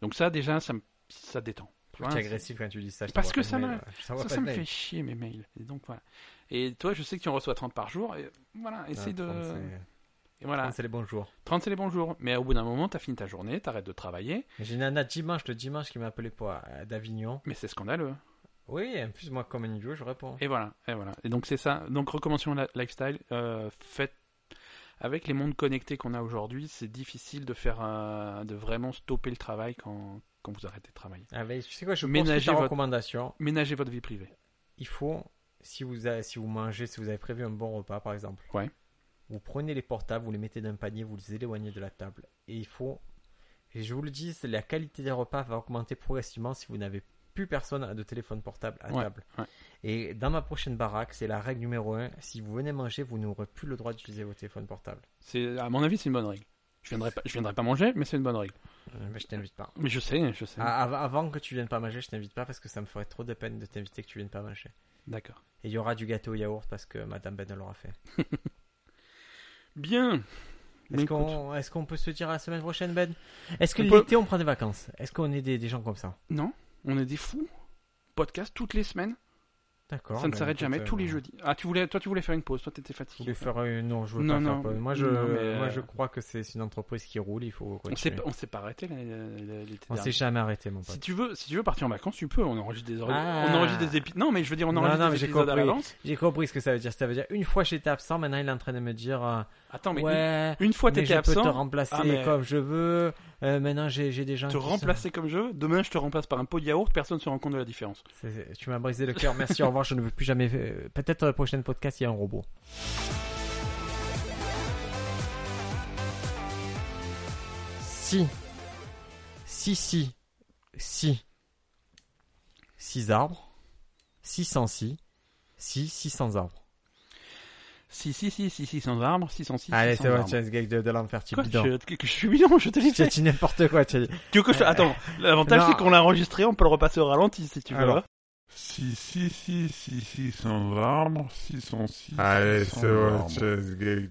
Speaker 1: Donc ça, déjà, ça, me- ça détend. Tu vois,
Speaker 2: T'es
Speaker 1: c'est-
Speaker 2: agressif quand tu dis ça. je
Speaker 1: Parce
Speaker 2: t'envoie
Speaker 1: que
Speaker 2: pas de
Speaker 1: ça
Speaker 2: mail,
Speaker 1: m'a-
Speaker 2: ouais. Je t'envoie
Speaker 1: ça,
Speaker 2: pas
Speaker 1: ça
Speaker 2: de
Speaker 1: me
Speaker 2: mail.
Speaker 1: fait chier mes mails. Et donc voilà. Et toi, je sais que tu en reçois 30 par jour. Et voilà, essaye
Speaker 2: Ah,
Speaker 1: de. Ah.
Speaker 2: attends, c'est-
Speaker 1: Et voilà.
Speaker 2: 30, c'est les bons jours.
Speaker 1: 30, c'est les bons jours. Mais au bout d'un moment, t'as fini ta journée, t'arrêtes de travailler.
Speaker 2: J'ai une nana dimanche, le dimanche, qui m'a appelé pour euh, d'Avignon.
Speaker 1: Mais c'est scandaleux.
Speaker 2: Oui, en plus, moi, comme un idiot, je réponds.
Speaker 1: Et voilà, et voilà. Et donc c'est ça. Donc recommençons la lifestyle. Euh, faites avec les mondes connectés qu'on a aujourd'hui, c'est difficile de faire, euh, de vraiment stopper le travail quand, quand vous arrêtez de travailler.
Speaker 2: Ah, mais tu sais quoi, je pense
Speaker 1: Ménagez
Speaker 2: que ta
Speaker 1: votre-
Speaker 2: recommandation,
Speaker 1: Ménagez votre vie privée.
Speaker 2: il faut, si vous, avez- si vous mangez, si vous avez prévu un bon repas, par exemple,
Speaker 1: Ouais.
Speaker 2: vous prenez les portables, vous les mettez dans un panier, vous les éloignez de la table. Et il faut, et je vous le dis, c'est la qualité des repas va augmenter progressivement si vous n'avez plus personne de téléphone portable à
Speaker 1: Ouais,
Speaker 2: table.
Speaker 1: ouais.
Speaker 2: Et dans ma prochaine baraque, c'est la règle numéro 1, si vous venez manger, vous n'aurez plus le droit d'utiliser vos téléphones portables.
Speaker 1: C'est, à mon avis, c'est une bonne règle. Je viendrai pas, je viendrai pas manger, mais c'est une bonne règle.
Speaker 2: Euh, mais je t'invite pas.
Speaker 1: Mais je sais, je sais.
Speaker 2: Ah, av- Avant que tu viennes pas manger, je t'invite pas parce que ça me ferait trop de peine de t'inviter que tu viennes pas manger.
Speaker 1: D'accord.
Speaker 2: Et il y aura du gâteau au yaourt parce que Madame Ben l'aura fait.
Speaker 1: Bien.
Speaker 2: Est-ce
Speaker 1: Bon, écoute.
Speaker 2: qu'on est-ce qu'on peut se dire à la semaine prochaine, Ben Est-ce que
Speaker 1: On peut-
Speaker 2: l'été, on prend des vacances Est-ce qu'on est des, des gens comme ça
Speaker 1: Non, on est des fous. Podcast toutes les semaines.
Speaker 2: D'accord.
Speaker 1: ça ne
Speaker 2: ben,
Speaker 1: s'arrête
Speaker 2: écoute,
Speaker 1: jamais,
Speaker 2: euh,
Speaker 1: tous les
Speaker 2: bon.
Speaker 1: jeudis. Ah, tu voulais, toi, tu voulais faire une pause. Toi, t'étais
Speaker 2: Je
Speaker 1: fatigué.
Speaker 2: voulais faire une- Non, euh, je veux
Speaker 1: Non,
Speaker 2: pas
Speaker 1: non,
Speaker 2: faire pause. Moi, je,
Speaker 1: non, mais-
Speaker 2: moi, je crois que c'est c'est une entreprise qui roule, il faut
Speaker 1: On s'est,
Speaker 2: continuer.
Speaker 1: pas- on s'est pas arrêté l'année- l'année- l'été
Speaker 2: On s'est
Speaker 1: dernier.
Speaker 2: jamais arrêté, mon
Speaker 1: Si
Speaker 2: pote.
Speaker 1: tu veux, si tu veux partir en vacances, tu peux. On enregistre des,
Speaker 2: Ah.
Speaker 1: on enregistre des épisodes. Non, mais je veux dire, on
Speaker 2: Non,
Speaker 1: enregistre
Speaker 2: non, mais
Speaker 1: des
Speaker 2: j'ai
Speaker 1: épisodes à
Speaker 2: compris.
Speaker 1: l'avance.
Speaker 2: J'ai compris ce que ça veut dire. Ça veut dire une fois j'étais absent, maintenant il est en train de me dire euh,
Speaker 1: Attends, mais
Speaker 2: ouais,
Speaker 1: une, une fois
Speaker 2: mais
Speaker 1: t'étais
Speaker 2: je peux te
Speaker 1: absent,
Speaker 2: remplacer
Speaker 1: Ah, mais-
Speaker 2: comme je veux. Euh, maintenant j'ai j'ai des gens
Speaker 1: te
Speaker 2: qui sont-
Speaker 1: remplacer comme je veux. Demain, je te remplace par un pot de yaourt. Personne se rend compte de la différence.
Speaker 2: C'est- c'est- Tu m'as brisé le cœur. Merci, au revoir. Je ne veux plus jamais. euh, Peut-être dans le prochain podcast, il y a un robot. Si. Si, si. Si. Six arbres. 606. Si, 600 arbres.
Speaker 1: Si, si, si, si, 600 arbres, 606.
Speaker 2: Allez, c'est bon,
Speaker 1: bon,
Speaker 2: tu as ce gag de, de l'enfer, tu
Speaker 1: Quoi,
Speaker 2: bidon.
Speaker 1: je, que- que je suis bidon, je te l'ai
Speaker 2: Tu as
Speaker 1: fait.
Speaker 2: dit n'importe quoi. Tu as dit...
Speaker 1: Tu veux que je te- Attends, l'avantage
Speaker 2: Non.
Speaker 1: c'est qu'on l'a enregistré, on peut le repasser au ralenti si tu veux.
Speaker 2: Alors.
Speaker 3: Si, si, si, si, si, sans arbres, 606.
Speaker 4: Allez,
Speaker 3: sans
Speaker 4: c'est bon,
Speaker 3: arbres.
Speaker 4: Chess Gate.